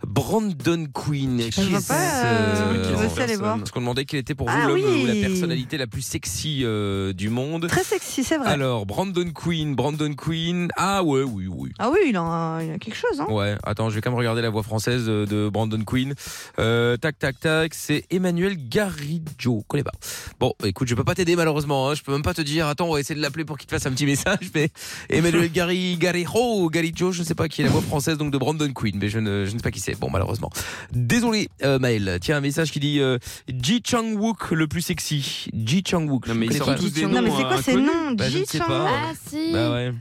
Speaker 3: Brandon Quinn.
Speaker 5: Je vois pas, euh, qui veut s'aller voir.
Speaker 3: Parce qu'on demandait quel était pour vous
Speaker 5: Ah
Speaker 3: l'homme
Speaker 5: oui.
Speaker 3: ou la personnalité la plus sexy euh, du monde.
Speaker 5: Très sexy, c'est vrai.
Speaker 3: Alors, Brandon Quinn, Brandon Quinn. Ah ouais, oui, oui.
Speaker 5: Ah oui, il a, il a quelque chose. Hein.
Speaker 3: Ouais, attends, je vais quand même regarder la voix française euh, de Brandon Quinn. Euh, tac, tac, tac, c'est Emmanuel Garrido. Connais pas. Bon, écoute, je peux pas t'aider malheureusement. hein. Je peux même pas te dire. Attends, on va essayer de l'appeler pour qu'il te fasse un petit message. Mais
Speaker 5: *laughs*
Speaker 3: Emmanuel Garri, Garrido, ou Garrido, je sais pas qui est la voix française donc de Brandon Quinn, mais je ne, je ne sais pas qui c'est. Bon, malheureusement. Désolé, euh, Maël. Tiens, un message qui dit euh, Ji Chang Wook le plus sexy. Ji Chang Wook.
Speaker 6: Non, mais ils sortent tous des
Speaker 5: Non, mais
Speaker 6: noms,
Speaker 5: c'est quoi
Speaker 6: hein,
Speaker 5: ces
Speaker 6: inconnus.
Speaker 5: noms
Speaker 3: Bah, je ne
Speaker 5: Ji
Speaker 3: sais
Speaker 5: Chang
Speaker 3: pas.
Speaker 4: Ah si.
Speaker 3: Bah ouais.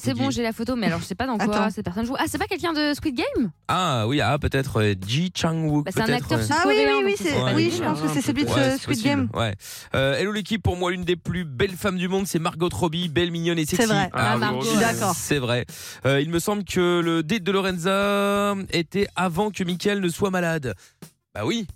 Speaker 4: C'est bon, j'ai la photo, mais alors je sais pas dans quoi
Speaker 5: Attends.
Speaker 4: cette personne joue. Ah, c'est pas quelqu'un de Squid Game
Speaker 3: Ah oui, ah peut-être euh, Ji Chang Wook.
Speaker 4: Bah, c'est un
Speaker 3: peut-être,
Speaker 4: acteur
Speaker 3: ouais.
Speaker 4: sud-
Speaker 5: Ah oui, oui, oui,
Speaker 4: donc
Speaker 5: c'est-
Speaker 4: c'est pas
Speaker 5: oui
Speaker 4: des
Speaker 5: je
Speaker 4: noms,
Speaker 5: pense que
Speaker 4: hein,
Speaker 5: c'est celui de
Speaker 3: Ouais,
Speaker 5: ce
Speaker 3: c'est
Speaker 5: Squid
Speaker 3: possible,
Speaker 5: Game.
Speaker 3: Ouais. Euh, hello l'équipe, pour moi l'une des plus belles femmes du monde, c'est Margot Robbie, belle, mignonne et sexy.
Speaker 5: C'est vrai.
Speaker 6: Ah,
Speaker 4: Margot,
Speaker 6: oui,
Speaker 5: Je
Speaker 6: oui,
Speaker 5: suis
Speaker 6: oui.
Speaker 5: d'accord.
Speaker 3: C'est vrai. Euh, il me semble que le date de Lorenza était avant que Michael ne soit malade. Bah oui.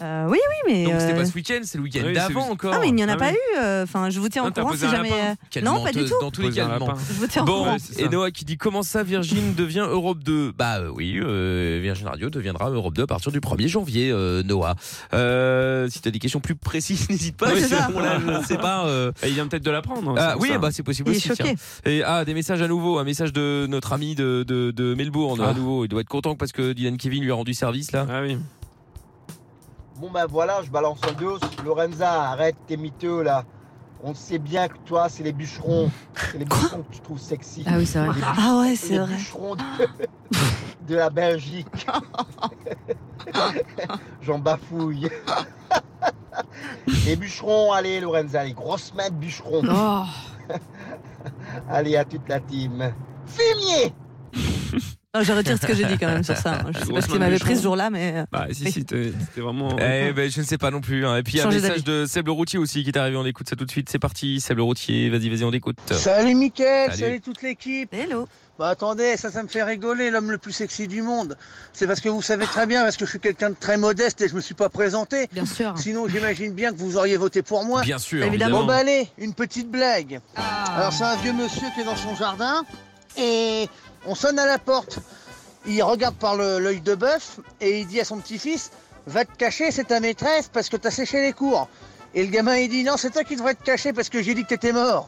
Speaker 5: Euh, oui, oui, mais.
Speaker 3: Donc c'était
Speaker 5: euh,
Speaker 3: pas ce week-end, c'est le week-end
Speaker 6: Oui,
Speaker 3: d'avant
Speaker 6: c'est-
Speaker 3: encore.
Speaker 5: Ah, mais il n'y en a
Speaker 6: Ah
Speaker 5: pas
Speaker 6: oui.
Speaker 5: eu. euh, Enfin, je vous tiens
Speaker 6: Non,
Speaker 5: au
Speaker 6: t'as
Speaker 5: courant
Speaker 6: posé
Speaker 5: si
Speaker 6: un
Speaker 5: jamais.
Speaker 6: lapin.
Speaker 5: euh,
Speaker 3: Quelle
Speaker 5: Non, pas du
Speaker 3: menteuse,
Speaker 5: tout.
Speaker 3: Dans tous les
Speaker 6: Poser
Speaker 3: cas,
Speaker 6: un
Speaker 3: elle ment.
Speaker 6: lapin.
Speaker 5: Je vous tiens au
Speaker 3: Bon,
Speaker 5: courant.
Speaker 6: c'est ça.
Speaker 3: et Noah qui dit comment ça Virgin devient Europe 2 Bah euh, oui, euh, Virgin Radio deviendra Europe 2 à partir du 1er janvier, euh, Noah. Euh, si tu as des questions plus précises, *laughs* n'hésite pas.
Speaker 5: Oui,
Speaker 3: parce
Speaker 5: c'est ça.
Speaker 3: que on la- on ne sait pas. *laughs* euh,
Speaker 6: Et il vient peut-être de l'apprendre.
Speaker 3: ah,
Speaker 6: c'est
Speaker 3: oui,
Speaker 6: ça.
Speaker 3: bah c'est possible
Speaker 5: Il est
Speaker 3: aussi. tiens.
Speaker 5: choqué.
Speaker 3: Et ah, des messages à nouveau, un message de notre ami de, de, de Melbourne
Speaker 6: Ah.
Speaker 3: à nouveau. Il doit être content parce que Dylan Kevin lui a rendu service là.
Speaker 6: Ah oui.
Speaker 9: Bon ben voilà, je balance un dos. Lorenza, arrête tes miteux là. On sait bien que toi, c'est les bûcherons. C'est les bûcherons que tu trouves sexy.
Speaker 4: Ah oui, c'est vrai.
Speaker 9: Les bûcherons-
Speaker 5: Ah ouais,
Speaker 9: les
Speaker 5: c'est vrai.
Speaker 9: bûcherons de, *laughs* de la Belgique. *laughs*
Speaker 5: *laughs*
Speaker 9: J'en bafouille. les bûcherons, allez Lorenza, les grosses mains de bûcherons.
Speaker 4: Oh.
Speaker 9: *laughs* Allez à toute la team.
Speaker 3: *laughs*
Speaker 9: Fumier
Speaker 5: Non, je retire ce que j'ai dit quand même sur ça. hein. Je sais pas
Speaker 6: Grosse
Speaker 5: ce
Speaker 6: main
Speaker 5: qu'il m'avait
Speaker 6: de
Speaker 5: pris ce jour-là, mais. euh,
Speaker 6: Bah si,
Speaker 5: Oui.
Speaker 6: si, t'es- c'était vraiment.
Speaker 3: Eh ben, je ne sais pas non plus. hein. Et puis il y a un
Speaker 5: Changer
Speaker 3: message de Seb le Routier aussi qui est arrivé. On écoute ça tout de suite. C'est parti, Seb le Routier. Vas-y, vas-y, on écoute.
Speaker 13: Salut Mickaël,
Speaker 3: Salut.
Speaker 13: salut, toute l'équipe.
Speaker 5: Hello.
Speaker 13: Bah attendez, ça, ça me fait rigoler, l'homme le plus sexy du monde. C'est parce que vous savez très bien, parce que je suis quelqu'un de très modeste et je me suis pas présenté.
Speaker 4: Bien sûr.
Speaker 13: Sinon, j'imagine bien que vous auriez voté pour moi.
Speaker 3: Bien sûr.
Speaker 13: Bon bah allez, une petite blague.
Speaker 4: Ah.
Speaker 13: Alors c'est un vieux monsieur qui est dans son jardin et on sonne à la porte. Il regarde par le- l'œil de bœuf et il dit à son petit-fils Va te cacher, c'est ta maîtresse parce que t'as séché les cours. Et le gamin il dit Non, c'est toi
Speaker 5: *laughs*
Speaker 13: qui devrais te cacher parce que j'ai dit que t'étais mort.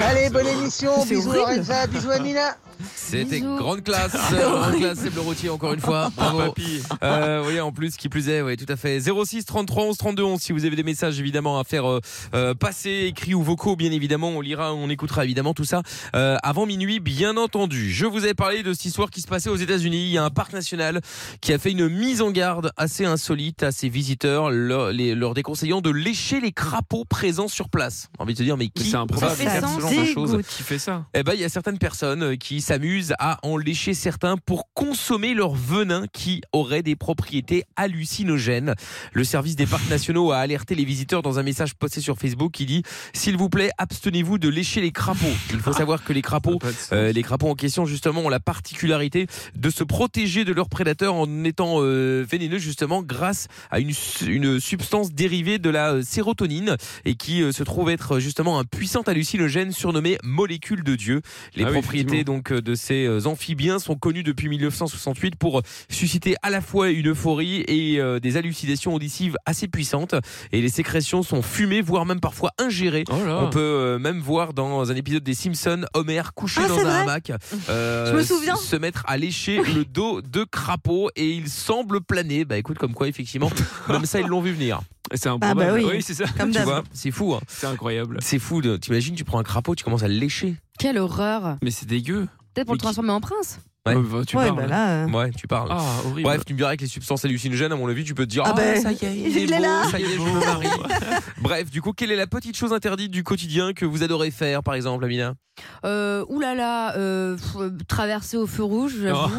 Speaker 13: allez, bonne émission,
Speaker 5: C'est
Speaker 13: bisous
Speaker 5: horrible.
Speaker 13: Lorenza, bisous Amina.
Speaker 3: C'était
Speaker 6: Bisous.
Speaker 3: grande
Speaker 6: *laughs*
Speaker 3: classe.
Speaker 6: Ah, oui.
Speaker 3: grande
Speaker 6: Ah,
Speaker 3: classe, c'est le routier encore
Speaker 6: *laughs*
Speaker 3: une fois. Bravo.
Speaker 6: Papy.
Speaker 3: Euh, oui, en plus, qui plus est, oui, tout à fait. 06 33 11 32 11. Si vous avez des messages évidemment à faire euh, euh, passer, écrits ou vocaux, bien évidemment, on lira, on écoutera évidemment tout ça euh, avant minuit, bien entendu. Je vous ai parlé de cette histoire qui se passait aux États-Unis. Il y a un parc national qui a fait une mise en garde assez insolite à ses visiteurs, leur, les- leur déconseillant de lécher les crapauds présents sur place. J'ai envie de te dire, mais qui
Speaker 6: C'est improbable.
Speaker 3: va faire ce genre de choses
Speaker 6: Qui fait ça
Speaker 3: eh ben, il y a certaines personnes euh, qui s'amusent à en lécher certains pour consommer leur venin qui aurait des propriétés hallucinogènes. Le service des parcs nationaux a alerté les visiteurs dans un message posté sur Facebook qui dit S'il vous plaît, abstenez-vous de lécher les crapauds. Il
Speaker 6: Ah.
Speaker 3: faut savoir que les crapauds, euh, les crapauds en question, justement, ont la particularité de se protéger de leurs prédateurs en étant euh, vénéneux, justement, grâce à une, su- une substance dérivée de la euh, sérotonine et qui euh, se trouve être euh, justement un puissant hallucinogène surnommé molécule de Dieu. Les
Speaker 6: Ah oui,
Speaker 3: propriétés donc euh, de ces euh, amphibiens sont connues depuis 1968 pour euh, susciter à la fois une euphorie et euh, des hallucinations auditives assez puissantes. Et les sécrétions sont fumées, voire même parfois ingérées.
Speaker 6: Oh là.
Speaker 3: On peut euh, même voir dans un épisode des Simpsons Homer couché dans un hamac euh,
Speaker 6: Je me souviens.
Speaker 3: se mettre à lécher le dos de crapaud et il semble planer. Bah écoute, comme
Speaker 6: *laughs*
Speaker 3: quoi effectivement, même ça ils l'ont vu venir.
Speaker 6: C'est
Speaker 3: bah
Speaker 6: improbable. Ah, Oui, c'est ça. Comme
Speaker 3: tu
Speaker 6: d'hab.
Speaker 3: vois, c'est fou. hein.
Speaker 6: C'est incroyable.
Speaker 3: C'est fou. De... T'imagines, tu prends un crapaud, tu commences à le lécher.
Speaker 4: Quelle horreur.
Speaker 3: Mais c'est dégueu.
Speaker 4: Peut-être pour le transformer en prince.
Speaker 3: Ouais.
Speaker 6: tu Ouais, parles. bah là, euh.
Speaker 3: Ouais, tu parles.
Speaker 6: Ah, horrible.
Speaker 3: Bref, tu me diras que les substances hallucinogènes, à mon avis, tu peux te dire
Speaker 6: Ah
Speaker 3: Ah,
Speaker 6: ben,
Speaker 3: ça y est,
Speaker 6: *laughs* il
Speaker 3: il,
Speaker 6: est
Speaker 3: beau,
Speaker 6: là.
Speaker 3: ça y est, je me marie. *laughs* Bref, du coup, quelle est la petite chose interdite du quotidien que vous adorez faire, par exemple, Amina
Speaker 4: *laughs* Euh, Ouh là là, euh, pff, euh, traverser au feu rouge, j'avoue.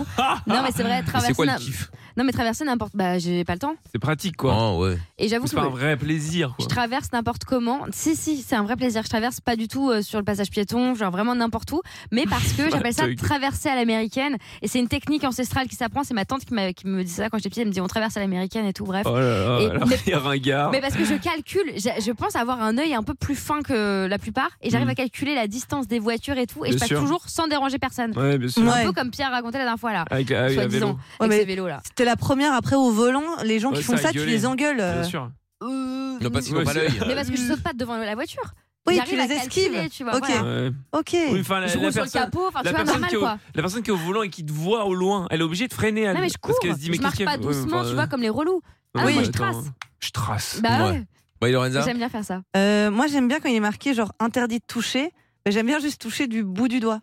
Speaker 4: non mais c'est vrai,
Speaker 3: C'est
Speaker 4: traverser.
Speaker 3: quoi le
Speaker 4: n'im-
Speaker 3: kiff
Speaker 4: Non mais traverser n'importe. Bah j'ai pas le temps.
Speaker 3: eh,
Speaker 6: C'est pratique, quoi.
Speaker 4: Et j'avoue
Speaker 6: Ah, C'est
Speaker 4: que
Speaker 6: pas un
Speaker 4: le-
Speaker 6: vrai plaisir, quoi.
Speaker 4: Je traverse n'importe comment. Si, si, c'est un vrai plaisir. Je traverse pas du tout euh, sur le passage piéton, genre vraiment n'importe où, mais parce
Speaker 6: *laughs*
Speaker 4: que j'appelle ça
Speaker 6: Bataille.
Speaker 4: traverser à l'américaine. Et c'est une technique ancestrale qui s'apprend. C'est ma tante qui, m'a- qui me disait ça quand j'étais petite. Elle me dit on traverse à l'américaine et tout, bref.
Speaker 6: Oh là là,
Speaker 4: Et-
Speaker 6: alors,
Speaker 4: mais-
Speaker 6: *laughs* il y a ringard.
Speaker 4: mais parce que je calcule, j'ai- je pense avoir un œil un peu plus fin que la plupart et j'arrive
Speaker 6: Mm.
Speaker 4: à calculer la distance des voitures et tout et
Speaker 6: Bien
Speaker 4: je passe
Speaker 6: sûr.
Speaker 4: toujours sans déranger personne.
Speaker 6: Ouais, bien sûr.
Speaker 4: Un
Speaker 6: Ouais.
Speaker 4: peu comme Pierre racontait la dernière fois là.
Speaker 6: Avec- ah oui, à vélo.
Speaker 4: soi-disant,
Speaker 5: Ouais,
Speaker 4: avec
Speaker 5: mais
Speaker 4: ces vélos là.
Speaker 5: C'était la première après au volant, les gens
Speaker 6: Ouais,
Speaker 5: qui font
Speaker 6: ça a
Speaker 5: ça, tu
Speaker 6: gueulé.
Speaker 5: les engueules. euh.
Speaker 6: Bien sûr.
Speaker 4: Euh,
Speaker 3: Non, pas s'ils
Speaker 6: Ouais,
Speaker 3: n'ont pas
Speaker 6: c'est-
Speaker 3: l'œil.
Speaker 6: *laughs*
Speaker 4: Mais parce que je saute pas devant la voiture.
Speaker 5: Oui,
Speaker 4: J'arrive
Speaker 5: tu les
Speaker 4: à calculer,
Speaker 5: esquives.
Speaker 4: Tu vois,
Speaker 5: Ok.
Speaker 4: voilà.
Speaker 6: Ouais.
Speaker 5: Ok.
Speaker 6: Oui, enfin, la,
Speaker 4: Je
Speaker 6: la
Speaker 4: roule sur le
Speaker 6: personne,
Speaker 4: capot, enfin,
Speaker 6: la
Speaker 4: tu vois,
Speaker 6: personne
Speaker 4: normal,
Speaker 6: qui est au,
Speaker 4: quoi.
Speaker 6: la personne qui est au volant et qui te voit au loin, elle est obligée de freiner. Elle,
Speaker 4: Non mais je cours,
Speaker 6: parce qu'elle se dit, mais
Speaker 4: je marche
Speaker 6: qu'est-ce
Speaker 4: pas
Speaker 6: qu'il y a Ouais,
Speaker 4: doucement,
Speaker 6: enfin,
Speaker 4: tu vois, comme les relous. Ah
Speaker 6: ouais,
Speaker 4: oui, je
Speaker 6: attends,
Speaker 4: trace.
Speaker 6: Je trace.
Speaker 4: Bah ouais.
Speaker 3: Bah, Lorenza
Speaker 4: J'aime bien faire ça.
Speaker 5: Euh, moi, j'aime bien quand il est marqué genre interdit de toucher. Mais j'aime bien juste toucher du bout du
Speaker 4: *laughs*
Speaker 5: doigt.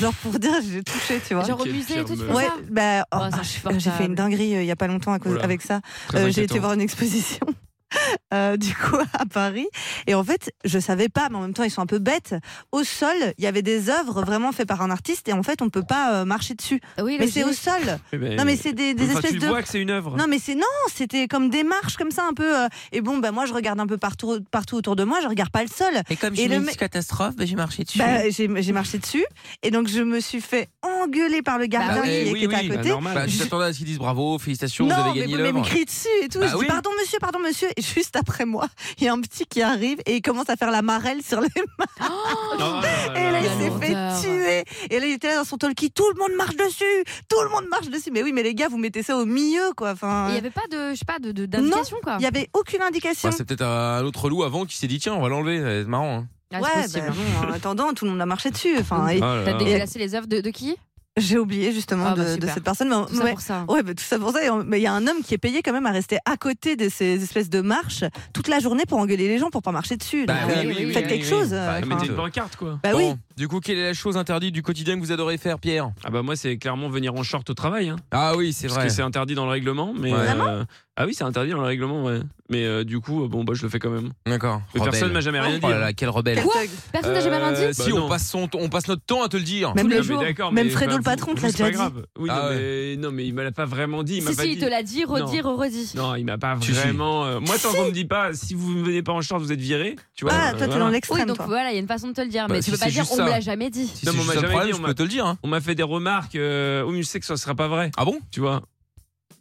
Speaker 5: Genre pour dire j'ai touché, tu vois.
Speaker 4: Genre au Quelle musée et tout, tu ferme. fais
Speaker 5: Ouais,
Speaker 4: ça
Speaker 5: bah, oh,
Speaker 4: Oh, ça,
Speaker 5: bah,
Speaker 4: je suis
Speaker 5: j'ai fait une dinguerie euh, il y a pas longtemps à cause,
Speaker 4: Oula.
Speaker 5: avec ça.
Speaker 4: Très
Speaker 5: Euh, j'ai
Speaker 4: inquiétant.
Speaker 5: été voir une exposition. *laughs* euh, du coup, à Paris. Et en fait, je savais pas, mais en même temps, ils sont un peu bêtes. Au sol, il y avait des œuvres vraiment faites par un artiste, et en fait, on peut pas euh, marcher dessus.
Speaker 4: Oui,
Speaker 5: mais
Speaker 4: logique.
Speaker 5: c'est au sol.
Speaker 6: Eh ben,
Speaker 5: non, mais c'est des, des
Speaker 6: enfin,
Speaker 5: espèces
Speaker 6: tu
Speaker 5: de.
Speaker 6: vois que c'est une œuvre.
Speaker 5: Non, mais c'est non, c'était comme des marches comme ça un peu. euh, et bon, bah moi je regarde un peu partout, partout autour de moi, je regarde pas le sol.
Speaker 3: Et comme
Speaker 5: le mec-
Speaker 3: catastrophe, j'ai marché
Speaker 5: bah, j'ai j'ai marché dessus et donc je me suis fait engueuler par le gardien qui, qui était à côté.
Speaker 3: Bah, tu
Speaker 5: Je-
Speaker 3: t'attendais à ce qu'ils disent bravo, félicitations,
Speaker 5: non,
Speaker 3: vous avez
Speaker 5: mais, mais
Speaker 3: gagné
Speaker 5: il me
Speaker 3: l'œuvre.
Speaker 5: crie dessus et tout.
Speaker 3: Bah
Speaker 5: je dis
Speaker 3: oui.
Speaker 5: pardon monsieur, pardon monsieur. Et juste après moi, il y a un petit qui arrive et il commence à faire la marelle sur les mains.
Speaker 3: Oh Ah
Speaker 5: et là, il s'est fait tuer. Et là, il était là dans son talkie. Tout le monde marche dessus. Tout le monde marche dessus. Mais oui, mais les gars, vous mettez ça au milieu, quoi. Enfin,
Speaker 4: Il y avait pas de, je sais pas, de- de- d'indication
Speaker 5: Non,
Speaker 4: quoi.
Speaker 5: Il y avait aucune indication.
Speaker 3: Bah, c'est peut-être un autre loup avant qui s'est dit tiens, on va l'enlever, ça va être marrant. hein. Oh
Speaker 4: Ah,
Speaker 5: ouais,
Speaker 4: c'est possible.
Speaker 5: bah bon, en attendant, tout le monde a marché dessus. Enfin, Ah, et-
Speaker 3: T'as
Speaker 5: et-
Speaker 4: dégueulassé les œuvres de, de qui
Speaker 5: J'ai oublié justement
Speaker 4: Ah, bah,
Speaker 5: de, de
Speaker 4: super.
Speaker 5: cette personne. Mais,
Speaker 4: Tout ça
Speaker 5: ouais,
Speaker 4: pour ça.
Speaker 5: Ouais, bah, tout ça pour ça. Et on- Mais il y a un homme qui est payé quand même à rester à côté de ces espèces de marches toute la journée pour engueuler les gens pour pas marcher dessus.
Speaker 3: Bah
Speaker 5: Donc, euh, faites quelque
Speaker 3: oui.
Speaker 5: chose. euh,
Speaker 3: Bah,
Speaker 6: mettez
Speaker 3: écoute.
Speaker 6: une pancarte, quoi.
Speaker 5: Bah oui.
Speaker 3: Bon, Du coup, quelle est la chose interdite du quotidien que vous adorez faire, Pierre
Speaker 6: Ah bah moi c'est clairement venir en short au travail. Hein.
Speaker 3: Ah oui, c'est
Speaker 6: Parce
Speaker 3: vrai.
Speaker 6: que c'est interdit dans le règlement, mais
Speaker 3: Ouais. Vraiment
Speaker 6: euh, ah oui c'est interdit dans le règlement, ouais. Mais euh, du coup euh, bon bah je le fais quand même.
Speaker 3: D'accord.
Speaker 6: Mais
Speaker 3: Rebelle.
Speaker 6: personne m'a jamais rien dit. hein.
Speaker 3: Oh là là, quel rebelle.
Speaker 4: Quoi Personne n'a jamais rien
Speaker 3: Euh,
Speaker 4: dit
Speaker 3: Si, on passe, son- on passe notre temps à te le dire.
Speaker 6: Même Tous les le- jours. mais d'accord, Même mais- Fredo bah, le vous- patron te vous, l'a c'est déjà pas dit. grave. Oui,
Speaker 3: Ah
Speaker 6: non,
Speaker 3: ouais.
Speaker 6: mais, non mais il me l'a pas vraiment dit. m'a
Speaker 4: Si,
Speaker 6: pas
Speaker 4: si, il te l'a dit, redit,
Speaker 6: Non.
Speaker 4: redit.
Speaker 6: Non, il m'a pas
Speaker 3: Si, si.
Speaker 6: vraiment. euh, moi, tant qu'on me dit pas, si vous ne venez pas en short, vous êtes viré. Tu vois.
Speaker 4: Ah,
Speaker 6: euh,
Speaker 4: toi,
Speaker 6: voilà.
Speaker 4: Oui, donc voilà, il y a une façon de te le dire,
Speaker 6: Bah,
Speaker 4: mais
Speaker 6: si
Speaker 4: tu peux
Speaker 6: c'est
Speaker 4: pas dire
Speaker 6: juste
Speaker 4: on
Speaker 6: ça.
Speaker 4: me l'a jamais dit.
Speaker 6: Non, mais on m'a jamais
Speaker 3: problème,
Speaker 6: dit,
Speaker 3: je
Speaker 6: on m'a-
Speaker 3: peux te le dire. hein.
Speaker 6: On m'a fait des remarques. euh, oui, mais je sais que ça sera pas vrai.
Speaker 3: Ah bon
Speaker 6: Tu vois.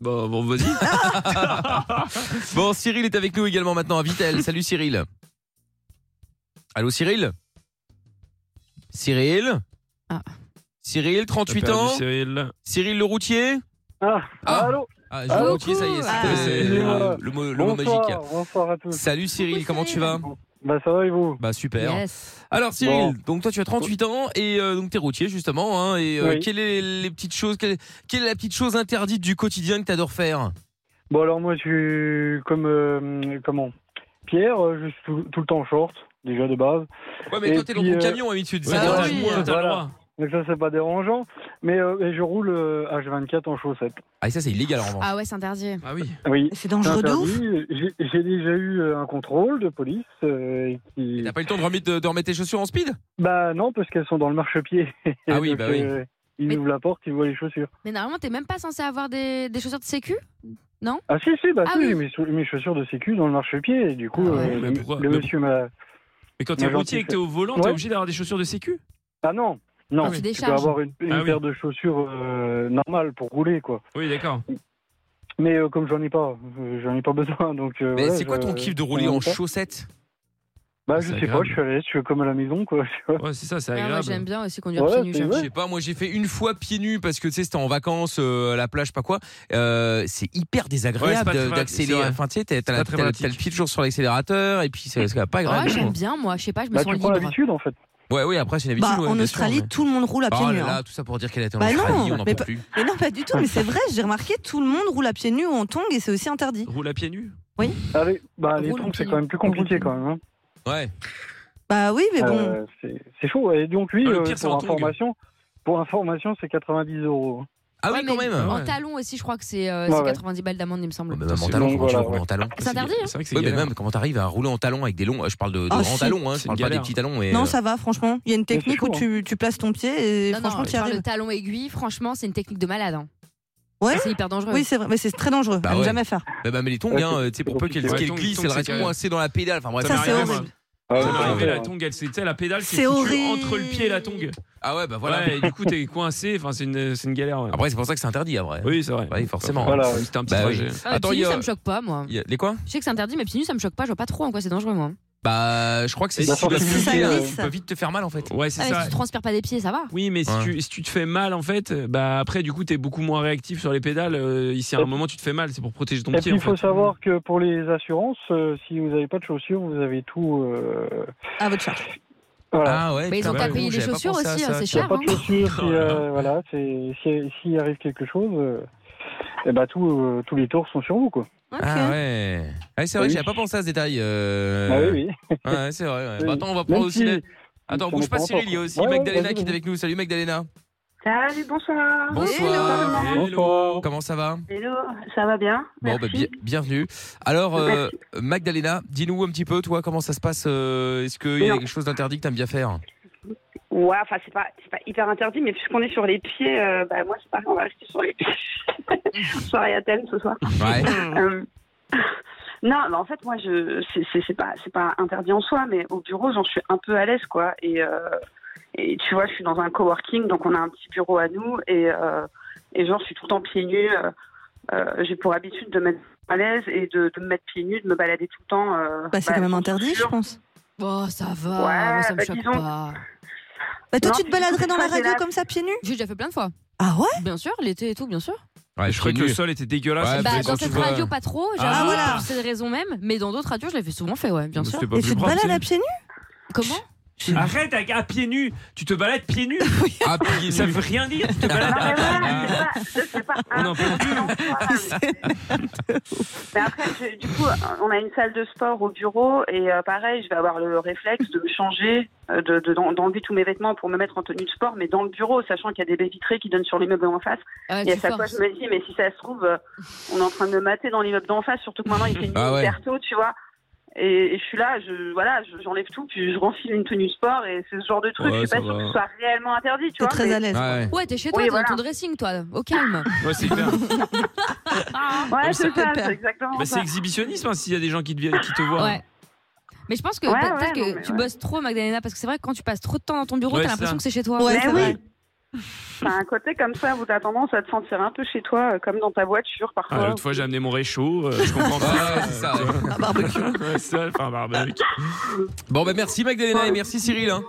Speaker 6: Bon, bon, vas-y.
Speaker 3: Bon, Cyril est avec nous également maintenant
Speaker 6: *laughs*
Speaker 3: à Vitel. Salut Cyril. Allô Cyril Cyril Cyril, 38
Speaker 6: perdu
Speaker 3: ans.
Speaker 6: Cyril.
Speaker 3: le routier
Speaker 14: Ah,
Speaker 3: allô Ah, Gilles
Speaker 14: Allô
Speaker 3: le routier, ça y est, c'était
Speaker 14: Ah,
Speaker 3: c'est,
Speaker 14: excusez-moi.
Speaker 3: euh, le, mot, le mot
Speaker 14: Bonsoir,
Speaker 3: magique.
Speaker 14: Bonsoir à tous.
Speaker 3: Salut Cyril, comment tu vas
Speaker 14: Bah ça va et vous
Speaker 3: Bah super. Alors Cyril, donc toi tu as 38 ans et euh, donc t'es routier justement. hein, et euh,
Speaker 14: Oui.
Speaker 3: quelle est les petites choses, quelle, quelle est la petite chose interdite du quotidien que t'adores faire
Speaker 14: Bon alors moi je suis comme euh, comment Pierre, euh, je suis tout, tout le temps en short déjà de base.
Speaker 3: Ouais mais
Speaker 14: Et
Speaker 3: toi t'es dans
Speaker 14: puis,
Speaker 3: ton
Speaker 14: euh,
Speaker 3: camion habitude. c'est
Speaker 14: ouais,
Speaker 3: normal.
Speaker 14: oui,
Speaker 3: Moins, t'as le
Speaker 14: voilà.
Speaker 3: droit.
Speaker 14: Donc ça c'est pas dérangeant, mais euh, et je roule euh, H24 en chaussettes.
Speaker 3: Ah et ça c'est illégal en revanche.
Speaker 4: Ah ouais, c'est interdit.
Speaker 3: Ah oui.
Speaker 14: Oui.
Speaker 5: C'est dangereux de ouf.
Speaker 14: interdit. J'ai- J'ai déjà eu euh, un contrôle de police euh, et qui.
Speaker 3: T'as pas eu le temps de remettre, de, de remettre tes chaussures en speed
Speaker 14: Bah non parce qu'elles sont dans le marchepied.
Speaker 3: Ah oui,
Speaker 14: *laughs* Donc,
Speaker 3: bah oui.
Speaker 14: euh, ils ouvrent la porte, ils voient les chaussures.
Speaker 4: Mais normalement, t'es même pas censé avoir des, des chaussures de sécu Non
Speaker 14: Ah si si bah
Speaker 4: Ah
Speaker 14: si,
Speaker 4: oui.
Speaker 14: j'ai mes, chau- mes chaussures de sécu dans le marchepied et du coup
Speaker 6: Ah ouais,
Speaker 14: euh,
Speaker 6: mais
Speaker 14: le-
Speaker 6: pourquoi-
Speaker 14: le
Speaker 6: mais-
Speaker 14: monsieur m'a.
Speaker 6: Mais quand t'es
Speaker 14: m'a gentil
Speaker 6: routier et que t'es au volant, t'es
Speaker 14: Ouais.
Speaker 6: obligé d'avoir des chaussures de sécu
Speaker 14: Ah non, non,
Speaker 6: Ah oui.
Speaker 14: tu
Speaker 6: Des
Speaker 14: peux
Speaker 6: charges.
Speaker 14: avoir une, une
Speaker 6: Ah oui.
Speaker 14: paire de chaussures euh, normales pour rouler, quoi.
Speaker 6: Oui, d'accord.
Speaker 14: Mais euh, comme j'en ai pas, euh, j'en ai pas besoin, donc. euh,
Speaker 3: Mais
Speaker 14: voilà,
Speaker 3: c'est quoi
Speaker 14: je-
Speaker 3: ton kiff de rouler en
Speaker 14: pas.
Speaker 3: chaussettes
Speaker 14: Bah je
Speaker 3: C'est
Speaker 14: sais
Speaker 3: agréable.
Speaker 14: pas, je suis à l'aise, je suis comme à la maison, quoi.
Speaker 6: Ouais, c'est ça, c'est
Speaker 4: Ah, Moi, j'aime bien aussi conduire pieds nus.
Speaker 3: Je sais pas, moi j'ai fait une fois pieds nus parce que tu sais, c'était en vacances, euh, à la plage, pas quoi. Euh, c'est
Speaker 6: Ouais,
Speaker 3: hyper
Speaker 6: c'est
Speaker 3: désagréable
Speaker 6: pas très
Speaker 3: de-
Speaker 6: pratique, c'est
Speaker 3: d'accélérer.
Speaker 6: vrai.
Speaker 3: Enfin, tu sais, t'as t'as
Speaker 6: C'est
Speaker 3: la-
Speaker 6: pas très
Speaker 3: t'as-
Speaker 6: pratique.
Speaker 3: t'as le pied toujours sur l'accélérateur et puis c'est c'est pas
Speaker 4: Ah,
Speaker 3: grave.
Speaker 4: j'aime bien, moi. Je sais pas, je me
Speaker 14: Bah,
Speaker 4: sens
Speaker 14: tu
Speaker 4: libre.
Speaker 14: prends l'habitude, en fait.
Speaker 3: Ouais, oui, après c'est une habitude.
Speaker 5: Bah,
Speaker 3: ouais,
Speaker 5: en
Speaker 3: bien sûr,
Speaker 5: Australie,
Speaker 3: mais-
Speaker 5: tout le monde roule à pieds
Speaker 3: Oh
Speaker 5: nus.
Speaker 3: là
Speaker 5: hein.
Speaker 3: là, tout ça pour dire qu'elle était en
Speaker 5: Bah non,
Speaker 3: Australie, on n'en
Speaker 5: mais
Speaker 3: peut
Speaker 5: pas-
Speaker 3: plus.
Speaker 5: Mais non, pas du tout, mais c'est vrai, j'ai remarqué, tout le monde roule à pieds nus ou en tongs et c'est aussi interdit.
Speaker 6: Roule à pieds nus
Speaker 5: Oui
Speaker 14: Allez, bah les
Speaker 5: Roule
Speaker 14: pompes, c'est
Speaker 5: pieds
Speaker 14: quand
Speaker 5: nus.
Speaker 14: même plus compliqué, quand même. hein.
Speaker 3: Ouais.
Speaker 5: Bah oui, mais bon.
Speaker 14: Euh, c'est- c'est chaud. Et donc oui,
Speaker 6: Ah, le
Speaker 14: euh,
Speaker 6: pire, c'est en
Speaker 14: pour
Speaker 6: tongs.
Speaker 14: information, pour information, c'est 90 euros. hein.
Speaker 3: Ah oui, quand même.
Speaker 4: En talon aussi, je crois que c'est euh,
Speaker 14: Ouais,
Speaker 4: c'est
Speaker 14: ouais.
Speaker 4: 90 balles d'amende, il me semble.
Speaker 3: Même en
Speaker 14: C'est
Speaker 3: talon,
Speaker 14: long,
Speaker 3: comment tu vas
Speaker 14: voilà,
Speaker 3: rouler en
Speaker 14: ouais.
Speaker 3: talon
Speaker 4: C'est interdit, hein
Speaker 3: Ouais, mais même comment t'arrives à rouler en talon avec des longs. Je parle de, de
Speaker 5: Ah,
Speaker 3: grands
Speaker 5: si.
Speaker 3: talons, hein, je
Speaker 5: C'est
Speaker 3: parle
Speaker 5: une
Speaker 3: pas des
Speaker 5: galère.
Speaker 3: petits talons. Mais
Speaker 5: non,
Speaker 3: euh,
Speaker 5: ça va, Ah, franchement. Il y a une technique
Speaker 3: chaud,
Speaker 14: hein.
Speaker 5: où tu, tu places ton pied et
Speaker 4: Non,
Speaker 5: franchement,
Speaker 4: non,
Speaker 5: tu y
Speaker 4: je parle
Speaker 5: arrives.
Speaker 4: de talon aiguille, franchement, c'est une technique de malade. hein.
Speaker 5: Ouais.
Speaker 4: C'est hyper dangereux.
Speaker 5: Oui, c'est vrai, mais c'est très dangereux.
Speaker 3: Bah
Speaker 5: à ne
Speaker 3: ouais.
Speaker 5: jamais faire.
Speaker 3: Bah, bah, mais les tongs,
Speaker 6: Ouais,
Speaker 3: hein,
Speaker 6: c'est-
Speaker 3: tu sais, pour
Speaker 6: c'est
Speaker 3: peu
Speaker 6: compliqué.
Speaker 3: qu'elle qu'elle
Speaker 6: Ouais, tongs,
Speaker 3: glisse,
Speaker 6: tongs,
Speaker 3: elle
Speaker 6: c'est
Speaker 3: reste
Speaker 6: carré.
Speaker 3: coincée dans la pédale. Enfin bref, hein.
Speaker 6: Ça m'est arrivé, moi.
Speaker 14: Ah
Speaker 6: Ça
Speaker 14: ouais,
Speaker 6: m'est arrivé,
Speaker 14: ouais.
Speaker 6: la tongue, elle c'était la pédale,
Speaker 5: C'est
Speaker 6: c'est foutu
Speaker 5: horrible.
Speaker 6: entre le pied et la tongue.
Speaker 3: Ah ouais, bah voilà.
Speaker 6: et du coup, t'es coincé, enfin, c'est une, c'est une galère. ouais.
Speaker 3: Après, c'est pour ça que c'est interdit, après.
Speaker 6: Oui, c'est vrai.
Speaker 3: Oui, forcément.
Speaker 6: Voilà. C'était un petit
Speaker 3: Bah oui.
Speaker 6: trajet.
Speaker 4: Ah,
Speaker 3: Attends,
Speaker 4: pieds
Speaker 3: il y
Speaker 4: nus,
Speaker 3: a-
Speaker 4: ça me choque pas, moi.
Speaker 3: il y a- Les quoi
Speaker 4: Je sais que c'est interdit, mais pieds nus, ça me choque pas. Je vois pas trop en quoi c'est dangereux, moi.
Speaker 3: Bah, je crois que c'est
Speaker 6: Et
Speaker 3: si
Speaker 6: si
Speaker 3: tu dois
Speaker 6: ça glisse.
Speaker 3: flipper, euh,
Speaker 4: glisse.
Speaker 3: peut vite te faire mal en fait.
Speaker 6: Ouais, c'est
Speaker 4: Ah, mais si
Speaker 6: ça.
Speaker 4: tu transpires pas des pieds, ça va.
Speaker 6: Oui, mais si,
Speaker 3: Ouais.
Speaker 6: tu, si tu te fais mal, en fait, euh, bah après, du coup, t'es beaucoup moins réactif sur les pédales. euh, ici, à un moment, tu te fais mal, c'est pour protéger ton
Speaker 14: Et
Speaker 6: pied.
Speaker 14: puis
Speaker 6: en
Speaker 14: il faut
Speaker 6: fait.
Speaker 14: savoir que pour les assurances, euh, si vous n'avez pas de chaussures, vous avez tout. euh,
Speaker 5: À votre charge.
Speaker 14: Voilà.
Speaker 3: Ah ouais,
Speaker 4: Mais ils
Speaker 3: putain,
Speaker 4: ont
Speaker 3: bah,
Speaker 4: tapé
Speaker 3: bon,
Speaker 4: les
Speaker 3: j'avais pas
Speaker 4: chaussures
Speaker 3: pensé à
Speaker 4: aussi,
Speaker 3: ça,
Speaker 4: hein, c'est
Speaker 3: tu vois. Oh
Speaker 4: cher.
Speaker 14: pas
Speaker 4: hein.
Speaker 14: de chaussures, si, euh, voilà, c'est- si- s'il arrive quelque chose, euh, eh ben, tout, euh, tous les tours sont sur vous, quoi.
Speaker 3: Ah ouais. Ouais, c'est vrai,
Speaker 14: Oui.
Speaker 3: j'avais pas pensé à ce détail.
Speaker 14: Ah
Speaker 3: euh,
Speaker 14: oui, oui.
Speaker 3: Ouais, c'est vrai. ouais.
Speaker 14: Oui.
Speaker 3: Bah, attends, on va prendre
Speaker 14: Même
Speaker 3: aussi.
Speaker 14: si-
Speaker 3: la- Attends,
Speaker 14: si on
Speaker 3: bouge
Speaker 14: est
Speaker 3: pas,
Speaker 14: pas
Speaker 3: Cyril,
Speaker 14: encore,
Speaker 3: il y a aussi
Speaker 14: ouais, ouais,
Speaker 3: Magdalena
Speaker 14: vas-y,
Speaker 3: qui est
Speaker 14: vas-y.
Speaker 3: avec nous. Salut Magdalena.
Speaker 11: Salut, bonsoir.
Speaker 3: Bonsoir.
Speaker 6: Hello.
Speaker 3: Comment ça va
Speaker 11: Hello, ça va bien
Speaker 3: Bon, bah, bien- bienvenue. Alors, euh, Magdalena, dis-nous un petit peu, toi, comment ça se passe euh, Est-ce qu'il y a
Speaker 15: Non.
Speaker 3: quelque chose d'interdit que t'aimes bien faire
Speaker 15: Ouais, enfin, c'est pas, c'est pas hyper interdit, mais puisqu'on est sur les pieds, euh, bah, moi, c'est pareil, on va rester sur les pieds. *laughs* Soirée à thème ce soir.
Speaker 3: Ouais.
Speaker 15: *laughs* Euh, non, mais en fait, moi, je, c'est- c'est c'est pas, c'est pas interdit en soi, mais au bureau, j'en suis un peu à l'aise, quoi. Et, euh, et tu vois, je suis dans un coworking, donc on a un petit bureau à nous, et, euh, et genre, je suis tout le temps pieds nus. euh, euh, J'ai pour habitude de mettre à l'aise et de, de me mettre pieds nus, de me balader tout le temps. euh,
Speaker 5: Bah, c'est
Speaker 15: bah,
Speaker 5: quand même interdit, je pense.
Speaker 4: Oh, ça va,
Speaker 15: Ouais,
Speaker 4: moi, ça me
Speaker 15: bah,
Speaker 4: choque
Speaker 15: disons-
Speaker 4: pas.
Speaker 5: Bah, toi,
Speaker 15: Non,
Speaker 5: tu te
Speaker 15: puis
Speaker 5: baladerais
Speaker 15: surtout,
Speaker 5: dans la
Speaker 15: ça, c'est
Speaker 5: radio
Speaker 15: la-
Speaker 5: comme ça, pieds nus
Speaker 4: J'ai déjà fait plein de fois.
Speaker 5: Ah ouais
Speaker 4: Bien sûr, l'été et tout, bien sûr.
Speaker 3: Ouais,
Speaker 6: Je croyais que le sol était dégueulasse.
Speaker 3: Ouais,
Speaker 6: mais
Speaker 4: Bah,
Speaker 6: quand
Speaker 4: dans
Speaker 6: tu
Speaker 4: cette
Speaker 6: vois-
Speaker 4: radio, pas trop. J'avoue,
Speaker 6: Ah, voilà.
Speaker 4: pour ces raisons même. Mais dans d'autres radios, je l'ai fait souvent fait, ouais, bien
Speaker 6: Mais
Speaker 4: sûr.
Speaker 6: c'était pas
Speaker 5: Et
Speaker 6: plus
Speaker 5: tu te
Speaker 6: propre,
Speaker 5: balades
Speaker 6: c'est-
Speaker 5: à pieds nus
Speaker 4: Comment
Speaker 6: Arrête à, à pieds nus. Tu te balades pieds nus.
Speaker 3: Ah, pieds
Speaker 6: ça
Speaker 3: nus. Ah,
Speaker 6: veut rien dire. Tu te balades à On en peut plus. hein.
Speaker 3: *laughs*
Speaker 15: Mais après, je- du coup, on a une salle de sport au bureau et euh, pareil, je vais avoir le réflexe de me changer, euh, de, de- d'en- d'enlever tous mes vêtements pour me mettre en tenue de sport, mais dans le bureau, sachant qu'il y a des baies vitrées qui donnent sur l'immeuble en face.
Speaker 4: Ah,
Speaker 15: et à
Speaker 4: tu
Speaker 15: chaque fois,
Speaker 4: forces.
Speaker 15: je me dis, mais si ça se trouve, euh, on est en train de me mater dans l'immeuble d'en face, surtout que maintenant, il fait nuit
Speaker 3: Ah ouais.
Speaker 15: hyper tôt, tu vois. Et, et je suis là, je, voilà, je- j'enlève tout, puis je renfile une tenue de sport et c'est ce genre de truc.
Speaker 6: Ouais,
Speaker 15: je suis
Speaker 6: ça
Speaker 15: pas sûre
Speaker 6: va.
Speaker 15: que ce soit réellement interdit, tu
Speaker 5: T'es
Speaker 15: vois.
Speaker 5: très
Speaker 15: mais-
Speaker 5: à l'aise.
Speaker 3: Ouais.
Speaker 4: Ouais, t'es chez toi,
Speaker 15: Oui,
Speaker 4: t'es
Speaker 15: voilà.
Speaker 4: dans ton dressing, toi, au calme.
Speaker 6: Ouais, c'est clair.
Speaker 15: Ah, Ouais,
Speaker 6: Comme
Speaker 15: c'est
Speaker 6: ça.
Speaker 15: ça,
Speaker 5: Pépère.
Speaker 15: c'est exactement
Speaker 6: Bah, c'est
Speaker 15: ça.
Speaker 6: exhibitionnisme hein, s'il y a des gens qui, te, viennent- qui te voient. hein.
Speaker 4: Ouais. Mais je pense que
Speaker 15: Ouais,
Speaker 4: peut-être
Speaker 15: ouais, non,
Speaker 4: que
Speaker 15: mais
Speaker 4: tu
Speaker 15: ouais.
Speaker 4: bosses trop, Magdalena, parce que c'est vrai que quand tu passes trop de temps dans ton bureau,
Speaker 6: Ouais,
Speaker 4: t'as
Speaker 6: c'est
Speaker 4: l'impression
Speaker 6: ça.
Speaker 4: que c'est chez toi.
Speaker 5: Ouais,
Speaker 15: Mais
Speaker 5: c'est
Speaker 15: oui.
Speaker 5: vrai.
Speaker 15: T'as un côté comme ça où t'as tendance à te sentir un peu chez toi, euh, comme dans ta voiture
Speaker 6: Ah,
Speaker 15: parfois.
Speaker 6: L'autre fois, j'ai amené mon réchaud. euh, je comprends pas.
Speaker 3: Ouais, Ah, c'est ça, ouais.
Speaker 5: Un
Speaker 6: *laughs*
Speaker 5: barbecue.
Speaker 6: Ouais, ça, enfin, barbecue.
Speaker 3: Bon, bah merci Magdalena et merci Eh, Cyril. hein.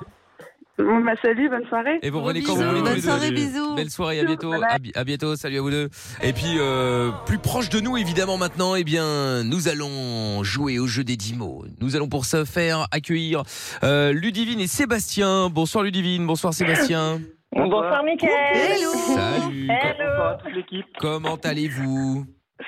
Speaker 15: Bon, bah, salut, bonne soirée.
Speaker 3: Et vous revenez quand vous voulez. tous les deux.
Speaker 15: Salut.
Speaker 3: Belle soirée, à bientôt. À, bi- à bientôt, salut à vous deux. Et puis, euh, plus proche de nous, évidemment, maintenant, eh bien, nous allons jouer au jeu des 10 mots. Nous allons pour ce faire accueillir euh, Ludivine et Sébastien. Bonsoir Ludivine, bonsoir Sébastien.
Speaker 16: Bonsoir, Mickaël. Hello.
Speaker 3: Salut.
Speaker 16: Hello.
Speaker 3: Comment allez-vous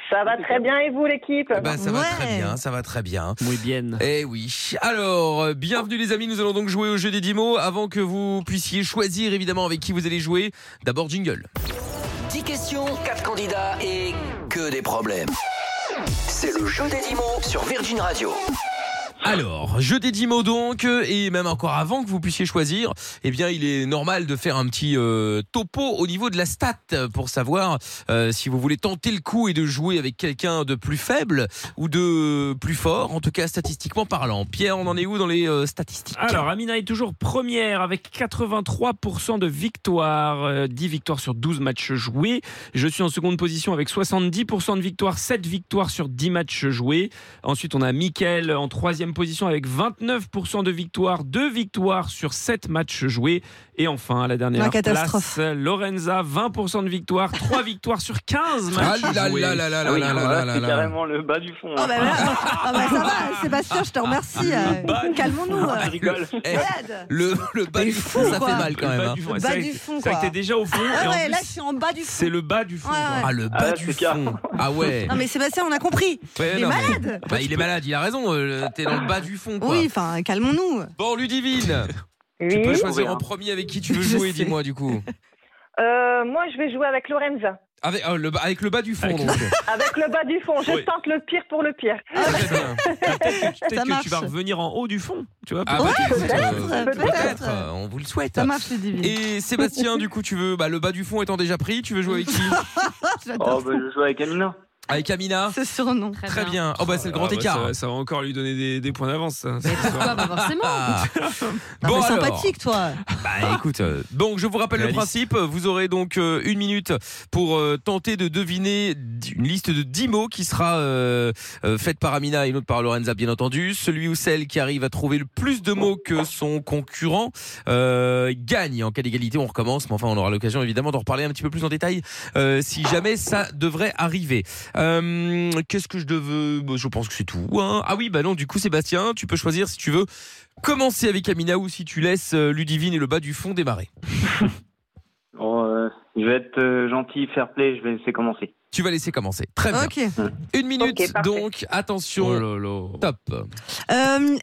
Speaker 16: Ça va très bien et vous, l'équipe
Speaker 3: Ben, ça va très bien, ça va très bien. Muy bien. Eh oui. Alors, euh, bienvenue les amis, nous allons donc jouer au jeu des 10 mots. Avant que vous puissiez choisir évidemment avec qui vous allez jouer, d'abord jingle.
Speaker 2: 10 questions, 4 candidats et que des problèmes. C'est le jeu des 10 mots sur Virgin Radio.
Speaker 3: Alors, je des 10 mots donc, euh, et même encore avant que vous puissiez choisir, eh bien, il est normal de faire un petit euh, topo au niveau de la stat euh, pour savoir euh, si vous voulez tenter le coup et de jouer avec quelqu'un de plus faible ou de plus fort, en tout cas statistiquement parlant. Pierre, on en est où dans les euh, statistiques
Speaker 6: Alors, Amina est toujours première avec 83% de victoires, euh, 10 victoires sur 12 matchs joués. Je suis en seconde position avec 70% de victoires, 7 victoires sur 10 matchs joués. Ensuite, on a Mickaël en troisième position avec 29% de victoires, 2 victoires sur 7 matchs joués. Et enfin, à la dernière
Speaker 5: La catastrophe.
Speaker 6: place, Lorenza, 20% de victoires, 3 *laughs* victoires sur 15 matchs
Speaker 3: Ah là
Speaker 6: joués.
Speaker 3: là là là là
Speaker 6: Ah oui,
Speaker 3: là
Speaker 6: alors
Speaker 3: là
Speaker 6: là,
Speaker 3: là
Speaker 6: c'est
Speaker 3: là.
Speaker 6: carrément
Speaker 16: le bas du fond.
Speaker 5: Ah bah, là, ah bah, ça va, Sébastien, je te remercie.
Speaker 3: Ah,
Speaker 5: euh, Calmons-nous.
Speaker 6: *laughs*
Speaker 5: euh.
Speaker 3: Eh, le, le bas du fond, ça fait mal quand
Speaker 6: Le
Speaker 3: même.
Speaker 6: bas
Speaker 3: hein.
Speaker 6: du fond,
Speaker 5: Le
Speaker 6: c'est
Speaker 5: bas
Speaker 6: vrai
Speaker 5: du
Speaker 6: que-
Speaker 5: fond,
Speaker 6: c'est vrai que
Speaker 5: quoi.
Speaker 6: t'es déjà au fond.
Speaker 5: Ah
Speaker 6: et en
Speaker 5: ouais,
Speaker 6: plus,
Speaker 5: là, je suis en bas du fond.
Speaker 6: c'est le bas du fond.
Speaker 5: Ouais, ouais.
Speaker 6: quoi.
Speaker 3: Ah, le bas du fond. Ah ouais.
Speaker 5: *laughs* Non mais Sébastien, on a compris.
Speaker 3: Ouais,
Speaker 5: il est
Speaker 3: non, mais-
Speaker 5: malade.
Speaker 3: Bah, il est malade, il a raison. euh, T'es dans le bas du fond, quoi.
Speaker 5: Oui, enfin, calmons-nous.
Speaker 3: Bon, Ludivine, tu
Speaker 16: Oui.
Speaker 3: peux choisir en premier avec qui tu veux jouer, dis-moi du coup.
Speaker 16: Euh, moi, je vais jouer avec Lorenza.
Speaker 3: Avec, ah, le, avec le bas du fond, donc.
Speaker 16: Avec le bas du fond. Je tente le pire pour le pire.
Speaker 6: *laughs* Peut-être
Speaker 16: Ça
Speaker 6: que tu vas
Speaker 16: marche.
Speaker 6: revenir en haut du fond. Tu vois,
Speaker 3: Ah,
Speaker 6: peut-être. Ah, bah,
Speaker 3: peut-être,
Speaker 16: peut-être,
Speaker 3: peut-être,
Speaker 16: peut-être.
Speaker 3: euh, on vous le souhaite.
Speaker 5: Ça marche, Ludivine.
Speaker 3: Et Sébastien, du coup, tu veux. Bah, le bas du fond étant déjà pris, tu veux jouer avec qui
Speaker 5: *laughs* J'adore.
Speaker 12: Oh, bah, je joue avec Amina.
Speaker 3: Avec Amina
Speaker 5: ce surnom.
Speaker 3: Très bien. Oh, bah, c'est le grand
Speaker 6: Ah bah,
Speaker 3: écart.
Speaker 6: Ça, ça va encore lui donner des, des points d'avance. ça.
Speaker 3: Ah.
Speaker 5: bah, Non,
Speaker 3: Bon,
Speaker 5: mais
Speaker 3: alors.
Speaker 5: sympathique, toi.
Speaker 3: Bah
Speaker 6: Ah.
Speaker 3: écoute, euh, donc je vous rappelle le
Speaker 6: Réaliste.
Speaker 3: principe, vous aurez donc euh, une minute pour euh, tenter de deviner d- une liste de 10 mots qui sera euh, euh, faite par Amina et une autre par Lorenza bien entendu. Celui ou celle qui arrive à trouver le plus de mots que son concurrent euh, gagne. En cas d'égalité, on recommence, mais enfin on aura l'occasion évidemment d'en reparler un petit peu plus en détail euh, si jamais ça devrait arriver. Euh, Qu'est-ce que je devais Bah, Je pense que c'est tout. hein. Ah oui, bah non, du coup Sébastien, tu peux choisir si tu veux commencer avec Amina ou si tu laisses euh, Ludivine et le bas du fond démarrer.
Speaker 17: Bon, euh, je vais être euh, gentil, fair play, je vais laisser commencer.
Speaker 3: Tu vas laisser commencer. Très bien. Une minute donc,
Speaker 6: Oh
Speaker 3: attention. Top.
Speaker 5: Euh,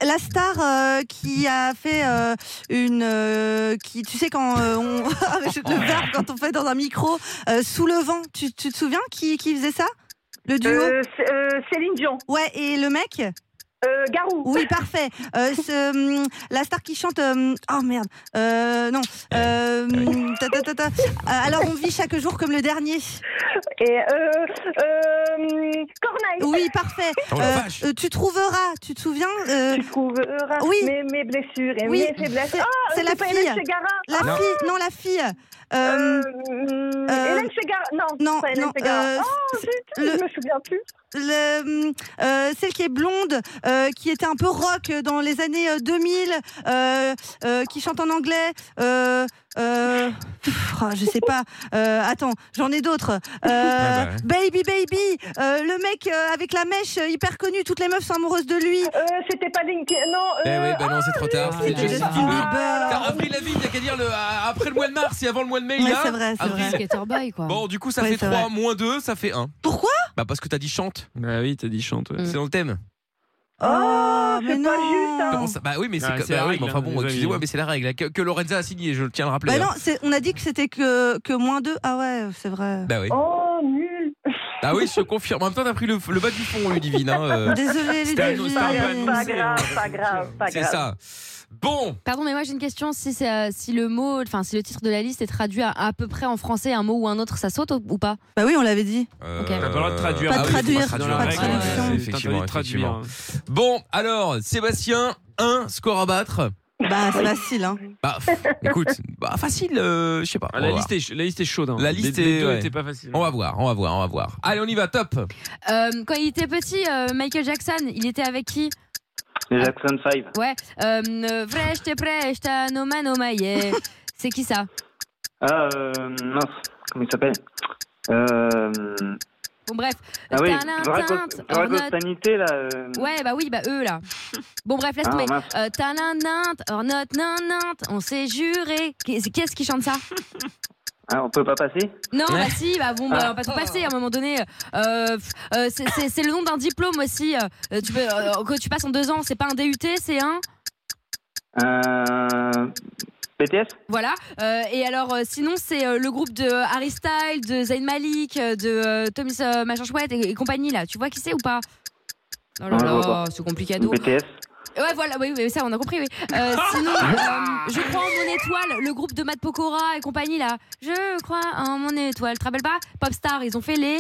Speaker 5: la star euh, qui a fait euh, une, euh, qui, tu sais quand euh, on, *laughs* Ah, mais je te verbe quand on fait dans un micro euh, sous le vent. Tu, tu te souviens qui, qui faisait ça Le duo.
Speaker 16: Euh, c'est- euh, Céline Dion. Euh,
Speaker 5: Ouais et le mec.
Speaker 16: Garou.
Speaker 5: Oui, parfait. Euh, ce, hum, la star qui chante. hum, oh merde. Euh, non. Euh, hum, ta, ta, ta, ta. Euh, alors on vit chaque jour comme le dernier.
Speaker 16: Et euh, euh, Corneille.
Speaker 5: Oui, parfait.
Speaker 16: Oh la
Speaker 5: Euh,
Speaker 16: vache.
Speaker 5: euh, tu trouveras. Tu te souviens Tu
Speaker 16: trouveras.
Speaker 5: Oui.
Speaker 16: Mes, mes blessures et
Speaker 5: Oui.
Speaker 16: mes faiblesses.
Speaker 5: C'est-
Speaker 16: Ah,
Speaker 5: c'est la
Speaker 16: pas
Speaker 5: fille.
Speaker 16: Hélène Ségara.
Speaker 5: La
Speaker 16: Ah.
Speaker 5: fille, non, la fille. Euh, euh,
Speaker 16: hum, Hélène Ségara. Non,
Speaker 5: non,
Speaker 16: c'est pas Hélène
Speaker 5: non,
Speaker 16: Ségara.
Speaker 5: euh,
Speaker 16: *laughs* oh,
Speaker 5: c'est-
Speaker 16: zut,
Speaker 5: le-
Speaker 16: je me souviens plus.
Speaker 5: le, euh, celle qui est blonde, euh, qui était un peu rock dans les années euh, 2000, euh, euh, qui chante en anglais. Euh, euh, pff, oh, je sais pas. Euh, attends, j'en ai d'autres. Euh,
Speaker 16: Ah bah ouais.
Speaker 5: Baby, baby, euh, le mec euh, avec la mèche euh, hyper connu, toutes les meufs sont amoureuses de lui.
Speaker 16: Euh, C'était pas Linkin, non. euh,
Speaker 3: Eh oui, bah non, c'est trop tard. C'est
Speaker 5: Ah, c'était
Speaker 3: Justin
Speaker 5: Justin
Speaker 3: Bieber.
Speaker 5: Bieber.
Speaker 3: T'as appris la vie, t'as qu'à dire le, à- après le mois de mars et avant le mois de mai.
Speaker 5: Ouais,
Speaker 3: là.
Speaker 5: c'est vrai, c'est
Speaker 3: Avril.
Speaker 5: vrai.
Speaker 4: Skaterboy, quoi.
Speaker 3: Bon, du coup, ça
Speaker 5: Ouais,
Speaker 3: fait
Speaker 5: c'est
Speaker 3: 3
Speaker 5: vrai.
Speaker 3: moins 2, ça fait 1.
Speaker 5: Pourquoi
Speaker 3: Bah parce que t'as dit chante.
Speaker 6: Bah oui, t'as dit chante. ouais.
Speaker 3: C'est dans le thème.
Speaker 5: Oh, mais non.
Speaker 3: Comment ça Bah oui, mais c'est
Speaker 6: Ah,
Speaker 3: que-
Speaker 6: c'est la
Speaker 3: bah oui,
Speaker 6: règle,
Speaker 3: mais enfin
Speaker 6: hein, les
Speaker 3: bon,
Speaker 6: amis,
Speaker 3: excusez-moi,
Speaker 6: hein.
Speaker 3: mais c'est la règle hein, que, que Lorenza a signé, je tiens à le rappeler.
Speaker 5: Bah
Speaker 3: hein.
Speaker 5: non, c'est- on a dit que c'était que, que moins 2. Ah ouais, c'est vrai.
Speaker 3: Bah oui.
Speaker 16: Oh, nul.
Speaker 3: Ah oui, je te confirme. En même temps, t'as pris le, le bas du fond, Ludivine. Hein, euh.
Speaker 5: Désolée,
Speaker 3: C'était un- c'était un peu
Speaker 16: Pas
Speaker 3: annoncé, hein.
Speaker 16: grave, pas grave, pas grave.
Speaker 3: C'est ça. Bon,
Speaker 4: Pardon, mais moi j'ai une question. Si, c'est, euh, si le mot, enfin si le titre de la liste est traduit à, à peu près en français, un mot ou un autre, ça saute ou, ou pas
Speaker 5: Bah oui, on l'avait dit.
Speaker 3: Euh,
Speaker 16: Euh.
Speaker 6: T'as pas le droit de traduire.
Speaker 5: Pas de
Speaker 6: Ah oui, faut
Speaker 5: traduire,
Speaker 6: traduire
Speaker 5: pas de
Speaker 6: la règle,
Speaker 5: traduction.
Speaker 6: ouais,
Speaker 3: Ouais,
Speaker 6: ouais,
Speaker 3: effectivement,
Speaker 6: t'as interdit de
Speaker 3: effectivement. Bon, alors, Sébastien, 1 score à battre.
Speaker 5: Bah, c'est facile, hein.
Speaker 3: Bah, f- écoute, bah, facile, euh, je sais pas.
Speaker 6: Ah,
Speaker 3: on
Speaker 6: la,
Speaker 3: va
Speaker 6: liste
Speaker 3: voir.
Speaker 6: est, la liste est chaude. hein.
Speaker 3: La
Speaker 6: Les-
Speaker 3: liste
Speaker 6: les
Speaker 3: est-
Speaker 6: deux
Speaker 3: ouais.
Speaker 6: étaient pas faciles.
Speaker 3: On va voir, on va voir, on va voir. Allez, on y va, top.
Speaker 4: Euh, Quand il était petit, euh, Michael Jackson, il était avec qui
Speaker 17: Les Jackson 5.
Speaker 4: Ouais. Euh, euh, Vrejte, prejte, anomanomaier. C'est qui ça
Speaker 17: Ah, euh, mince, comment il s'appelle euh,
Speaker 4: Bon, bref.
Speaker 17: Ah oui,
Speaker 4: Tadam, tadam, ornat-
Speaker 17: Sanité, là. euh,
Speaker 4: Ouais, bah oui, bah eux là. Bon, bref, laisse
Speaker 17: Ah,
Speaker 4: tomber.
Speaker 17: mince.
Speaker 4: Euh, Talanant, ornot, nanant, on s'est juré. Qu'est- Qu'est-ce qui chante ça
Speaker 17: ah, on peut pas passer
Speaker 4: Non, bah si, bah bon, bah,
Speaker 17: Ah.
Speaker 4: on va pas tout passer à un moment donné. Euh, pff, euh, c'est- c'est c'est le nom d'un diplôme aussi. Euh, tu peux, euh, que tu passes en deux ans, c'est pas un DUT, c'est un.
Speaker 17: Euh, BTS
Speaker 4: Voilà. Euh, et alors, euh, sinon, c'est euh, le groupe de Harry Styles, de Zayn Malik, euh, de euh, Thomas euh, Machin Chouette et, et compagnie là. Tu vois qui c'est ou pas Oh là
Speaker 17: Non, je vois
Speaker 4: là,
Speaker 17: pas.
Speaker 4: c'est compliqué à dos.
Speaker 17: BTS
Speaker 4: Ouais, voilà, oui, oui, ça, on a compris, oui. Euh,
Speaker 3: *laughs*
Speaker 4: sinon, euh, je crois en mon étoile, le groupe de Matt Pokora et compagnie, là. Je crois en mon étoile. Tu te rappelles pas Popstar, ils ont fait les.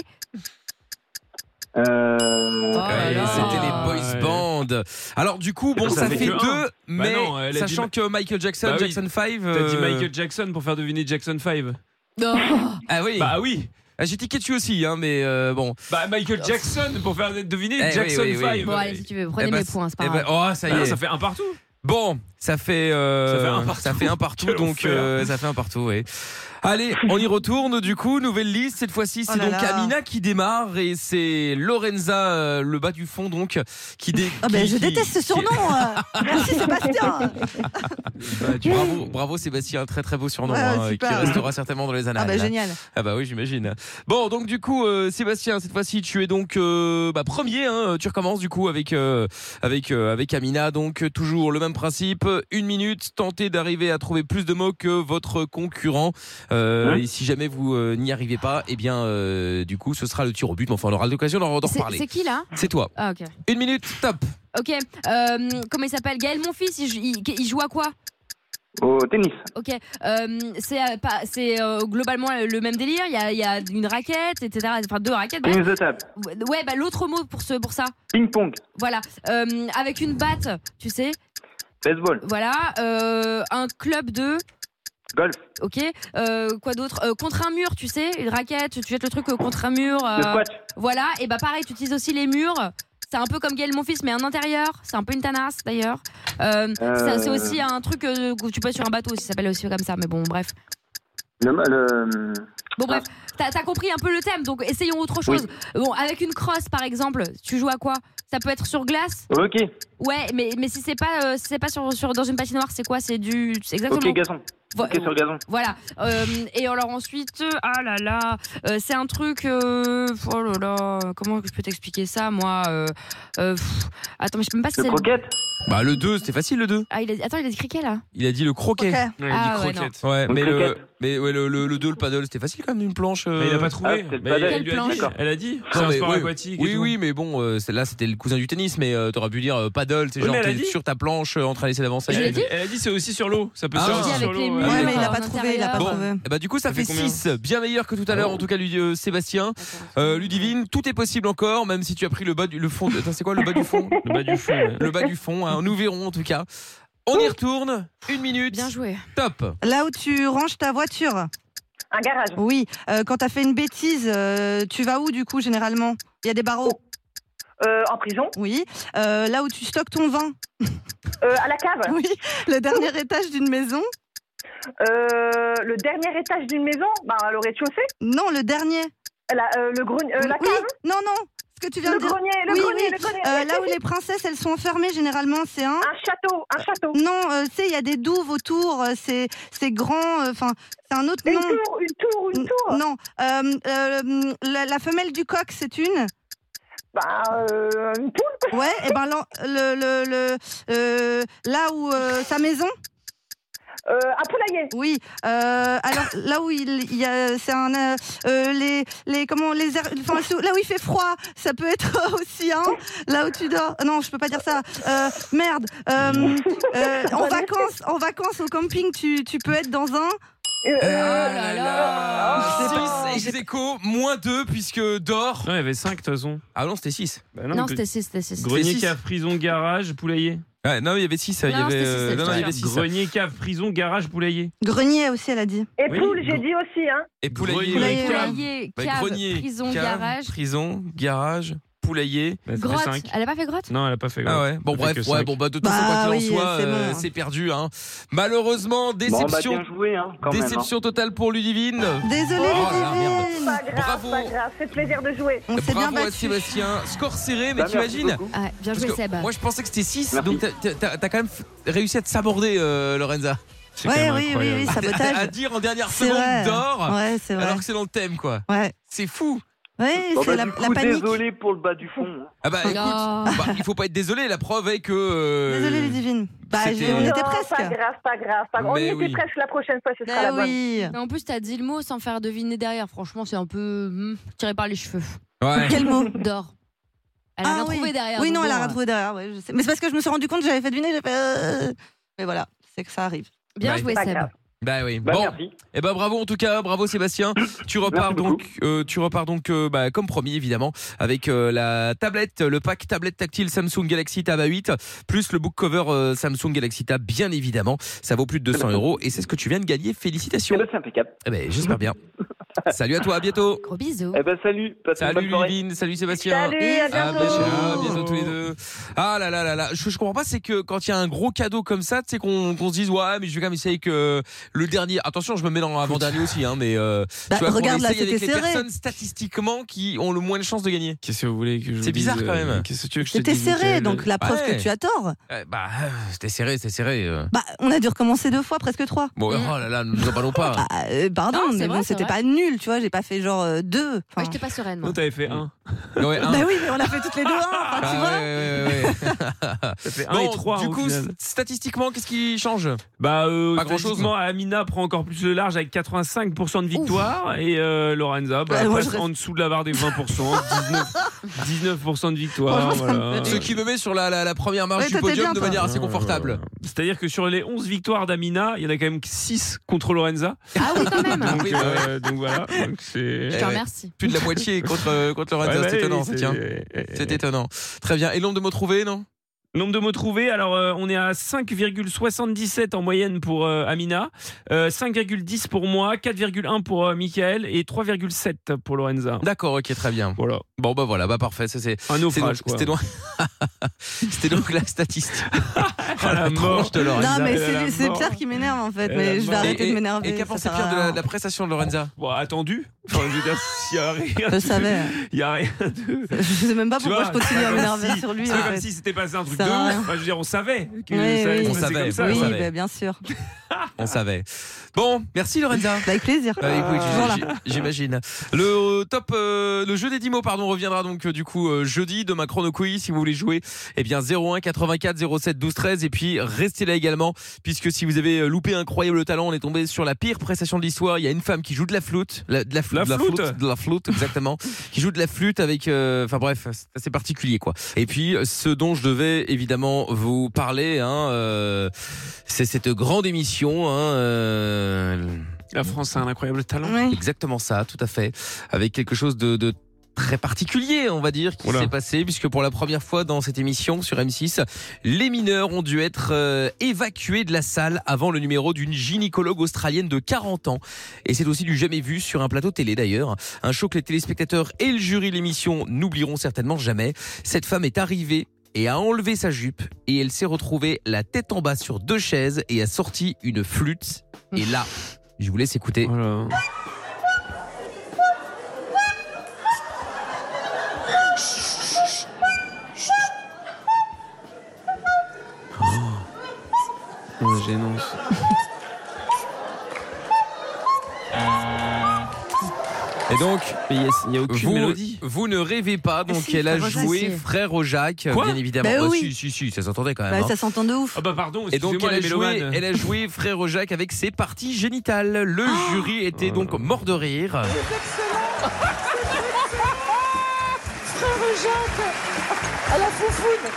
Speaker 5: oh
Speaker 17: Euh...
Speaker 3: Ouais, C'était les boys band. Alors du coup, bon,
Speaker 6: Ça
Speaker 3: ça
Speaker 6: fait
Speaker 3: fait
Speaker 6: que un.
Speaker 3: deux,
Speaker 6: Bah
Speaker 3: mais
Speaker 6: non, elle a dit
Speaker 3: sachant
Speaker 6: Ma-
Speaker 3: que Michael Jackson,
Speaker 6: Bah oui.
Speaker 3: Jackson euh, 5.
Speaker 6: T'as dit Michael Jackson pour faire deviner Jackson 5.
Speaker 3: Ah oui. Bah oui. J'ai tiqué dessus aussi, hein, mais euh, bon.
Speaker 6: Bah Michael Jackson pour faire deviner
Speaker 3: Eh oui,
Speaker 6: Jackson
Speaker 3: oui, oui.
Speaker 6: 5.
Speaker 4: Oh. Bon, allez, si tu veux, prenez
Speaker 3: Eh ben,
Speaker 4: mes points, c'est pas
Speaker 3: eh ben,
Speaker 4: grave.
Speaker 3: oh, ça y
Speaker 6: Bah non,
Speaker 3: est.
Speaker 6: ça fait un partout.
Speaker 3: Bon, ça fait, euh,
Speaker 6: Ça fait un partout.
Speaker 3: ça fait un partout,
Speaker 6: *laughs* Quel
Speaker 3: donc
Speaker 6: enfer.
Speaker 3: euh, ça fait un partout, oui. Allez, on y retourne du coup, nouvelle liste. Cette fois-ci, c'est
Speaker 5: Oh là
Speaker 3: donc
Speaker 5: là.
Speaker 3: Amina qui démarre et c'est Lorenza, euh, le bas du fond, donc, qui dé.
Speaker 5: Ah ben,
Speaker 3: qui-
Speaker 5: je
Speaker 3: qui-
Speaker 5: déteste ce
Speaker 3: *laughs*
Speaker 5: surnom. euh. Merci Sébastien.
Speaker 3: Bah,
Speaker 5: *laughs*
Speaker 3: tu- bravo, bravo Sébastien, très très beau surnom
Speaker 5: Ouais,
Speaker 3: hein,
Speaker 5: super.
Speaker 3: qui restera certainement dans les annales.
Speaker 5: Ah bah, génial.
Speaker 3: Ah bah oui, j'imagine. Bon, donc du coup, euh, Sébastien, cette fois-ci, tu es donc euh, bah, premier. hein, tu recommences du coup avec euh, avec euh, avec Amina. Donc euh, toujours le même principe, une minute, tenter d'arriver à trouver plus de mots que votre concurrent. Euh,
Speaker 6: Hein
Speaker 3: et si jamais vous euh, n'y arrivez pas, eh bien euh, du coup, ce sera le tir au but. Mais enfin, on aura l'occasion d'en d'en
Speaker 4: C'est-
Speaker 3: reparler.
Speaker 4: C'est qui, là
Speaker 3: C'est toi.
Speaker 4: Ah, ok.
Speaker 3: Une minute, top.
Speaker 4: Ok, euh, comment il s'appelle Gaël, mon fils, il, jou- il- il joue à quoi
Speaker 17: Au tennis.
Speaker 4: Ok, euh, c'est euh, pas- c'est euh, globalement le même délire. Il y a, il y a une raquette, etc. Enfin, deux raquettes. bref.
Speaker 17: Tennis de table.
Speaker 4: Ouais, bah l'autre mot pour, ce, pour ça.
Speaker 17: Ping-pong.
Speaker 4: Voilà. Euh, avec une batte, tu sais.
Speaker 17: Baseball.
Speaker 4: Voilà. Euh, un club de.
Speaker 17: Golf.
Speaker 4: Ok. Euh, quoi d'autre Euh, Contre un mur, tu sais. Une raquette, tu jettes le truc euh, contre un mur. euh,
Speaker 17: Le squat.
Speaker 4: Voilà. Et bah pareil, tu utilises aussi les murs. C'est un peu comme Gaël mon fils, mais en intérieur. C'est un peu une tanasse d'ailleurs. Euh,
Speaker 17: Euh.
Speaker 4: ça, C'est aussi un truc euh, que tu passes sur un bateau, ça s'appelle aussi comme ça. Mais bon, bref.
Speaker 17: Le, Euh,
Speaker 4: *laughs*
Speaker 17: le-
Speaker 4: Bon bref,
Speaker 17: Ah.
Speaker 4: t'as t'as compris un peu le thème, donc essayons autre chose. Bon, avec une crosse par exemple, tu joues à quoi Ça peut être sur glace.
Speaker 17: Ok.
Speaker 4: Ouais, mais, mais si c'est pas euh, si c'est pas sur, sur- dans une patinoire, c'est quoi C'est du c'est exactement.
Speaker 17: Ok, gazon.
Speaker 4: Vo-
Speaker 17: Ok, sur le gazon.
Speaker 4: Voilà. Euh, et alors ensuite, euh, ah là là, euh, c'est un truc. euh, oh là là, comment je peux t'expliquer ça, moi euh, euh, pff, Attends, mais je sais même pas si c'est.
Speaker 3: Bah le 2, c'était facile le 2.
Speaker 4: Ah, il a, attends, il a dit criquet là.
Speaker 3: Il a dit le croquet.
Speaker 4: Croquet. Ouais, il a dit Ah, ouais, croquette.
Speaker 3: Ouais,
Speaker 4: non.
Speaker 6: Le
Speaker 3: mais, le,
Speaker 6: croquette.
Speaker 3: mais ouais, le, le, 2, le paddle, c'était facile quand même une planche. euh.
Speaker 6: Mais il a pas trouvé.
Speaker 3: Ah, c'était le
Speaker 6: Mais
Speaker 3: paddle.
Speaker 6: elle, lui a dit, elle a dit. C'est
Speaker 3: Non,
Speaker 6: un
Speaker 3: mais
Speaker 6: sport
Speaker 3: oui,
Speaker 6: aquatique. et
Speaker 3: Oui,
Speaker 6: tout.
Speaker 3: oui, mais bon, euh, c'est- là c'était le cousin du tennis, mais euh, t'aurais pu dire euh, paddle, c'est
Speaker 6: Oui,
Speaker 3: genre
Speaker 6: mais elle a
Speaker 3: t'es
Speaker 6: dit.
Speaker 3: sur ta planche euh, en train d'essayer d'avancer.
Speaker 6: Elle, a dit- elle a dit c'est aussi sur l'eau. Ça peut se
Speaker 3: Ah,
Speaker 6: faire
Speaker 3: oui,
Speaker 6: aussi sur
Speaker 3: avec
Speaker 6: l'eau. ouais.
Speaker 3: les murs,
Speaker 5: Ouais, mais il a
Speaker 4: en
Speaker 5: pas trouvé. Il a pas
Speaker 3: Bon,
Speaker 5: trouvé.
Speaker 3: eh ben, du coup ça,
Speaker 6: Ça
Speaker 3: fait
Speaker 6: fait combien Oh.
Speaker 3: 6, bien meilleur que tout à l'heure en tout cas lui, euh, Sébastien. Euh, Ludivine, tout est possible encore, même si tu as pris le bas du le fond. de- Attends, c'est quoi le bas du fond
Speaker 6: *laughs* Le bas du fond. ouais.
Speaker 3: Le bas du fond, hein, nous verrons en tout cas. On y retourne, une minute.
Speaker 4: Bien joué.
Speaker 3: Top.
Speaker 5: Là où tu ranges ta voiture.
Speaker 16: Un garage.
Speaker 5: Oui. Euh, quand t'as fait une bêtise, euh, tu vas où du coup généralement Il y a des barreaux.
Speaker 16: en prison.
Speaker 5: Oui. Euh, là où tu stockes ton vin.
Speaker 16: Euh, à la cave.
Speaker 5: Oui. Le dernier *laughs* étage d'une maison.
Speaker 16: Euh, le dernier étage d'une maison, bah, le rez-de-chaussée.
Speaker 5: Non, le dernier.
Speaker 16: La, euh, le grenier, euh, la
Speaker 5: Oui.
Speaker 16: cave.
Speaker 5: Non, non. Ce que tu viens
Speaker 16: Le
Speaker 5: de dire.
Speaker 16: grenier, le
Speaker 5: oui,
Speaker 16: grenier,
Speaker 5: oui.
Speaker 16: le grenier.
Speaker 5: Euh, là où les princesses, elles sont enfermées généralement, c'est un.
Speaker 16: Un château, un château.
Speaker 5: Non, euh, c'est il y a des douves autour. euh, C'est c'est grand. euh, Enfin, c'est un autre
Speaker 16: Une
Speaker 5: nom.
Speaker 16: tour, une tour, une tour.
Speaker 5: Non. Euh, euh, la, la femelle du coq, c'est une.
Speaker 16: Bah, euh, une poule.
Speaker 5: Ouais, et ben l'en- le, le, le, euh, là où euh, sa maison.
Speaker 16: Euh, un poulailler.
Speaker 5: Oui. euh, alors là où il, il y a, c'est un euh, euh, les les comment les air- enfin, c'est- là où il fait froid, ça peut être *laughs* aussi hein. Là où tu dors. Non, je peux pas dire ça. Euh, merde. Euh, euh, en vacances, en vacances au camping, tu, tu peux être dans un.
Speaker 16: Euh,
Speaker 3: Ah
Speaker 16: oh.
Speaker 3: là là
Speaker 5: Ah,
Speaker 3: 6 ex aequo, moins 2 puisque d'or.
Speaker 6: Non, il y avait 5 de toute façon.
Speaker 3: Ah non, c'était 6.
Speaker 6: Bah
Speaker 4: Non,
Speaker 6: mais-
Speaker 4: c'était six, c'était six.
Speaker 6: Grenier,
Speaker 3: six.
Speaker 6: cave, prison, garage, poulailler.
Speaker 3: Ouais, non, il y avait euh, 6.
Speaker 4: Non, c'était six, c'était sûr.
Speaker 6: Grenier, cave, prison, garage, poulailler.
Speaker 5: Grenier aussi, elle a dit.
Speaker 16: Et
Speaker 6: Oui.
Speaker 16: poule, j'ai dit aussi. Hein.
Speaker 3: Et poulailler.
Speaker 6: Grenier,
Speaker 3: cave.
Speaker 4: Poulailler,
Speaker 3: Bah,
Speaker 4: cave,
Speaker 3: grenier,
Speaker 4: prison,
Speaker 3: cave,
Speaker 4: garage.
Speaker 3: Prison, garage. poulailler.
Speaker 4: Grotte. Elle a pas fait grotte
Speaker 6: Non, elle a pas fait.
Speaker 3: Ah ouais. Bon bref, ouais, bon bah de toute façon quoi qu'il en soit, euh, c'est perdu hein. Malheureusement,
Speaker 17: Bon, bah,
Speaker 3: déception.
Speaker 17: bien joué, hein, quand même, hein.
Speaker 3: déception totale pour Ludivine.
Speaker 5: Désolé,
Speaker 3: Oh là, merde.
Speaker 16: Pas grave, pas grave, c'est plaisir de jouer.
Speaker 3: Bravo à Sébastien, score serré, mais
Speaker 16: Bah, merci
Speaker 3: t'imagines
Speaker 16: beaucoup.
Speaker 5: Ah,
Speaker 16: Ouais, bien
Speaker 3: Parce
Speaker 16: joué,
Speaker 3: que
Speaker 16: Seb.
Speaker 3: Moi je pensais que c'était 6, donc t'as- t'as- t'as t'as quand même f- réussi à te saborder, euh, Lorenza.
Speaker 5: C'est Ouais, quand même oui, oui, incroyable. oui, sabotage.
Speaker 3: *laughs* À, à dire en dernière
Speaker 5: C'est
Speaker 3: seconde
Speaker 5: vrai.
Speaker 3: d'or,
Speaker 5: Ouais, c'est vrai.
Speaker 3: alors que c'est dans le thème quoi.
Speaker 5: Ouais.
Speaker 3: C'est fou.
Speaker 5: Ouais,
Speaker 3: Bon,
Speaker 5: c'est
Speaker 3: bah,
Speaker 5: la,
Speaker 3: du
Speaker 5: la
Speaker 3: coup,
Speaker 5: panique. Oh.
Speaker 17: Désolé pour le bas du fond.
Speaker 3: Ah bah écoute, bah, il faut pas être désolé, la preuve est que. euh,
Speaker 5: Désolé, les divines. Bah,
Speaker 3: c'était- euh,
Speaker 5: je- on était
Speaker 16: Non,
Speaker 5: presque.
Speaker 16: Oh,
Speaker 5: Bah
Speaker 16: Pas grave, pas grave, pas grave. On y
Speaker 3: Mais
Speaker 16: était
Speaker 3: oui.
Speaker 16: presque la prochaine fois, ce sera la bonne.
Speaker 4: Eh Mais en plus, t'as dit le mot sans faire deviner derrière. Franchement, c'est un peu hmm, tiré par les cheveux.
Speaker 5: *laughs*
Speaker 3: Ouais. Quel
Speaker 5: mot
Speaker 4: D'or. Elle
Speaker 5: Ah
Speaker 4: a rien
Speaker 5: oui.
Speaker 4: trouvé derrière. hein.
Speaker 5: Oui,
Speaker 4: donc
Speaker 5: non, elle a
Speaker 4: bon,
Speaker 5: rien trouvé derrière. ouais, je sais. Mais c'est parce que je me suis rendu compte que j'avais fait deviner, j'ai fait. euh, Mais voilà, c'est que ça arrive.
Speaker 3: Bien Ouais. joué, Pas Seb. grave. Bah oui.
Speaker 17: Bah,
Speaker 3: bon.
Speaker 17: merci.
Speaker 3: Eh ben bravo en tout cas,
Speaker 17: *clears throat*
Speaker 3: bravo Sébastien. Tu repars donc, euh, tu repars donc euh, bah, comme promis évidemment avec euh, la tablette, le pack tablette tactile Samsung Galaxy Tab A8 plus le book cover euh, Samsung Galaxy Tab bien évidemment. Ça vaut plus de 200 euros et c'est ce que tu viens de gagner. Félicitations.
Speaker 17: C'est impeccable.
Speaker 3: Eh ben
Speaker 17: *laughs*
Speaker 3: j'espère bien. Salut à toi, à bientôt.
Speaker 4: Gros bisous.
Speaker 17: Eh ben salut, passe une
Speaker 3: Salut
Speaker 17: bonne soirée.
Speaker 3: Ludivine, salut Sébastien.
Speaker 17: Salut, à
Speaker 3: Ah,
Speaker 17: bientôt.
Speaker 3: ben, ciao, à bientôt
Speaker 5: Oh.
Speaker 3: tous les deux. Ah là là là là, je, je comprends pas, c'est que quand il y a un gros cadeau comme ça, tu sais qu'on qu'on se dise ouais, mais je vais quand même essayer que le dernier. Attention, je me mets dans l'avant dernier aussi, hein, mais euh,
Speaker 5: Bah,
Speaker 3: qu'on
Speaker 5: regarde, là,
Speaker 3: essaye avec
Speaker 5: c'était
Speaker 3: les
Speaker 5: serré.
Speaker 3: personnes statistiquement qui ont le moins de chances de gagner.
Speaker 6: Qu'est-ce que vous voulez que je vous
Speaker 3: C'est bizarre
Speaker 6: dise,
Speaker 3: quand
Speaker 6: euh,
Speaker 3: même.
Speaker 6: Qu'est-ce que tu veux que je te
Speaker 5: C'était
Speaker 6: dise,
Speaker 5: serré,
Speaker 6: Mickaël
Speaker 5: donc la preuve
Speaker 3: Ouais.
Speaker 5: que tu as tort.
Speaker 3: Euh, bah, *laughs* euh, c'était serré, c'était serré. euh.
Speaker 5: Bah, on a dû recommencer deux fois, presque trois.
Speaker 3: Bon, oh là là, nous nous emballons pas.
Speaker 5: Ah, euh, pardon,
Speaker 4: Non, c'est
Speaker 5: mais
Speaker 4: vrai,
Speaker 5: bon,
Speaker 4: c'est
Speaker 5: c'était
Speaker 4: vrai.
Speaker 5: pas nul, tu vois, j'ai pas fait genre euh, deux. Enfin,
Speaker 4: Moi, j'étais pas sereine. moi.
Speaker 6: Non, t'avais fait un.
Speaker 3: Ouais, Euh, un.
Speaker 5: Bah oui, mais on a fait toutes les deux un.
Speaker 3: *laughs* Ah,
Speaker 5: enfin,
Speaker 3: Bah
Speaker 5: tu vois.
Speaker 6: *laughs* un et trois, hein,
Speaker 3: du
Speaker 6: au
Speaker 3: coup,
Speaker 6: final.
Speaker 3: statistiquement, qu'est-ce qui change
Speaker 6: Bah, euh,
Speaker 3: Pas grand-chose.
Speaker 6: statistiquement, Amina prend encore plus de large avec 85% de victoire et euh, Lorenza bah,
Speaker 3: Ouais, Ah, moi,
Speaker 6: passe
Speaker 3: je reste-
Speaker 6: en dessous de la barre des 20%,
Speaker 3: *laughs*
Speaker 6: 19, 19% de victoire.
Speaker 3: Franchement, ça me
Speaker 6: voilà.
Speaker 3: fait- Ce qui me met sur la, la, la première marche
Speaker 6: Ouais,
Speaker 3: du
Speaker 6: t'étais
Speaker 3: podium
Speaker 6: bien,
Speaker 3: de
Speaker 6: toi.
Speaker 3: manière assez confortable.
Speaker 6: C'est-à-dire que sur les 11 victoires d'Amina, il y en a quand même 6 contre
Speaker 3: *laughs*
Speaker 6: Lorenza.
Speaker 4: Ah oui, quand même.
Speaker 6: Donc,
Speaker 3: Oui,
Speaker 6: euh, donc voilà. Donc c'est-
Speaker 4: Je te remercie.
Speaker 3: Eh Plus de la moitié contre, euh, contre Lorenza,
Speaker 6: Ouais, ouais,
Speaker 3: c'est étonnant,
Speaker 6: oui,
Speaker 3: ça
Speaker 6: c'est-
Speaker 3: tient. C'est étonnant. Très bien. Et nombre de mots trouvés, non
Speaker 6: Nombre de mots trouvés, alors euh, on est à 5,77 en moyenne pour euh, Amina, euh, 5,10 pour moi, 4,1 pour euh, Michael et 3,7 pour Lorenza.
Speaker 3: D'accord, ok, très bien.
Speaker 6: Voilà.
Speaker 3: Bon, bah voilà, bah parfait. ça, c'est
Speaker 6: Un naufrage,
Speaker 3: c'est donc- C'était donc, c'était donc *laughs* la
Speaker 6: *laughs*
Speaker 3: statistique. à
Speaker 6: Oh
Speaker 3: *laughs*
Speaker 6: la mort.
Speaker 3: de Lorenza.
Speaker 5: Non, mais c'est- c'est Pierre qui m'énerve en fait,
Speaker 3: Elle
Speaker 5: mais
Speaker 3: a
Speaker 5: je vais
Speaker 3: mort.
Speaker 5: arrêter
Speaker 3: Et-
Speaker 5: de m'énerver.
Speaker 3: Et qu'a
Speaker 5: ça
Speaker 3: pensé
Speaker 5: sert à
Speaker 3: Pierre de
Speaker 5: rien.
Speaker 3: la, de la prestation de Lorenza
Speaker 6: Bon, Bah, attendu. Enfin, je veux dire, s'il y a rien.
Speaker 5: Je
Speaker 6: de-
Speaker 5: savais.
Speaker 6: Il y a rien de.
Speaker 5: Je sais même pas
Speaker 6: Tu
Speaker 5: Bah, pourquoi
Speaker 6: vois,
Speaker 5: je continue
Speaker 6: c'est
Speaker 5: à
Speaker 6: comme
Speaker 5: m'énerver
Speaker 6: si-
Speaker 5: sur lui.
Speaker 6: C'est
Speaker 5: en
Speaker 6: comme
Speaker 5: fait.
Speaker 6: si c'était passé un truc de
Speaker 5: Ça
Speaker 6: ouf.
Speaker 5: sert à rien.
Speaker 6: Enfin, je veux dire, on savait. Que
Speaker 5: Oui,
Speaker 6: ça allait
Speaker 5: oui.
Speaker 6: se
Speaker 5: On
Speaker 6: passer
Speaker 3: savait,
Speaker 6: comme ça.
Speaker 5: oui,
Speaker 3: on savait.
Speaker 5: bah, bien sûr.
Speaker 3: On savait. Bon, merci Lorenza.
Speaker 5: Avec plaisir.
Speaker 3: Bah, écoute, j-
Speaker 5: Voilà.
Speaker 3: j- J'imagine. Le euh, top, euh, le jeu des 10 mots, pardon, reviendra donc euh, du coup euh, jeudi demain chrono quiz. Si vous voulez jouer, eh bien 01 84 07 12 13 et puis restez là également puisque si vous avez euh, loupé incroyable talent, on est tombé sur la pire prestation de l'histoire. Il y a une femme qui joue de la flûte, la- de la flûte,
Speaker 6: La
Speaker 3: de la
Speaker 6: flûte.
Speaker 3: flûte, de la
Speaker 6: *laughs*
Speaker 3: flûte, exactement, qui joue de la flûte avec, euh, enfin bref, c'est assez particulier quoi. Et puis euh, ce dont je devais évidemment vous parler, hein, euh, c'est cette grande émission. Hein, euh,
Speaker 6: La France a un incroyable talent.
Speaker 3: Exactement ça, tout à fait. Avec quelque chose de, de très particulier, on va dire, qui s'est passé, puisque pour la première fois dans cette émission sur M6, les mineurs ont dû être euh, évacués de la salle avant le numéro d'une gynécologue australienne de 40 ans. Et c'est aussi du jamais vu sur un plateau télé d'ailleurs. Un show que les téléspectateurs et le jury de l'émission n'oublieront certainement jamais. Cette femme est arrivée et a enlevé sa jupe et elle s'est retrouvée la tête en bas sur deux chaises et a sorti une flûte. Et là, je vous laisse écouter.
Speaker 5: bah,
Speaker 6: Ouais, gênance. Euh.
Speaker 3: Et donc,
Speaker 6: il y a, il y a aucune
Speaker 3: vous,
Speaker 6: mélodie.
Speaker 3: vous ne rêvez pas, donc elle a
Speaker 6: frère Jacques,
Speaker 3: joué
Speaker 6: c'est-
Speaker 3: Frère au Jacques,
Speaker 6: Quoi
Speaker 3: bien évidemment.
Speaker 6: Bah
Speaker 3: Oh,
Speaker 6: oui.
Speaker 3: si, si, si, ça s'entendait quand même.
Speaker 5: Bah,
Speaker 3: hein.
Speaker 5: ça s'entend de ouf.
Speaker 6: Ah bah pardon,
Speaker 3: Et donc
Speaker 6: excusez-moi
Speaker 3: elle a,
Speaker 6: les
Speaker 3: joué,
Speaker 6: mélomanes.
Speaker 3: elle a joué Frère au Jacques avec ses parties génitales. Le jury était
Speaker 6: Euh.
Speaker 3: donc mort de rire.
Speaker 18: Frère Jacques, à la foufoune.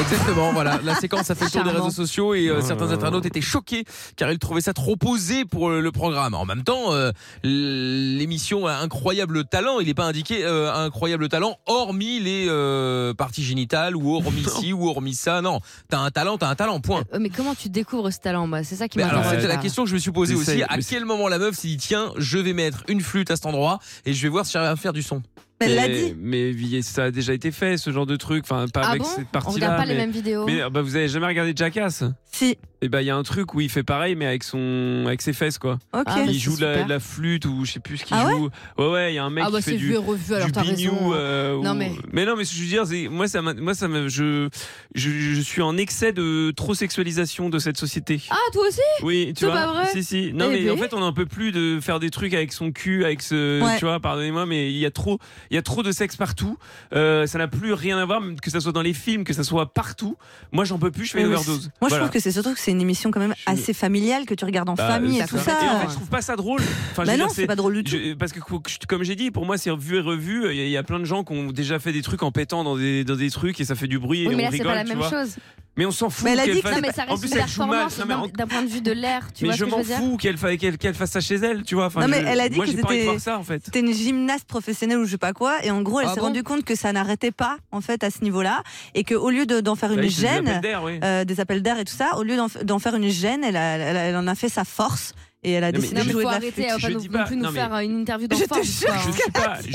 Speaker 3: Exactement, voilà. La séquence a fait le tour des
Speaker 18: Charmant.
Speaker 3: réseaux sociaux et euh, certains internautes étaient choqués car ils trouvaient ça trop posé pour euh, le, le programme. En même temps, euh, l'émission a incroyable talent. Il n'est pas indiqué euh, incroyable talent hormis les euh, parties génitales ou *laughs* hormis ci ou hormis ça. Non, t'as un talent, t'as un talent. Point.
Speaker 4: Euh, Mais comment tu découvres ce talent moi C'est ça qui
Speaker 3: Mais alors
Speaker 4: m'intéresse.
Speaker 3: c'était la
Speaker 4: là.
Speaker 3: question que je me suis posée
Speaker 6: Mais ça,
Speaker 3: aussi.
Speaker 6: mais
Speaker 3: À
Speaker 6: c'est-
Speaker 3: quel moment la meuf s'est dit tiens, je vais mettre une flute à cet endroit et je vais voir si j'arrive à faire du son.
Speaker 5: Elle l'a
Speaker 6: Mais-
Speaker 5: dit.
Speaker 6: Mais vi- ça a déjà été fait, ce genre de truc. Enfin, pas
Speaker 4: Ah
Speaker 6: avec
Speaker 4: bon
Speaker 6: cette
Speaker 4: On
Speaker 6: partie-là.
Speaker 4: regarde pas les
Speaker 6: mais-
Speaker 4: mêmes vidéos.
Speaker 6: Mais euh, bah, vous avez jamais regardé Jackass
Speaker 5: Si.
Speaker 6: Et bah, il y a un truc où il fait pareil, mais avec son, avec ses fesses, quoi.
Speaker 4: Ok. Ah, mais
Speaker 6: il joue
Speaker 4: c'est
Speaker 6: de la,
Speaker 4: super.
Speaker 6: de la flûte ou je sais plus ce qu'il
Speaker 4: Ah ouais
Speaker 6: joue. Ouais, ouais, il y a un mec
Speaker 4: Ah bah,
Speaker 6: qui fait
Speaker 4: c'est
Speaker 6: du,
Speaker 4: vu et revu, alors
Speaker 6: du
Speaker 4: t'as raison,
Speaker 6: bignou,
Speaker 4: hein.
Speaker 6: euh,
Speaker 4: Non,
Speaker 6: ou-
Speaker 4: mais-
Speaker 6: mais non, mais ce que je veux dire, c'est moi ça, m'a- moi ça, m'a- je, je, je suis en excès de trop sexualisation de cette société.
Speaker 4: Ah, toi aussi *laughs*
Speaker 6: Oui, tu
Speaker 4: C'est
Speaker 6: vois.
Speaker 4: pas vrai
Speaker 6: si, si. Non,
Speaker 4: Eh
Speaker 6: mais en
Speaker 4: ben.
Speaker 6: fait, on a un peu plus de faire des trucs avec son cul, avec ce.
Speaker 4: Ouais.
Speaker 6: Tu vois, pardonnez-moi, mais il y a trop, il y a trop de sexe partout. Euh, ça n'a plus rien à voir, même que ça soit dans les films, que ça soit partout. Moi, j'en peux plus, je fais une
Speaker 5: Oui, oui.
Speaker 6: overdose.
Speaker 5: Moi, je
Speaker 6: Voilà.
Speaker 5: trouve que c'est surtout que c'est une émission quand même assez familiale que tu regardes en
Speaker 6: Bah,
Speaker 5: famille
Speaker 6: c'est
Speaker 5: et tout
Speaker 6: ça. Et en
Speaker 5: ça.
Speaker 6: fait, je trouve pas ça drôle. Enfin, je
Speaker 5: Bah
Speaker 6: veux
Speaker 5: non,
Speaker 6: dire,
Speaker 5: c'est pas drôle du tout.
Speaker 6: je- parce que co- que je- comme j'ai dit, pour moi, c'est revu et revu. Il y, a- il y a plein de gens qui ont déjà fait des trucs en pétant dans des, dans des trucs et ça fait du bruit. et
Speaker 4: Oui, mais là,
Speaker 6: on
Speaker 4: c'est
Speaker 6: rigole,
Speaker 4: pas la
Speaker 6: tu
Speaker 4: même
Speaker 6: vois.
Speaker 4: chose.
Speaker 6: Mais on s'en fout.
Speaker 4: Mais elle a
Speaker 6: qu'elle
Speaker 4: dit que
Speaker 6: fasse-
Speaker 4: non, mais ça
Speaker 6: en
Speaker 4: reste
Speaker 6: plus,
Speaker 4: une
Speaker 6: elle joue mal.
Speaker 4: performance
Speaker 6: Non, mais en-
Speaker 4: non, mais d'un
Speaker 6: *laughs*
Speaker 4: point de vue de l'air, tu
Speaker 6: mais
Speaker 4: vois
Speaker 6: je
Speaker 4: ce que je
Speaker 6: m'en
Speaker 4: veux dire
Speaker 6: fous qu'elle fa- qu'elle- qu'elle fasse ça chez elle, tu vois. Enfin,
Speaker 5: non mais
Speaker 6: je-
Speaker 5: elle a dit
Speaker 6: moi,
Speaker 5: que
Speaker 6: j'ai pas envie de
Speaker 5: c'était
Speaker 6: voir ça en fait.
Speaker 5: c'était une gymnaste professionnelle ou je sais pas quoi et en gros elle
Speaker 6: Ah
Speaker 5: s'est
Speaker 6: bon
Speaker 5: rendue compte que ça n'arrêtait pas en fait à ce niveau-là et que au lieu de- d'en faire
Speaker 6: Bah,
Speaker 5: une
Speaker 6: c'est des
Speaker 5: gêne
Speaker 6: appels d'air, oui.
Speaker 5: euh, des appels d'air et tout ça au lieu d'en f- d'en faire une gêne elle, a- elle, a- elle en a fait sa force et elle a
Speaker 6: Non, mais-
Speaker 5: décidé
Speaker 6: non,
Speaker 5: de
Speaker 6: mais
Speaker 5: jouer
Speaker 4: Faut
Speaker 5: de la
Speaker 4: arrêter,
Speaker 5: flûte.
Speaker 4: elle va pas
Speaker 6: Je
Speaker 4: non
Speaker 6: dis pas-
Speaker 4: plus nous
Speaker 6: non, mais-
Speaker 4: faire euh, une interview d'enfant.
Speaker 6: Je suis pas,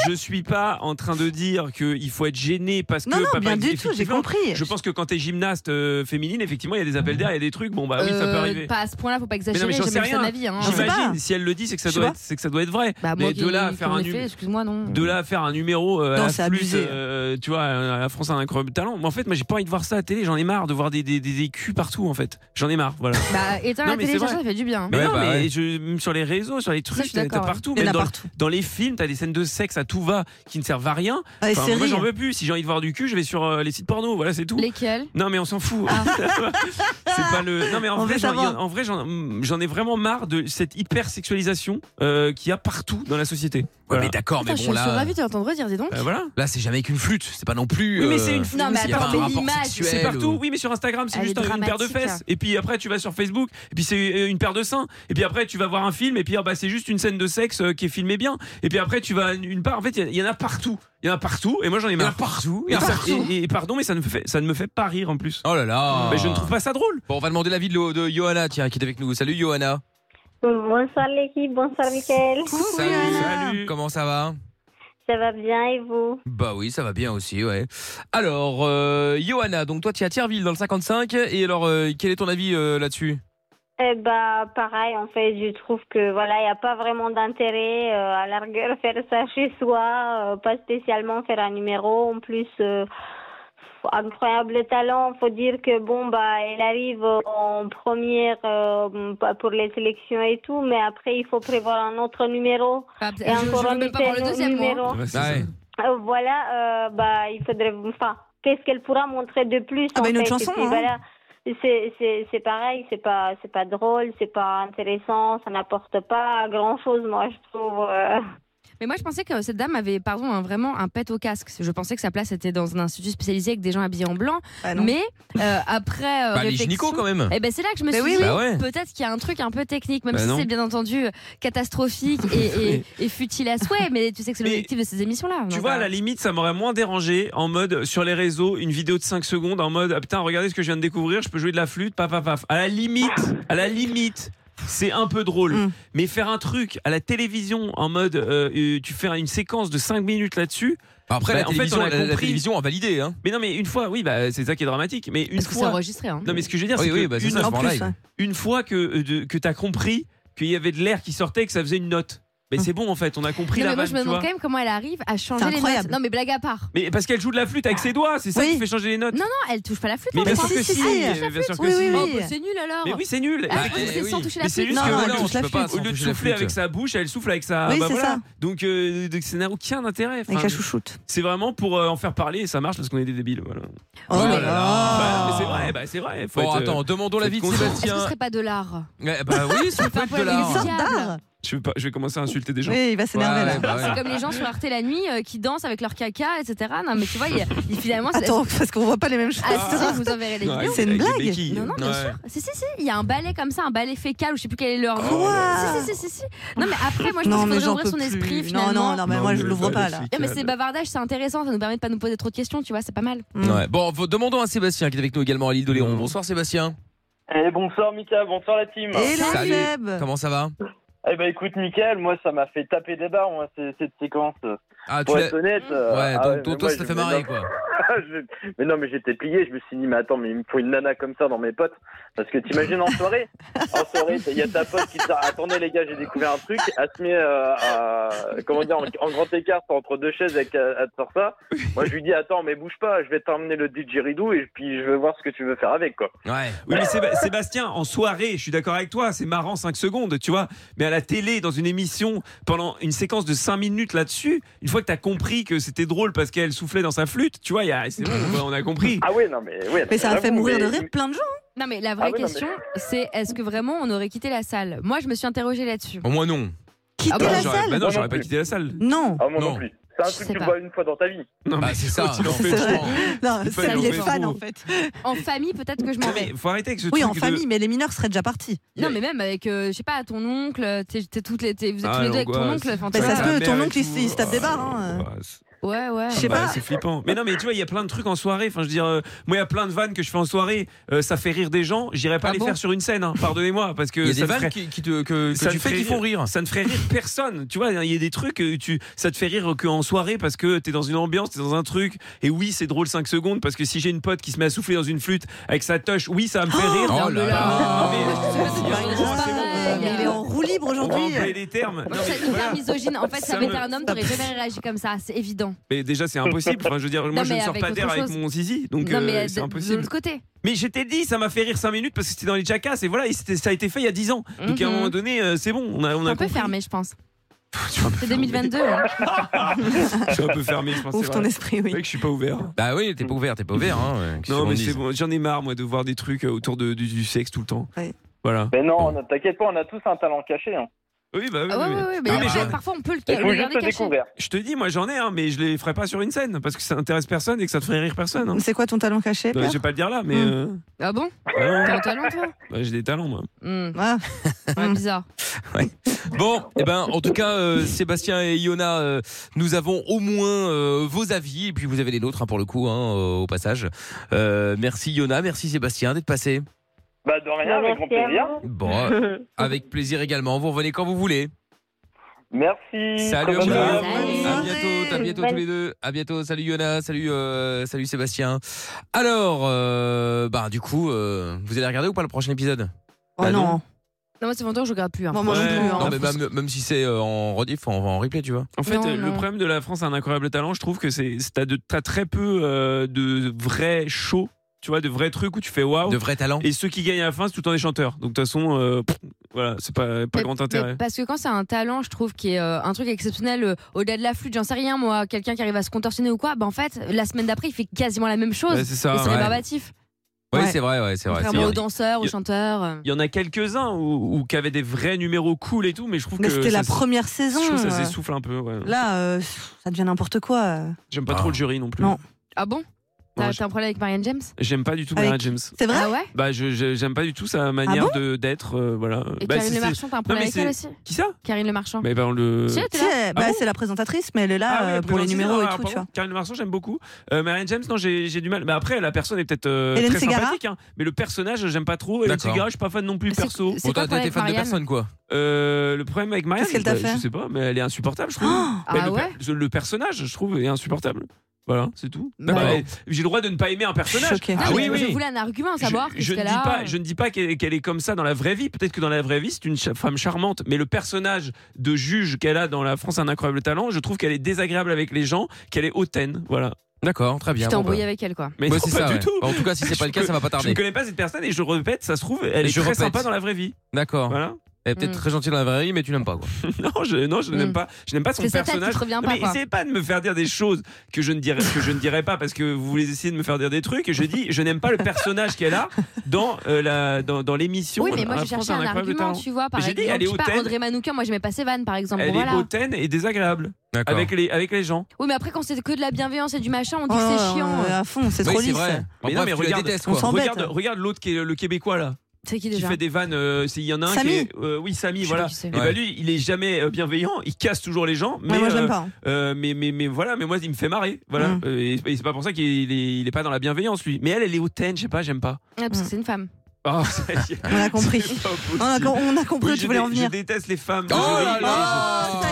Speaker 6: je suis pas en train de dire qu'il faut être gêné parce
Speaker 4: Non,
Speaker 6: que.
Speaker 4: non,
Speaker 6: papa,
Speaker 4: bien du tout, j'ai
Speaker 6: effectivement,
Speaker 4: compris.
Speaker 6: Je pense que quand t'es gymnaste euh, féminine, effectivement, il y a des appels d'air, il y a des trucs. Bon, bah oui, ça peut
Speaker 4: Euh,
Speaker 6: arriver.
Speaker 4: Pas à ce point-là, faut pas
Speaker 6: Mais
Speaker 4: exagérer,
Speaker 6: non, mais
Speaker 4: j'ai
Speaker 6: j'en sais
Speaker 4: jamais fait
Speaker 6: rien.
Speaker 4: ma vie. hein.
Speaker 6: J'imagine, si elle le dit, c'est que ça
Speaker 4: Je sais
Speaker 6: doit
Speaker 4: pas.
Speaker 6: être, c'est que ça doit être vrai.
Speaker 4: moi
Speaker 6: mais
Speaker 4: qui-
Speaker 6: de là à
Speaker 4: qui
Speaker 6: faire
Speaker 4: en
Speaker 6: un
Speaker 4: ai
Speaker 6: num-
Speaker 4: fait, Excuse-moi, non.
Speaker 6: de là à faire un numéro euh,
Speaker 4: Non,
Speaker 6: à
Speaker 4: c'est
Speaker 6: la flûte,
Speaker 4: abusé.
Speaker 6: euh, tu vois, à la France a un incroyable talent. Mais en fait, moi, j'ai pas envie de voir ça à la télé. J'en ai marre de voir des, des, des, des culs partout, en fait. J'en ai marre,
Speaker 4: *laughs*
Speaker 6: voilà.
Speaker 4: Bah, éteins
Speaker 6: Non,
Speaker 4: la
Speaker 6: mais c'est
Speaker 4: télé, ça
Speaker 6: vrai. bah
Speaker 4: ça fait du bien.
Speaker 6: Mais non,
Speaker 3: bah
Speaker 6: mais je- même sur les réseaux, sur les
Speaker 4: Hein je
Speaker 6: trucs,
Speaker 4: suis
Speaker 6: t'as t'as
Speaker 4: d'accord,
Speaker 6: partout.
Speaker 4: ouais. Il y en
Speaker 6: Même
Speaker 4: a
Speaker 6: dans,
Speaker 4: partout.
Speaker 6: dans les films, t'as des scènes de sexe à tout va qui ne servent à rien.
Speaker 4: Ah, les
Speaker 6: moi,
Speaker 4: séries.
Speaker 6: j'en veux plus. Si j'ai envie de voir du cul, je vais sur euh, les sites porno. Voilà, c'est tout.
Speaker 4: Lesquels
Speaker 6: Non, mais on s'en fout. *laughs* c'est pas le. Non, mais en
Speaker 4: Ah. On
Speaker 6: vrai,
Speaker 4: veut
Speaker 6: j'en-
Speaker 4: savoir.
Speaker 6: en vrai, j'en j'en ai vraiment marre de cette hypersexualisation euh, qu'il y a partout dans la société.
Speaker 3: mais d'accord, mais
Speaker 4: Putain, je
Speaker 3: bon
Speaker 4: suis
Speaker 6: euh,
Speaker 3: là.
Speaker 4: ravie de t'entendre dire, dis donc.
Speaker 6: Bah, voilà.
Speaker 3: Là, c'est jamais qu'une flûte, c'est pas non plus.
Speaker 6: Oui, mais
Speaker 3: euh,
Speaker 6: c'est une
Speaker 3: il y
Speaker 6: flûte.
Speaker 3: a pas un rapport sexuel
Speaker 6: C'est partout.
Speaker 3: ou-
Speaker 6: Oui, mais sur Instagram, c'est
Speaker 3: Elle
Speaker 6: juste
Speaker 3: est
Speaker 6: une paire de
Speaker 3: dramatique.
Speaker 6: fesses. Et puis après, tu vas sur Facebook. Et puis c'est euh, une paire de seins. Et puis après, tu vas voir un film. Et puis ah, bah, c'est juste une scène de sexe euh, qui est filmée bien. Et puis après, tu vas à une part. En fait, il y a- il y, en a partout. Il y en a partout. Et moi, j'en ai marre.
Speaker 3: partout.
Speaker 6: Et, ça- et- et pardon, mais ça ne me fait, ça ne me fait pas rire en plus.
Speaker 3: Oh là là.
Speaker 6: Mais je ne trouve pas ça drôle.
Speaker 3: Bon, on va demander l'avis de, Lo- de Johanna, tiens, qui est avec nous. Salut Johanna.
Speaker 19: Bonsoir l'équipe, bonsoir Mickaël.
Speaker 3: Comment ça va
Speaker 19: Ça va bien et vous
Speaker 3: Bah oui, ça va bien aussi, ouais. Alors, euh, Johanna, donc toi, tu es à Thierville dans le 55. Et alors, euh, quel est ton avis euh, là-dessus
Speaker 19: Eh bah pareil en fait, je trouve que voilà, il n'y a pas vraiment d'intérêt euh, à largueur *laughs* faire ça chez soi, euh, pas spécialement faire un numéro en plus euh, incroyable talent, faut dire que bon bah elle arrive en première euh, pas pour les sélections et tout, mais après il faut prévoir un autre numéro
Speaker 4: peut-
Speaker 19: et
Speaker 4: Ah, je- je
Speaker 19: encore
Speaker 4: veux
Speaker 19: un
Speaker 4: même pas voir le
Speaker 19: nouvel
Speaker 4: deuxième, moi, hein.
Speaker 19: numéro.
Speaker 3: Ouais,
Speaker 19: Euh, voilà, euh, bah, il faudrait. Enfin, qu'est-ce qu'elle pourra montrer de plus
Speaker 5: Ah,
Speaker 19: en
Speaker 5: bah, une autre
Speaker 19: fait Et
Speaker 5: chanson,
Speaker 19: puis,
Speaker 5: hein.
Speaker 19: voilà, c'est- C'est c'est pareil, c'est pas, c'est pas drôle, c'est pas intéressant, ça n'apporte pas grand-chose, moi, je trouve. euh.
Speaker 4: Mais moi, je pensais que cette dame avait, pardon, un- vraiment un pet au casque. Je pensais que sa place était dans un institut spécialisé avec des gens habillés en blanc.
Speaker 5: non.
Speaker 4: mais euh, après. euh,
Speaker 3: Bah, les
Speaker 4: réflexion-
Speaker 3: gynécos, quand même.
Speaker 4: Eh ben, c'est là que je me
Speaker 3: Bah
Speaker 4: suis
Speaker 3: oui, oui.
Speaker 4: dit,
Speaker 3: Bah ouais.
Speaker 4: peut-être qu'il y a un truc un peu technique, même
Speaker 3: Bah
Speaker 4: si
Speaker 3: non.
Speaker 4: c'est bien entendu euh, catastrophique et, et, et futile à souhait. Mais tu sais que c'est l'objectif de ces émissions-là.
Speaker 6: Tu
Speaker 4: Donc,
Speaker 6: vois, à
Speaker 4: euh,
Speaker 6: la limite, ça m'aurait moins dérangé en mode sur les réseaux, une vidéo de 5 secondes en mode ah, putain, regardez ce que je viens de découvrir, je peux jouer de la flûte, paf paf paf. À la limite, à la limite. C'est un peu drôle,
Speaker 4: Mm.
Speaker 6: mais faire un truc à la télévision en mode euh, euh, tu fais une séquence de 5 minutes là-dessus.
Speaker 3: Après,
Speaker 6: bah,
Speaker 3: la,
Speaker 6: en
Speaker 3: télévision,
Speaker 6: fait, on a
Speaker 3: la- la
Speaker 6: compris.
Speaker 3: télévision a validé. Hein.
Speaker 6: Mais non, mais une fois, oui, bah, c'est ça qui est dramatique. Mais une
Speaker 4: Parce que c'est
Speaker 6: fois,
Speaker 4: enregistré. hein.
Speaker 6: non, mais ce que je veux dire,
Speaker 3: Oui,
Speaker 6: c'est
Speaker 3: oui,
Speaker 6: que
Speaker 3: bah, c'est
Speaker 6: une,
Speaker 3: ça, je prends En plus, live. ouais.
Speaker 6: une fois que, euh, de- que t'as compris qu'il y avait de l'air qui sortait, que ça faisait une note, mais c'est bon en fait, on a compris
Speaker 4: Mm. Non,
Speaker 6: la
Speaker 4: mais moi, je
Speaker 6: vanne, tu
Speaker 4: me demande
Speaker 6: vois.
Speaker 4: quand même comment elle arrive à changer
Speaker 6: C'est
Speaker 4: les notes.
Speaker 6: incroyable.
Speaker 4: Non, mais blague à part.
Speaker 6: Mais parce qu'elle joue de la flûte avec ses doigts, c'est ça qui fait changer les notes.
Speaker 4: Non, non, elle touche pas la flûte.
Speaker 6: Mais
Speaker 4: on
Speaker 6: bien
Speaker 4: croit.
Speaker 6: sûr que si,
Speaker 4: Ah, elle
Speaker 6: mais
Speaker 4: touche la
Speaker 6: bien sûr
Speaker 4: flûte.
Speaker 6: que si.
Speaker 4: Oh, bah, c'est nul alors.
Speaker 6: Mais oui, c'est nul.
Speaker 4: Ah, oui, c'est sans toucher la
Speaker 6: Mais c'est
Speaker 4: flûte.
Speaker 6: juste que
Speaker 4: Non,
Speaker 6: voilà,
Speaker 4: elle
Speaker 6: on
Speaker 4: touche
Speaker 6: peut
Speaker 4: la
Speaker 6: pas-
Speaker 4: flûte.
Speaker 6: au lieu de
Speaker 4: touche la
Speaker 6: souffler
Speaker 4: flûte.
Speaker 6: avec sa bouche, elle souffle avec sa.
Speaker 4: Oui,
Speaker 6: bah
Speaker 4: c'est
Speaker 6: voilà.
Speaker 4: ça.
Speaker 6: Donc, euh, donc ça n'a aucun intérêt.
Speaker 5: Avec la chouchoute.
Speaker 6: C'est vraiment pour euh, en faire parler et ça marche parce qu'on est des débiles. Voilà.
Speaker 5: Oh là
Speaker 6: Bah, mais c'est vrai, bah, c'est vrai. faut
Speaker 3: Bon,
Speaker 6: être, euh,
Speaker 3: attends, demandons
Speaker 6: faut
Speaker 3: l'avis
Speaker 6: être
Speaker 3: de
Speaker 6: conscient.
Speaker 4: Est-ce que ce serait pas de l'art
Speaker 3: Ouais, bah
Speaker 4: *laughs*
Speaker 3: oui, ça peut être de l'art.
Speaker 6: Je vais, pas- je vais commencer à insulter des gens.
Speaker 5: Oui, il va s'énerver, là.
Speaker 3: bah
Speaker 6: Ah.
Speaker 4: C'est comme les gens sur Arte la nuit euh, qui dansent avec leur caca, etc. Non, mais tu vois, il, y a- il- finalement, c'est-
Speaker 5: Attends, parce qu'on voit pas les mêmes choses.
Speaker 4: Ah, si, je vous enverrai les
Speaker 5: Ouais,
Speaker 4: vidéos.
Speaker 5: c'est une Avec des blague béquilles.
Speaker 4: Non, non, bien
Speaker 5: Ouais.
Speaker 4: sûr. Si, si, si, il y a un ballet comme ça, un ballet fécal, ou je sais plus quel est leur nom.
Speaker 5: Quoi
Speaker 4: si, si, si, si, si. Non, mais après, moi, je
Speaker 5: Non,
Speaker 4: pense
Speaker 5: mais
Speaker 4: qu'il faudrait
Speaker 5: j'en
Speaker 4: ouvrir
Speaker 5: peux
Speaker 4: son
Speaker 5: plus.
Speaker 4: esprit,
Speaker 5: Non,
Speaker 4: finalement.
Speaker 5: non, non, mais moi, Non, je mais l'ouvre le pas, ballet là.
Speaker 4: Non, mais c'est bavardage, c'est intéressant, ça nous permet de pas nous poser trop de questions, tu vois, c'est pas mal.
Speaker 3: Ouais. Bon, faut- demandons à Sébastien qui est avec nous également à l'île
Speaker 6: Mm.
Speaker 3: d'Oléron. Bonsoir Sébastien.
Speaker 20: Eh, bonsoir Mika, bonsoir la team.
Speaker 3: Salut. Comment ça va
Speaker 20: Eh ben écoute Mickaël, moi ça m'a fait taper des barres moi, c- cette séquence.
Speaker 3: Ah, tu
Speaker 20: pour
Speaker 3: l'as-
Speaker 20: être honnête. euh,
Speaker 3: Ouais,
Speaker 20: ah
Speaker 3: donc,
Speaker 20: mais
Speaker 3: toi,
Speaker 20: moi,
Speaker 3: ça t'a
Speaker 20: je
Speaker 3: fait
Speaker 20: me-
Speaker 3: marrer, quoi.
Speaker 20: *laughs* Je- Mais non, mais j'étais plié. Je me suis dit, mais attends, mais il me faut une nana comme ça dans mes potes. Parce que t'imagines en soirée En soirée, il y a ta pote qui te dit, attendez les gars, j'ai découvert un truc. Elle se met, euh, à- comment dire, en, en grand écart entre deux chaises avec euh, elle elle te sort ça. Moi, je lui dis, attends, mais bouge pas, je vais t'emmener le didgeridoo et puis je vais voir ce que tu veux faire avec, quoi.
Speaker 3: Ouais.
Speaker 6: Oui, mais Séba- Sébastien, en soirée, je suis d'accord avec toi, c'est marrant 5 secondes, tu vois. Mais à la télé, dans une émission, pendant une séquence de 5 minutes là-dessus, une fois que t'as compris que c'était drôle parce qu'elle soufflait dans sa flûte, tu vois, il y a- c'est bon, on a compris.
Speaker 20: Ah oui, non, mais oui.
Speaker 5: Mais ça a fait mourir de rire plein de gens. hein.
Speaker 4: Non, mais la vraie
Speaker 5: Ah oui, non, mais-
Speaker 4: question, c'est est-ce que vraiment on aurait quitté la salle Moi, je me suis interrogée là-dessus.
Speaker 3: Bon, moi, non.
Speaker 4: Quitter
Speaker 3: Non,
Speaker 4: la
Speaker 3: j'aurais-
Speaker 4: salle
Speaker 3: bah non,
Speaker 4: Moi
Speaker 3: j'aurais
Speaker 4: non
Speaker 3: pas
Speaker 4: plus.
Speaker 3: quitté la salle.
Speaker 5: Non.
Speaker 20: Ah, moi non plus. C'est un truc que tu vois une fois dans ta vie.
Speaker 5: *laughs*
Speaker 6: Non,
Speaker 3: mais c'est ça.
Speaker 6: Quand il en fait, je crois.
Speaker 5: Non,
Speaker 6: C'est pas
Speaker 5: ça,
Speaker 6: une
Speaker 5: il est
Speaker 6: mauvaise
Speaker 5: fan
Speaker 6: peau.
Speaker 5: en fait.
Speaker 4: En famille, peut-être que je m'en vais.
Speaker 6: Faut arrêter avec ce
Speaker 5: Oui,
Speaker 6: truc
Speaker 5: en
Speaker 6: de-
Speaker 5: famille, mais les mineurs seraient déjà partis.
Speaker 4: Non, mais même avec, euh, je sais pas, ton oncle, t'es, t'es toutes les, t'es- vous êtes
Speaker 6: Ah,
Speaker 4: tous les deux avec ton
Speaker 6: l'angoisse.
Speaker 4: oncle. enfin,
Speaker 5: Mais
Speaker 4: tu
Speaker 5: Bah, ça
Speaker 4: vois.
Speaker 5: se peut, ton oncle il se il se tape des barres. hein.
Speaker 4: Ouais, ouais.
Speaker 5: Je sais
Speaker 6: Bah,
Speaker 5: pas.
Speaker 6: Ah, c'est flippant. Mais non, mais tu vois, il y a plein de trucs en soirée. Enfin, je veux dire, euh, moi, il y a plein de vannes que je fais en soirée. Euh, ça fait rire des gens. J'irai pas
Speaker 3: Ah
Speaker 6: les
Speaker 3: bon
Speaker 6: faire sur une scène. hein. Pardonnez-moi, parce que
Speaker 3: Il y a
Speaker 6: ça
Speaker 3: des
Speaker 6: te
Speaker 3: vannes
Speaker 6: ferait-
Speaker 3: qui- qui te- que- que
Speaker 6: ça
Speaker 3: tu
Speaker 6: te
Speaker 3: fais
Speaker 6: ferait
Speaker 3: qui font rire.
Speaker 6: Ça ne ferait rire personne. Tu vois, il y a des trucs. euh, Tu, ça te fait rire qu'en soirée parce que t'es dans une ambiance, t'es dans un truc. Et oui, c'est drôle 5 secondes parce que si j'ai une pote qui se met à souffler dans une flûte avec sa toche, oui, ça va me fait rire.
Speaker 3: Oh là là.
Speaker 5: Euh, mais il est en roue libre
Speaker 6: On va
Speaker 5: aujourd'hui. euh,
Speaker 6: employer des termes. Non, mais
Speaker 4: C'est hyper
Speaker 6: voilà.
Speaker 4: misogyne. En fait, ça
Speaker 6: Ça
Speaker 4: avait été
Speaker 6: me-
Speaker 4: un homme, t'aurais jamais réagi comme ça, c'est évident.
Speaker 6: Mais déjà, c'est impossible. Enfin, je veux dire, moi,
Speaker 4: Non,
Speaker 6: je
Speaker 4: mais
Speaker 6: ne sors
Speaker 4: avec
Speaker 6: pas d'air
Speaker 4: autre
Speaker 6: avec
Speaker 4: chose.
Speaker 6: mon zizi, donc
Speaker 4: non,
Speaker 6: euh,
Speaker 4: mais euh,
Speaker 6: c'est
Speaker 4: de- De
Speaker 6: impossible.
Speaker 4: l'autre côté.
Speaker 6: Mais je t'ai dit, ça m'a fait rire 5 minutes parce que c'était dans les jacasses et voilà, et c'était- ça a été fait il y a 10 ans. Donc à un
Speaker 4: Mhm.
Speaker 6: moment donné, euh, c'est bon, on a, on
Speaker 4: C'est
Speaker 6: a
Speaker 4: un peu
Speaker 6: compris.
Speaker 4: fermé,
Speaker 6: *laughs*
Speaker 4: je pense.
Speaker 6: un
Speaker 4: C'est 2022.
Speaker 6: *laughs*
Speaker 4: hein.
Speaker 6: je suis un peu fermé, je pense.
Speaker 5: Ouvre
Speaker 6: c'est
Speaker 5: ton
Speaker 6: vrai.
Speaker 5: esprit, oui.
Speaker 6: C'est vrai que je suis pas ouvert.
Speaker 3: Bah oui, t'es pas ouvert, t'es pas ouvert. Hein, ouais, qu'est-ce
Speaker 6: Non,
Speaker 3: qu'on
Speaker 6: mais
Speaker 3: dise.
Speaker 6: c'est bon, j'en ai marre, moi, de voir des trucs euh, autour de, du, du sexe tout le temps.
Speaker 5: Ouais.
Speaker 6: Voilà.
Speaker 20: Mais non, on a- t'inquiète pas, on a tous un talent caché. Hein.
Speaker 6: Oui, bah oui.
Speaker 4: Ah ouais,
Speaker 6: oui,
Speaker 4: ouais,
Speaker 6: oui.
Speaker 4: ouais, mais
Speaker 6: Non,
Speaker 4: après,
Speaker 6: j'en-
Speaker 4: parfois on peut le
Speaker 20: Il faut
Speaker 4: le
Speaker 20: juste
Speaker 4: garder
Speaker 20: le
Speaker 4: caché.
Speaker 20: découvrir.
Speaker 6: je te dis, moi j'en ai, hein, mais je les ferai pas sur une scène parce que ça intéresse personne et que ça te ferait rire personne. hein.
Speaker 5: C'est quoi ton talent caché
Speaker 6: Non,
Speaker 5: Pierre Hmm.
Speaker 6: je vais pas le dire là, mais euh,
Speaker 4: Ah bon
Speaker 6: Ouais.
Speaker 4: T'as un talent, toi
Speaker 6: bah, j'ai des talents, moi.
Speaker 4: Hmm.
Speaker 5: Ah, *laughs*
Speaker 4: Ouais, bizarre.
Speaker 3: Bon,
Speaker 20: *laughs*
Speaker 3: eh ben, en tout cas, euh, Sébastien et Yona, euh, nous avons au moins euh, vos avis, et puis vous avez les nôtres hein, pour le coup, hein, au au passage. Euh, merci Yona, merci Sébastien d'être passé.
Speaker 20: Bah, de rien, avec grand plaisir.
Speaker 3: *laughs* Bon, euh, avec plaisir également. Vous revenez quand vous voulez.
Speaker 20: Merci.
Speaker 3: Salut,
Speaker 20: Très bonne
Speaker 3: Omar.
Speaker 20: soirée.
Speaker 3: à bientôt, à bientôt tous les deux. À bientôt, salut Yona, salut, euh, salut Sébastien. Alors, euh, bah du coup, euh, vous allez regarder ou pas le prochain épisode
Speaker 5: Oh
Speaker 3: Bah
Speaker 5: non.
Speaker 4: Non, moi, ça fait longtemps que je regarde plus. hein.
Speaker 5: Moi, moi, je
Speaker 6: Ouais.
Speaker 5: veux plus, hein.
Speaker 3: Non, mais même, même si c'est euh, en rediff, en, en replay, tu vois.
Speaker 6: En fait,
Speaker 4: Non,
Speaker 6: euh, le
Speaker 4: non.
Speaker 6: problème de la France a un incroyable talent, je trouve que c'est c'est- t'as de- t'as très peu euh, de vrais shows, tu vois, de vrais trucs où tu fais waouh.
Speaker 3: De vrais talents.
Speaker 6: Et ceux qui gagnent à la fin, c'est tout le temps des chanteurs. Donc de toute façon, euh, pff, voilà, c'est pas pas
Speaker 4: Mais-
Speaker 6: grand
Speaker 4: mais
Speaker 6: intérêt.
Speaker 4: parce que quand c'est un talent, je trouve qui est euh, un truc exceptionnel euh, au-delà de la flûte, j'en sais rien moi, quelqu'un qui arrive à se contorsionner ou quoi, bah en fait, la semaine d'après, il fait quasiment la même chose.
Speaker 6: Ouais, c'est ça,
Speaker 4: Et c'est
Speaker 3: ouais.
Speaker 4: rébarbatif.
Speaker 3: Oui,
Speaker 4: Ouais.
Speaker 3: c'est vrai, ouais, c'est vrai. c'est
Speaker 4: Contrairement
Speaker 3: vrai.
Speaker 4: aux danseurs, aux
Speaker 6: Il-
Speaker 4: chanteurs. euh.
Speaker 6: Il y en a quelques-uns où, où qui avaient des vrais numéros cool et tout, mais je trouve
Speaker 5: Mais
Speaker 6: que
Speaker 5: c'était
Speaker 6: ça
Speaker 5: la
Speaker 6: se-
Speaker 5: première
Speaker 6: je
Speaker 5: saison.
Speaker 6: trouve que ça
Speaker 5: euh,
Speaker 6: s'essouffle un peu. ouais.
Speaker 5: Là, euh, pff, ça devient n'importe quoi. euh.
Speaker 6: J'aime pas
Speaker 3: Ah.
Speaker 6: trop le jury non plus.
Speaker 5: Non.
Speaker 4: Ah bon T'as
Speaker 6: Ouais, je-
Speaker 4: t'as un problème avec Marianne James
Speaker 6: J'aime pas du tout
Speaker 5: Avec-
Speaker 6: Mariah James.
Speaker 5: C'est vrai Ah
Speaker 4: Ah ouais
Speaker 6: Bah, je- je- j'aime pas du tout sa manière de d'être, euh, voilà.
Speaker 4: Et
Speaker 6: Bah,
Speaker 4: Karine
Speaker 6: c'est-
Speaker 4: Le
Speaker 6: c'est-
Speaker 4: Marchand, t'as un
Speaker 6: Non, mais
Speaker 4: problème avec elle aussi
Speaker 6: c'est- Qui ça
Speaker 4: Karine Le Marchand.
Speaker 5: hein.
Speaker 6: Mais bah, on le.
Speaker 4: Si, elle était
Speaker 5: Tu
Speaker 4: là.
Speaker 5: sais, bah,
Speaker 6: bon
Speaker 5: c'est la présentatrice, mais elle est là
Speaker 6: Ah ouais,
Speaker 5: euh, pour les
Speaker 6: présentatrice,
Speaker 5: numéros
Speaker 6: ah,
Speaker 5: et
Speaker 6: ah,
Speaker 5: tout, tu
Speaker 6: pardon,
Speaker 5: vois.
Speaker 6: Karine Le Marchand, j'aime beaucoup. Euh, Marianne James, non, j'ai j'ai du mal. Mais après, la personne est peut-être euh,
Speaker 5: Hélène
Speaker 6: très
Speaker 5: Ségara
Speaker 6: sympathique, hein. mais le personnage, j'aime pas trop. Hélène
Speaker 3: D'accord.
Speaker 6: Ségara, je suis pas fan non plus
Speaker 4: C'est-
Speaker 6: perso.
Speaker 4: c'est
Speaker 3: Bon,
Speaker 4: quoi
Speaker 3: toi,
Speaker 4: le problème
Speaker 3: t'es
Speaker 4: avec
Speaker 3: fan de
Speaker 4: Marianne
Speaker 3: personne, quoi.
Speaker 6: Euh, le problème avec Marianne,
Speaker 5: Qu'est-ce qu'elle t'a
Speaker 6: bah,
Speaker 5: fait
Speaker 6: je sais pas, mais elle est insupportable, je trouve.
Speaker 4: Ah
Speaker 6: Mais le,
Speaker 4: ouais
Speaker 6: per- le personnage, je trouve, est insupportable. Voilà, c'est tout. Bah,
Speaker 4: Bah,
Speaker 3: D'accord.
Speaker 6: elle- J'ai le droit de ne pas aimer un personnage.
Speaker 5: Choquée.
Speaker 4: Non,
Speaker 6: Ah
Speaker 4: mais
Speaker 6: oui,
Speaker 4: je- Je
Speaker 6: oui.
Speaker 4: voulais un argument,
Speaker 6: Je,
Speaker 4: savoir qu'est-ce
Speaker 6: je ne
Speaker 4: qu'elle
Speaker 6: dis
Speaker 4: a.
Speaker 6: pas, je ne dis pas qu'elle qu'elle est comme ça dans la vraie vie. Peut-être que dans la vraie vie, c'est une cha- femme charmante, mais le personnage de juge qu'elle a dans La France a un incroyable talent, je trouve qu'elle est désagréable avec les gens, qu'elle est hautaine. Voilà.
Speaker 3: D'accord, très bien.
Speaker 4: Tu t'es
Speaker 3: bon,
Speaker 4: embrouillé
Speaker 3: bah.
Speaker 4: avec elle, quoi.
Speaker 6: Mais
Speaker 3: Ouais,
Speaker 6: non,
Speaker 3: c'est
Speaker 6: pas
Speaker 3: ça,
Speaker 6: du
Speaker 3: ouais. Bah,
Speaker 6: tout.
Speaker 3: En tout cas, si c'est pas le
Speaker 6: Je
Speaker 3: cas, ça va pas
Speaker 6: Je ne
Speaker 3: tarder.
Speaker 6: connais pas cette personne et je répète, ça se trouve, elle est
Speaker 3: Je
Speaker 6: très
Speaker 3: répète.
Speaker 6: sympa dans la vraie vie.
Speaker 3: D'accord.
Speaker 6: Voilà.
Speaker 3: Elle est peut-être
Speaker 4: Mm.
Speaker 3: très gentille dans la vraie vie, mais tu l'aimes pas, quoi.
Speaker 6: *laughs* Non, je, non, je
Speaker 4: Mm.
Speaker 6: n'aime pas. Je n'aime pas son
Speaker 4: C'est sa tête qui te
Speaker 6: personnage.
Speaker 4: revient
Speaker 6: Non,
Speaker 4: pas,
Speaker 6: mais
Speaker 4: quoi.
Speaker 6: essayez pas de me faire dire des choses que je ne dirais que je ne dirais pas parce que vous voulez essayer de me faire dire des trucs. Et je dis, je n'aime pas le personnage qu'elle a dans euh, la dans, dans l'émission.
Speaker 4: Oui, mais moi
Speaker 6: La
Speaker 4: j'ai
Speaker 6: France
Speaker 4: cherché
Speaker 6: a
Speaker 4: un
Speaker 6: incroyable
Speaker 4: argument,
Speaker 6: talent.
Speaker 4: tu vois. Par
Speaker 6: Mais j'ai dit,
Speaker 4: exemple,
Speaker 6: elle est
Speaker 4: je sais pas,
Speaker 6: hautaine.
Speaker 4: André Manoukian, moi j'aimais pas ses vannes, par exemple.
Speaker 6: Elle
Speaker 4: Bon,
Speaker 6: est
Speaker 4: voilà.
Speaker 6: hautaine et désagréable
Speaker 3: D'accord.
Speaker 6: avec les avec les gens.
Speaker 4: Oui, mais après, quand c'est que de la bienveillance et du machin, on dit que
Speaker 5: Oh,
Speaker 4: c'est chiant.
Speaker 5: euh, À fond, c'est
Speaker 3: Oui,
Speaker 5: trop
Speaker 3: c'est
Speaker 5: lisse.
Speaker 3: vrai.
Speaker 6: Mais
Speaker 3: En
Speaker 6: non,
Speaker 3: bref,
Speaker 6: mais
Speaker 3: tu la
Speaker 6: regarde,
Speaker 3: détestes,
Speaker 5: on
Speaker 3: quoi.
Speaker 5: s'en- T'embête.
Speaker 6: Regarde, regarde l'autre qui est le Québécois là.
Speaker 4: C'est qui
Speaker 6: qui
Speaker 4: déjà
Speaker 6: fait des vannes. euh, c'est- Il y en a un qui
Speaker 5: Samy.
Speaker 6: est, euh, oui, Samy,
Speaker 4: Je sais
Speaker 6: voilà.
Speaker 4: pas qui c'est.
Speaker 6: Et bah
Speaker 3: Ouais.
Speaker 6: lui, il est jamais euh, bienveillant, il casse toujours les gens. Mais,
Speaker 5: moi, je l'aime
Speaker 6: euh,
Speaker 5: pas, hein.
Speaker 6: euh, mais, mais, mais voilà, mais moi, il me fait marrer. Voilà.
Speaker 5: Mm.
Speaker 6: Euh, et, et c'est pas pour ça qu'il est, il est pas dans la bienveillance, lui. Mais elle, elle est hautaine, je sais pas, j'aime pas.
Speaker 4: Ouais, Parce que c'est une femme.
Speaker 6: Oh, *laughs* ça y est.
Speaker 5: Ah. On a compris.
Speaker 6: C'est pas
Speaker 5: On a,
Speaker 6: possible.
Speaker 5: on a compris
Speaker 6: Oui,
Speaker 5: où tu
Speaker 6: je
Speaker 5: voulais
Speaker 6: dé-
Speaker 5: en venir.
Speaker 6: Je déteste les femmes.
Speaker 5: Oh
Speaker 6: Désolé,
Speaker 5: là
Speaker 6: les-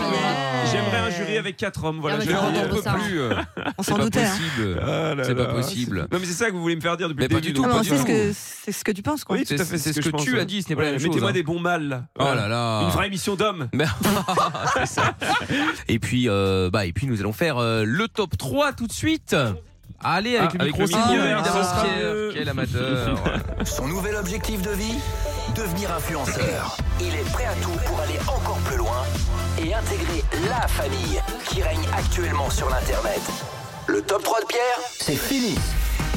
Speaker 6: J'aimerais un jury avec quatre hommes. Voilà,
Speaker 5: Ah,
Speaker 6: je
Speaker 5: bah,
Speaker 6: n'en
Speaker 5: c'est
Speaker 6: peux
Speaker 5: ça.
Speaker 6: plus. *laughs*
Speaker 5: On hein.
Speaker 6: s'en doutait.
Speaker 3: Ah
Speaker 6: C'est pas possible. Non, mais c'est ça que vous voulez me faire dire depuis le
Speaker 3: pas
Speaker 6: début.
Speaker 3: du tout,
Speaker 6: donc
Speaker 3: pas
Speaker 6: pas
Speaker 5: Non, C'est ce que- c'est ce que tu penses, quoi.
Speaker 6: Oui, tout à fait.
Speaker 3: C'est ce que
Speaker 6: je
Speaker 3: tu
Speaker 6: pense,
Speaker 3: as
Speaker 6: ouais.
Speaker 3: dit, ce n'est pas la même chose,
Speaker 6: Mettez-moi
Speaker 3: hein.
Speaker 6: des bons mâles. là.
Speaker 3: Oh là là.
Speaker 6: Une vraie émission d'hommes.
Speaker 3: *laughs* C'est ça. Et puis, euh, bah, et puis nous allons faire euh, le top 3 tout de suite. Allez, avec
Speaker 6: Ah,
Speaker 3: le
Speaker 6: avec
Speaker 3: micro
Speaker 6: le
Speaker 3: signeur,
Speaker 6: micro,
Speaker 3: évidemment,
Speaker 6: ça sera
Speaker 3: Pierre,
Speaker 6: mieux.
Speaker 3: quel amateur.
Speaker 2: *laughs* Son nouvel objectif de vie Devenir influenceur. Il est prêt à tout pour aller encore plus loin et intégrer la famille qui règne actuellement sur l'Internet. Le top 3 de Pierre, c'est fini.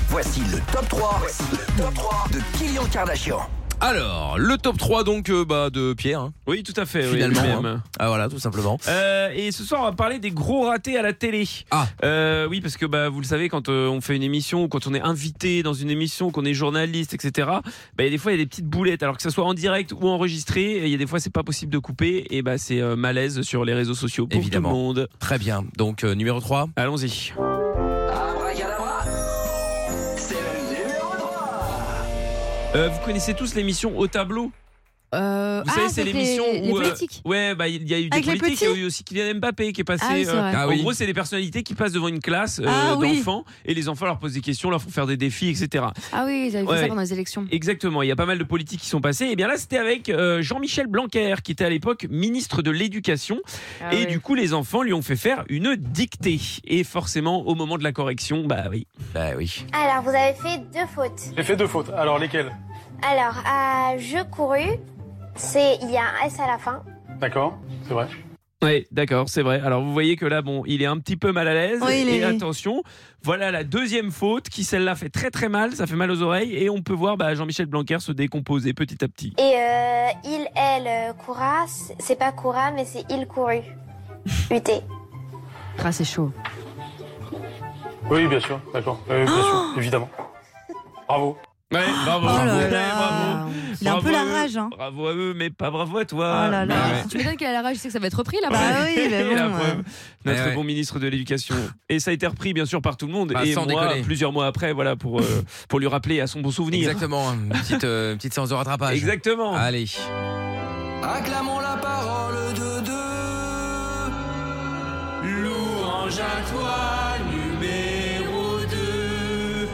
Speaker 2: Voici le top 3, le top 3 de Kylian Kardashian.
Speaker 3: *laughs* Alors, le top 3 donc euh, bah, de Pierre.
Speaker 6: Oui, tout à fait. oui,
Speaker 3: Finalement.
Speaker 6: lui-même.
Speaker 3: hein. Ah voilà, tout simplement.
Speaker 6: Euh, et ce soir, on va parler des gros ratés à la télé.
Speaker 3: Ah.
Speaker 6: oui, parce que bah, vous le savez, quand euh, on fait une émission ou quand on est invité dans une émission, qu'on est journaliste, etc., bah, il y a des fois, il y a des petites boulettes. Alors que ça soit en direct ou enregistré, il y a des fois, c'est pas possible de couper. Et bah, c'est euh, malaise sur les réseaux sociaux pour
Speaker 3: Évidemment.
Speaker 6: tout le monde.
Speaker 3: Très bien. Donc, euh, numéro 3.
Speaker 6: Allons-y. Euh, vous connaissez tous l'émission Au tableau vous savez,
Speaker 4: ah,
Speaker 6: c'est
Speaker 4: avec
Speaker 6: l'émission
Speaker 4: les- les
Speaker 6: où. euh,
Speaker 4: politiques.
Speaker 6: ouais, bah, il y a eu des
Speaker 4: Avec les
Speaker 6: politiques, il y a
Speaker 4: petits.
Speaker 6: eu aussi Kylian Mbappé qui est passé. euh,
Speaker 4: Ah oui, c'est vrai. Ah
Speaker 6: en
Speaker 4: oui.
Speaker 6: gros, c'est les personnalités qui passent devant une classe euh,
Speaker 4: Ah oui.
Speaker 6: d'enfants et les enfants leur posent des questions, leur font faire des défis, etc.
Speaker 4: Ah oui, ils avaient
Speaker 6: Ouais.
Speaker 4: fait ça pendant les élections.
Speaker 6: Exactement, il y a pas mal de politiques qui sont passées. Et bien là, c'était avec euh, Jean-Michel Blanquer, qui était à l'époque ministre de l'Éducation.
Speaker 4: Ah
Speaker 6: et
Speaker 4: oui.
Speaker 6: du coup, les enfants lui ont fait faire une dictée. Et forcément, au moment de la correction, bah oui.
Speaker 3: Bah oui.
Speaker 21: Alors, vous avez fait deux fautes.
Speaker 22: J'ai fait deux fautes. Alors lesquelles
Speaker 21: Alors, à je couru, c'est il y a un S à la fin.
Speaker 22: D'accord, c'est vrai.
Speaker 6: Oui, d'accord, c'est vrai. Alors vous voyez que là, bon, il est un petit peu mal à l'aise.
Speaker 21: Oui, il
Speaker 6: et
Speaker 21: est-
Speaker 6: attention, voilà la deuxième faute qui, celle-là, fait très très mal, ça fait mal aux oreilles. Et on peut voir bah, Jean-Michel Blanquer se décomposer petit à petit.
Speaker 21: Et euh, il, elle, euh, courra, c'est- c'est pas courra, mais c'est il couru. UT.
Speaker 4: Ah, c'est chaud.
Speaker 22: Oui, bien sûr, d'accord. Euh, bien sûr, évidemment. Bravo.
Speaker 6: Ouais, bravo,
Speaker 22: Oh là
Speaker 6: bravo,
Speaker 22: là.
Speaker 6: Ouais, bravo.
Speaker 5: Il a un peu
Speaker 6: Bravo
Speaker 5: la
Speaker 6: à eux,
Speaker 5: rage, hein.
Speaker 6: Bravo à eux, mais pas bravo à toi.
Speaker 5: Oh là là.
Speaker 6: Bah ouais.
Speaker 4: Tu m'étonnes qu'elle a la rage, je sais que ça va être repris Ah là bas
Speaker 6: La preuve.
Speaker 3: Eh
Speaker 6: Notre bon ministre de l'Éducation. Et ça a été repris, bien sûr, par tout le monde.
Speaker 3: Bah,
Speaker 6: et
Speaker 3: sans
Speaker 6: moi,
Speaker 3: déconner.
Speaker 6: plusieurs mois après, voilà, pour, euh, pour lui rappeler à son bon souvenir.
Speaker 3: Exactement. Une petite, euh, une petite séance de rattrapage.
Speaker 6: Exactement.
Speaker 3: Allez.
Speaker 2: Acclamons la parole de deux.
Speaker 6: Louange à toi, numéro 2.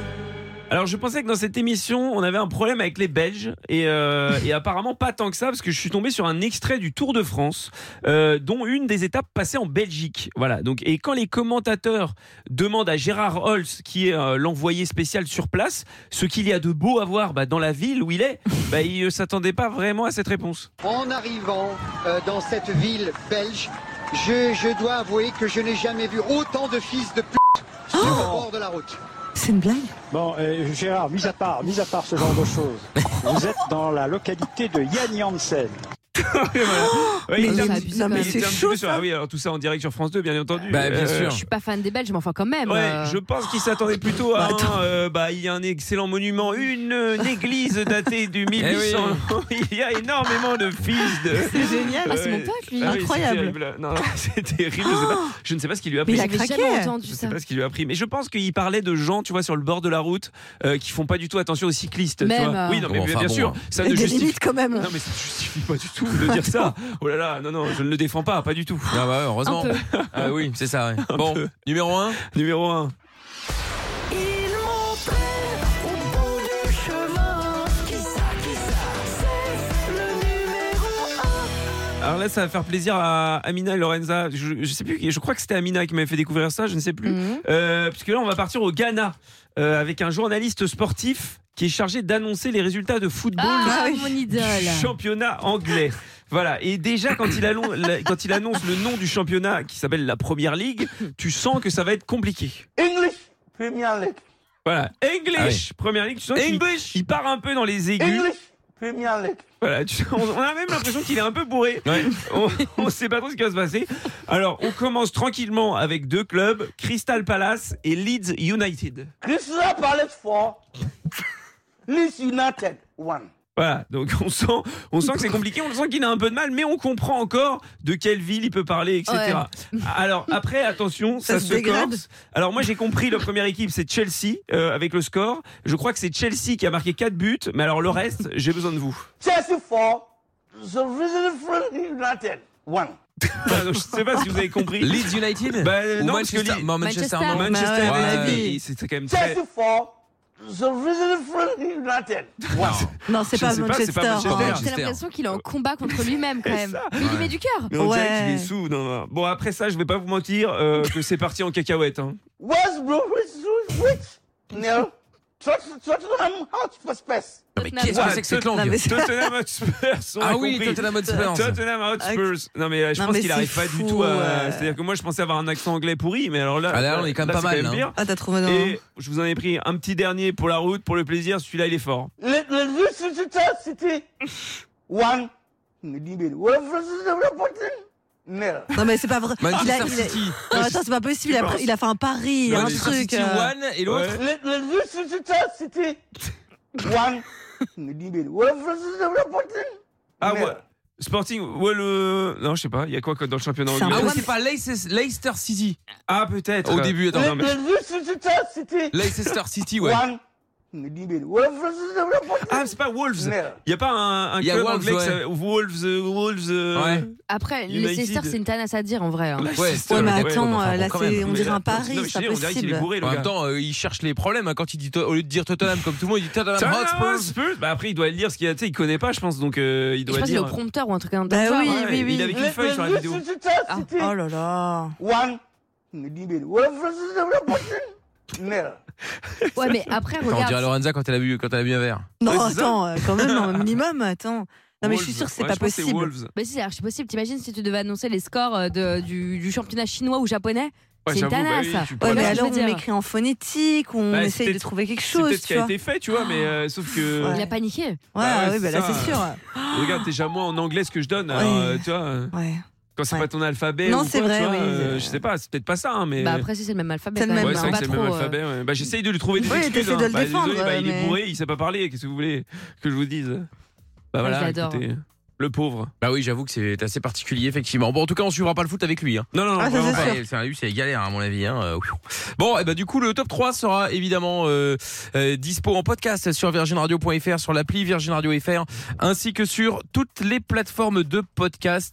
Speaker 6: Alors je pensais que dans cette émission on avait un problème avec les Belges et, euh, et apparemment pas tant que ça parce que je suis tombé sur un extrait du Tour de France euh, dont une des étapes passait en Belgique. Voilà donc et quand les commentateurs demandent à Gérard Holz qui est euh, l'envoyé spécial sur place ce qu'il y a de beau à voir bah, dans la ville où il est, bah, il ne s'attendait pas vraiment à cette
Speaker 14: *gasps*
Speaker 6: réponse.
Speaker 23: En arrivant euh, dans cette ville belge, je, je dois avouer que je n'ai jamais vu autant de fils de pute sur
Speaker 6: Oh
Speaker 23: le bord de la route.
Speaker 5: C'est une blague
Speaker 14: Bon, euh, Gérard, mis à part, mis à part ce genre
Speaker 3: *laughs*
Speaker 14: de choses, vous êtes dans la localité de Yann Janssen.
Speaker 6: Ouais,
Speaker 14: mais
Speaker 6: il était un
Speaker 14: ça,
Speaker 6: petit-
Speaker 14: ça, mais
Speaker 6: il était
Speaker 14: c'est
Speaker 6: un petit
Speaker 14: chaud,
Speaker 6: peu sur- ah oui alors tout ça en direct sur France 2 bien entendu.
Speaker 3: Bah, bien
Speaker 6: Euh,
Speaker 3: sûr.
Speaker 4: Je suis pas fan des Belges, mais enfin quand même.
Speaker 6: Ouais,
Speaker 4: euh.
Speaker 6: je pense qu'il s'attendait plutôt à un, euh, bah, il y a un excellent monument, une, euh, une église
Speaker 5: *laughs*
Speaker 6: datée du 1800. *laughs* il y a énormément de fils de.
Speaker 5: Eh C'est génial. Ah, c'est mon pote, lui.
Speaker 6: oui, c'est
Speaker 5: Incroyable. Oh
Speaker 6: terrible. Non, *laughs* non, c'est terrible. Je, sais pas, je ne sais pas ce qu'il lui a
Speaker 5: Mais
Speaker 6: pris.
Speaker 5: il a J'avais craqué. jamais entendu
Speaker 6: Je
Speaker 5: ça.
Speaker 6: sais pas ce qu'il lui a pris. Mais je pense qu'il parlait de gens, tu vois, sur le bord de la route, euh, qui font pas du tout attention aux cyclistes. tu
Speaker 5: Même,
Speaker 6: vois.
Speaker 5: euh,
Speaker 6: Oui, non, mais
Speaker 3: Bon,
Speaker 6: bien,
Speaker 3: enfin, bon,
Speaker 6: sûr.
Speaker 3: hein.
Speaker 6: Ça
Speaker 5: Il y
Speaker 6: ne
Speaker 5: a des
Speaker 6: justifie-
Speaker 5: limites quand même.
Speaker 6: Non, mais ça ne justifie pas du tout de dire ça. Oh là là, non, non, je ne le défends pas, pas du tout.
Speaker 3: Ah bah ouais, heureusement. Ah oui, c'est
Speaker 6: *laughs*
Speaker 3: ça. ouais. Bon, numéro 1
Speaker 6: Numéro 1.
Speaker 18: Ils montraient au bout du chemin. Qui ça, qui ça C'est le numéro
Speaker 6: Alors là, ça va faire plaisir à Amina et Lorenza. Je, je sais plus, qui- je crois que c'était Amina qui m'avait fait découvrir ça, je ne sais plus.
Speaker 4: Mhm.
Speaker 6: Euh, parce que là, on va partir au Ghana euh, avec un journaliste sportif qui est chargé d'annoncer les résultats de football
Speaker 4: Ah, mon idole.
Speaker 6: du championnat anglais. Voilà, et déjà quand il, allon- la- quand il annonce le nom du championnat qui s'appelle la Première Ligue, tu sens que ça va être compliqué.
Speaker 23: English Premier League.
Speaker 6: Voilà, English
Speaker 23: Ah oui.
Speaker 6: Première Ligue, tu sens qu'il il part un peu dans les aigus.
Speaker 23: English Premier League.
Speaker 6: Voilà, tu- on, on a même l'impression qu'il est un peu bourré. *laughs* On ne sait pas trop ce qui va se passer. Alors, on commence tranquillement avec deux clubs, Crystal Palace et Leeds United.
Speaker 23: Crystal Palace 4, Leeds United 1.
Speaker 6: Voilà, donc on sent, on sent que c'est compliqué, on sent qu'il a un peu de mal, mais on comprend encore de quelle ville il peut parler, etc. Alors après, attention, ça,
Speaker 18: Ça se
Speaker 6: se,
Speaker 18: dégrade.
Speaker 6: corse. Alors moi j'ai compris, la première équipe c'est Chelsea euh, avec le score. Je crois que c'est Chelsea qui a marqué 4 buts, mais alors le reste, j'ai besoin de vous.
Speaker 18: Chelsea 4, the Visiting United 1.
Speaker 6: Voilà, donc, Euh, je sais pas si vous avez compris.
Speaker 3: Leeds United
Speaker 6: Bah,
Speaker 3: Ou
Speaker 6: non,
Speaker 3: Manchester-
Speaker 6: parce que Leeds-
Speaker 3: non, Manchester, non.
Speaker 6: Manchester
Speaker 3: Ouais.
Speaker 6: United, c'est quand même très.
Speaker 18: Chelsea 4, the Visiting United 1.
Speaker 5: Non, c'est
Speaker 6: Je
Speaker 5: pas
Speaker 6: sais pas,
Speaker 5: Manchester.
Speaker 6: c'est pas Manchester.
Speaker 5: hein.
Speaker 6: Manchester.
Speaker 4: J'ai l'impression qu'il est en combat contre lui-même quand même. Mais il y met du cœur.
Speaker 6: Mais on dirait qu'il est sous. non, non. Bon, après ça, je vais pas vous mentir euh, que c'est parti en cacahuète. hein.
Speaker 18: West Bromwich Switch nil. Tot- Tottenham Hotspur Spurs.
Speaker 3: mais qu'est-ce que c'est que cette langue
Speaker 6: Non, mais c'est- Tottenham Hotspurs. on
Speaker 3: Ah
Speaker 6: a
Speaker 3: oui,
Speaker 6: compris.
Speaker 3: Tottenham Hotspurs.
Speaker 6: Tottenham Hotspurs. Non mais euh, je
Speaker 3: Non,
Speaker 6: pense
Speaker 3: mais
Speaker 6: qu'il
Speaker 3: c'est
Speaker 6: arrive pas du
Speaker 3: fou,
Speaker 6: tout. à-
Speaker 3: ouais.
Speaker 6: C'est-à-dire que moi je pensais avoir un accent anglais pourri, mais alors là,
Speaker 3: Ah là, on est quand même pas
Speaker 6: c'est
Speaker 3: mal, hein.
Speaker 6: pire.
Speaker 5: Ah, t'as trouvé, non.
Speaker 6: Et je vous en ai pris un petit dernier pour la route, pour le plaisir. Celui-là, il est fort.
Speaker 18: Le- le Leicester City one. Middlesbrough Wolverhampton nil.
Speaker 5: Non, mais c'est pas vrai. Il
Speaker 18: Manchester
Speaker 5: a- il a-
Speaker 18: City.
Speaker 5: Non, attends, c'est pas possible. Il a, il a fait un pari, il a un truc. euh.
Speaker 18: Le- le Leicester City one. Middlesbrough Wolverhampton
Speaker 6: Ah ouais. Sporting, ouais le. Non, je sais pas. Il y a quoi que dans le championnat
Speaker 3: Ah
Speaker 6: anglais
Speaker 3: oui, c'est pas Leicester, Leicester City.
Speaker 6: Ah peut-être.
Speaker 3: Au début, attends.
Speaker 6: Non, mais-
Speaker 18: Leicester City
Speaker 3: Leicester City, ouais.
Speaker 18: one. Middlesbrough Wolverhampton
Speaker 6: Ah, c'est pas Wolves.
Speaker 18: nil.
Speaker 6: Il y a pas un, un
Speaker 3: Il y a
Speaker 6: club
Speaker 3: Wolves,
Speaker 6: anglais qui
Speaker 3: ouais.
Speaker 6: s'appelle Wolves, euh, Wolves. euh,
Speaker 4: Après,
Speaker 6: United.
Speaker 4: Leicester, c'est une tanasse à dire en vrai. hein.
Speaker 3: Leicester,
Speaker 5: Ouais, mais
Speaker 3: bon,
Speaker 5: attends,
Speaker 3: enfin,
Speaker 5: euh,
Speaker 3: bon,
Speaker 5: là,
Speaker 3: quand
Speaker 5: c'est-
Speaker 3: même.
Speaker 5: on dirait un pari,
Speaker 6: non, mais je
Speaker 5: c'est
Speaker 6: dis,
Speaker 5: pas
Speaker 6: on dirait qu'il est
Speaker 5: possible.
Speaker 6: bourré, le
Speaker 3: En même
Speaker 6: gars.
Speaker 3: temps, euh, il cherche les problèmes. hein. Quand il dit to- au lieu de dire Tottenham comme tout le monde, il dit Tottenham
Speaker 6: Tottenham
Speaker 3: Hotspurs.
Speaker 6: Hotspurs. Bah après, il doit lire ce qu'il y a. Tu sais, il connaît pas, je pense. Donc, euh, il
Speaker 4: Je
Speaker 6: doit
Speaker 4: pense qu'il est
Speaker 6: dire.
Speaker 4: au prompteur ou un truc comme
Speaker 5: Bah
Speaker 4: ça.
Speaker 5: oui,
Speaker 4: ouais.
Speaker 5: oui, oui.
Speaker 6: il avait qu'une
Speaker 18: Le-
Speaker 6: feuille sur la
Speaker 18: le
Speaker 6: vidéo.
Speaker 18: Leicester City
Speaker 5: Oh là là.
Speaker 18: one. Middlesbrough Wolverhampton nil.
Speaker 4: Ouais, mais après,
Speaker 3: Attends, on dirait
Speaker 4: regarde.
Speaker 3: Lorenza quand elle a bu, quand elle a bu un verre.
Speaker 5: Non,
Speaker 3: Ouais, c'est ça.
Speaker 5: attends, euh, quand même, un minimum, attends. Non, mais je suis
Speaker 3: Wolves.
Speaker 5: sûre que c'est
Speaker 3: Ouais,
Speaker 5: pas
Speaker 3: je pense que c'est
Speaker 5: possible.
Speaker 3: Wolves.
Speaker 4: Bah si, c'est archi possible. T'imagines si tu devais annoncer les scores euh, de- du, du championnat chinois ou japonais
Speaker 6: Ouais,
Speaker 4: C'est une
Speaker 6: j'avoue, bah
Speaker 4: tanasse.
Speaker 6: oui,
Speaker 4: ça.
Speaker 6: tu peux
Speaker 5: Ouais,
Speaker 6: Voilà.
Speaker 5: mais
Speaker 6: Je
Speaker 5: alors
Speaker 4: veux
Speaker 5: on
Speaker 4: dire.
Speaker 5: écrit en phonétique, on
Speaker 6: Bah, c'est
Speaker 5: essaye de
Speaker 6: peut-être-
Speaker 5: trouver quelque
Speaker 6: C'est
Speaker 5: chose,
Speaker 6: peut-être ce
Speaker 5: tu
Speaker 6: qui
Speaker 5: vois.
Speaker 6: a été fait, tu vois, mais euh, sauf que.
Speaker 4: Il a paniqué.
Speaker 5: Ouais,
Speaker 6: Bah ouais,
Speaker 5: ouais, bah là,
Speaker 6: ça.
Speaker 5: c'est sûr.
Speaker 6: Regarde, déjà moi en anglais ce que je donne. alors, euh, tu vois, euh, Quand c'est pas ton alphabet.
Speaker 4: Non,
Speaker 6: ou
Speaker 4: c'est
Speaker 6: quoi, tu
Speaker 4: vrai,
Speaker 6: vois,
Speaker 4: oui.
Speaker 6: euh, je sais pas, c'est peut-être pas ça, hein, mais.
Speaker 4: Bah après, si c'est le même alphabet.
Speaker 5: C'est le
Speaker 4: quand
Speaker 6: Ouais,
Speaker 5: même,
Speaker 6: c'est
Speaker 5: hein,
Speaker 6: vrai que
Speaker 5: pas
Speaker 6: c'est le même
Speaker 5: trop, euh.
Speaker 6: alphabet. ouais. Bah, j'essaye de lui trouver des
Speaker 5: Oui,
Speaker 6: excuses.
Speaker 5: t'essaies de
Speaker 6: hein.
Speaker 5: le
Speaker 6: Bah, désolé,
Speaker 5: défendre, euh,
Speaker 6: bah, il est
Speaker 5: mais-
Speaker 6: bourré, il sait pas parler. Qu'est-ce que vous voulez que je vous dise Bah
Speaker 3: je
Speaker 6: voilà,
Speaker 3: l'adore.
Speaker 6: écoutez, le pauvre.
Speaker 3: Bah oui, j'avoue que c'est assez particulier, effectivement. Bon, en tout cas, on suivra pas le foot avec lui. Hein.
Speaker 6: Non, non, non, Ah, ça, vraiment c'est pas. sûr.
Speaker 3: Ouais, C'est un lui, c'est galère, hein, à mon avis. hein. Euh, ouh. Bon, et ben du coup, le top 3 sera évidemment euh, euh, dispo en podcast sur virginradio.fr, sur l'appli Virgin Radio FR, ainsi que sur toutes les plateformes de podcast.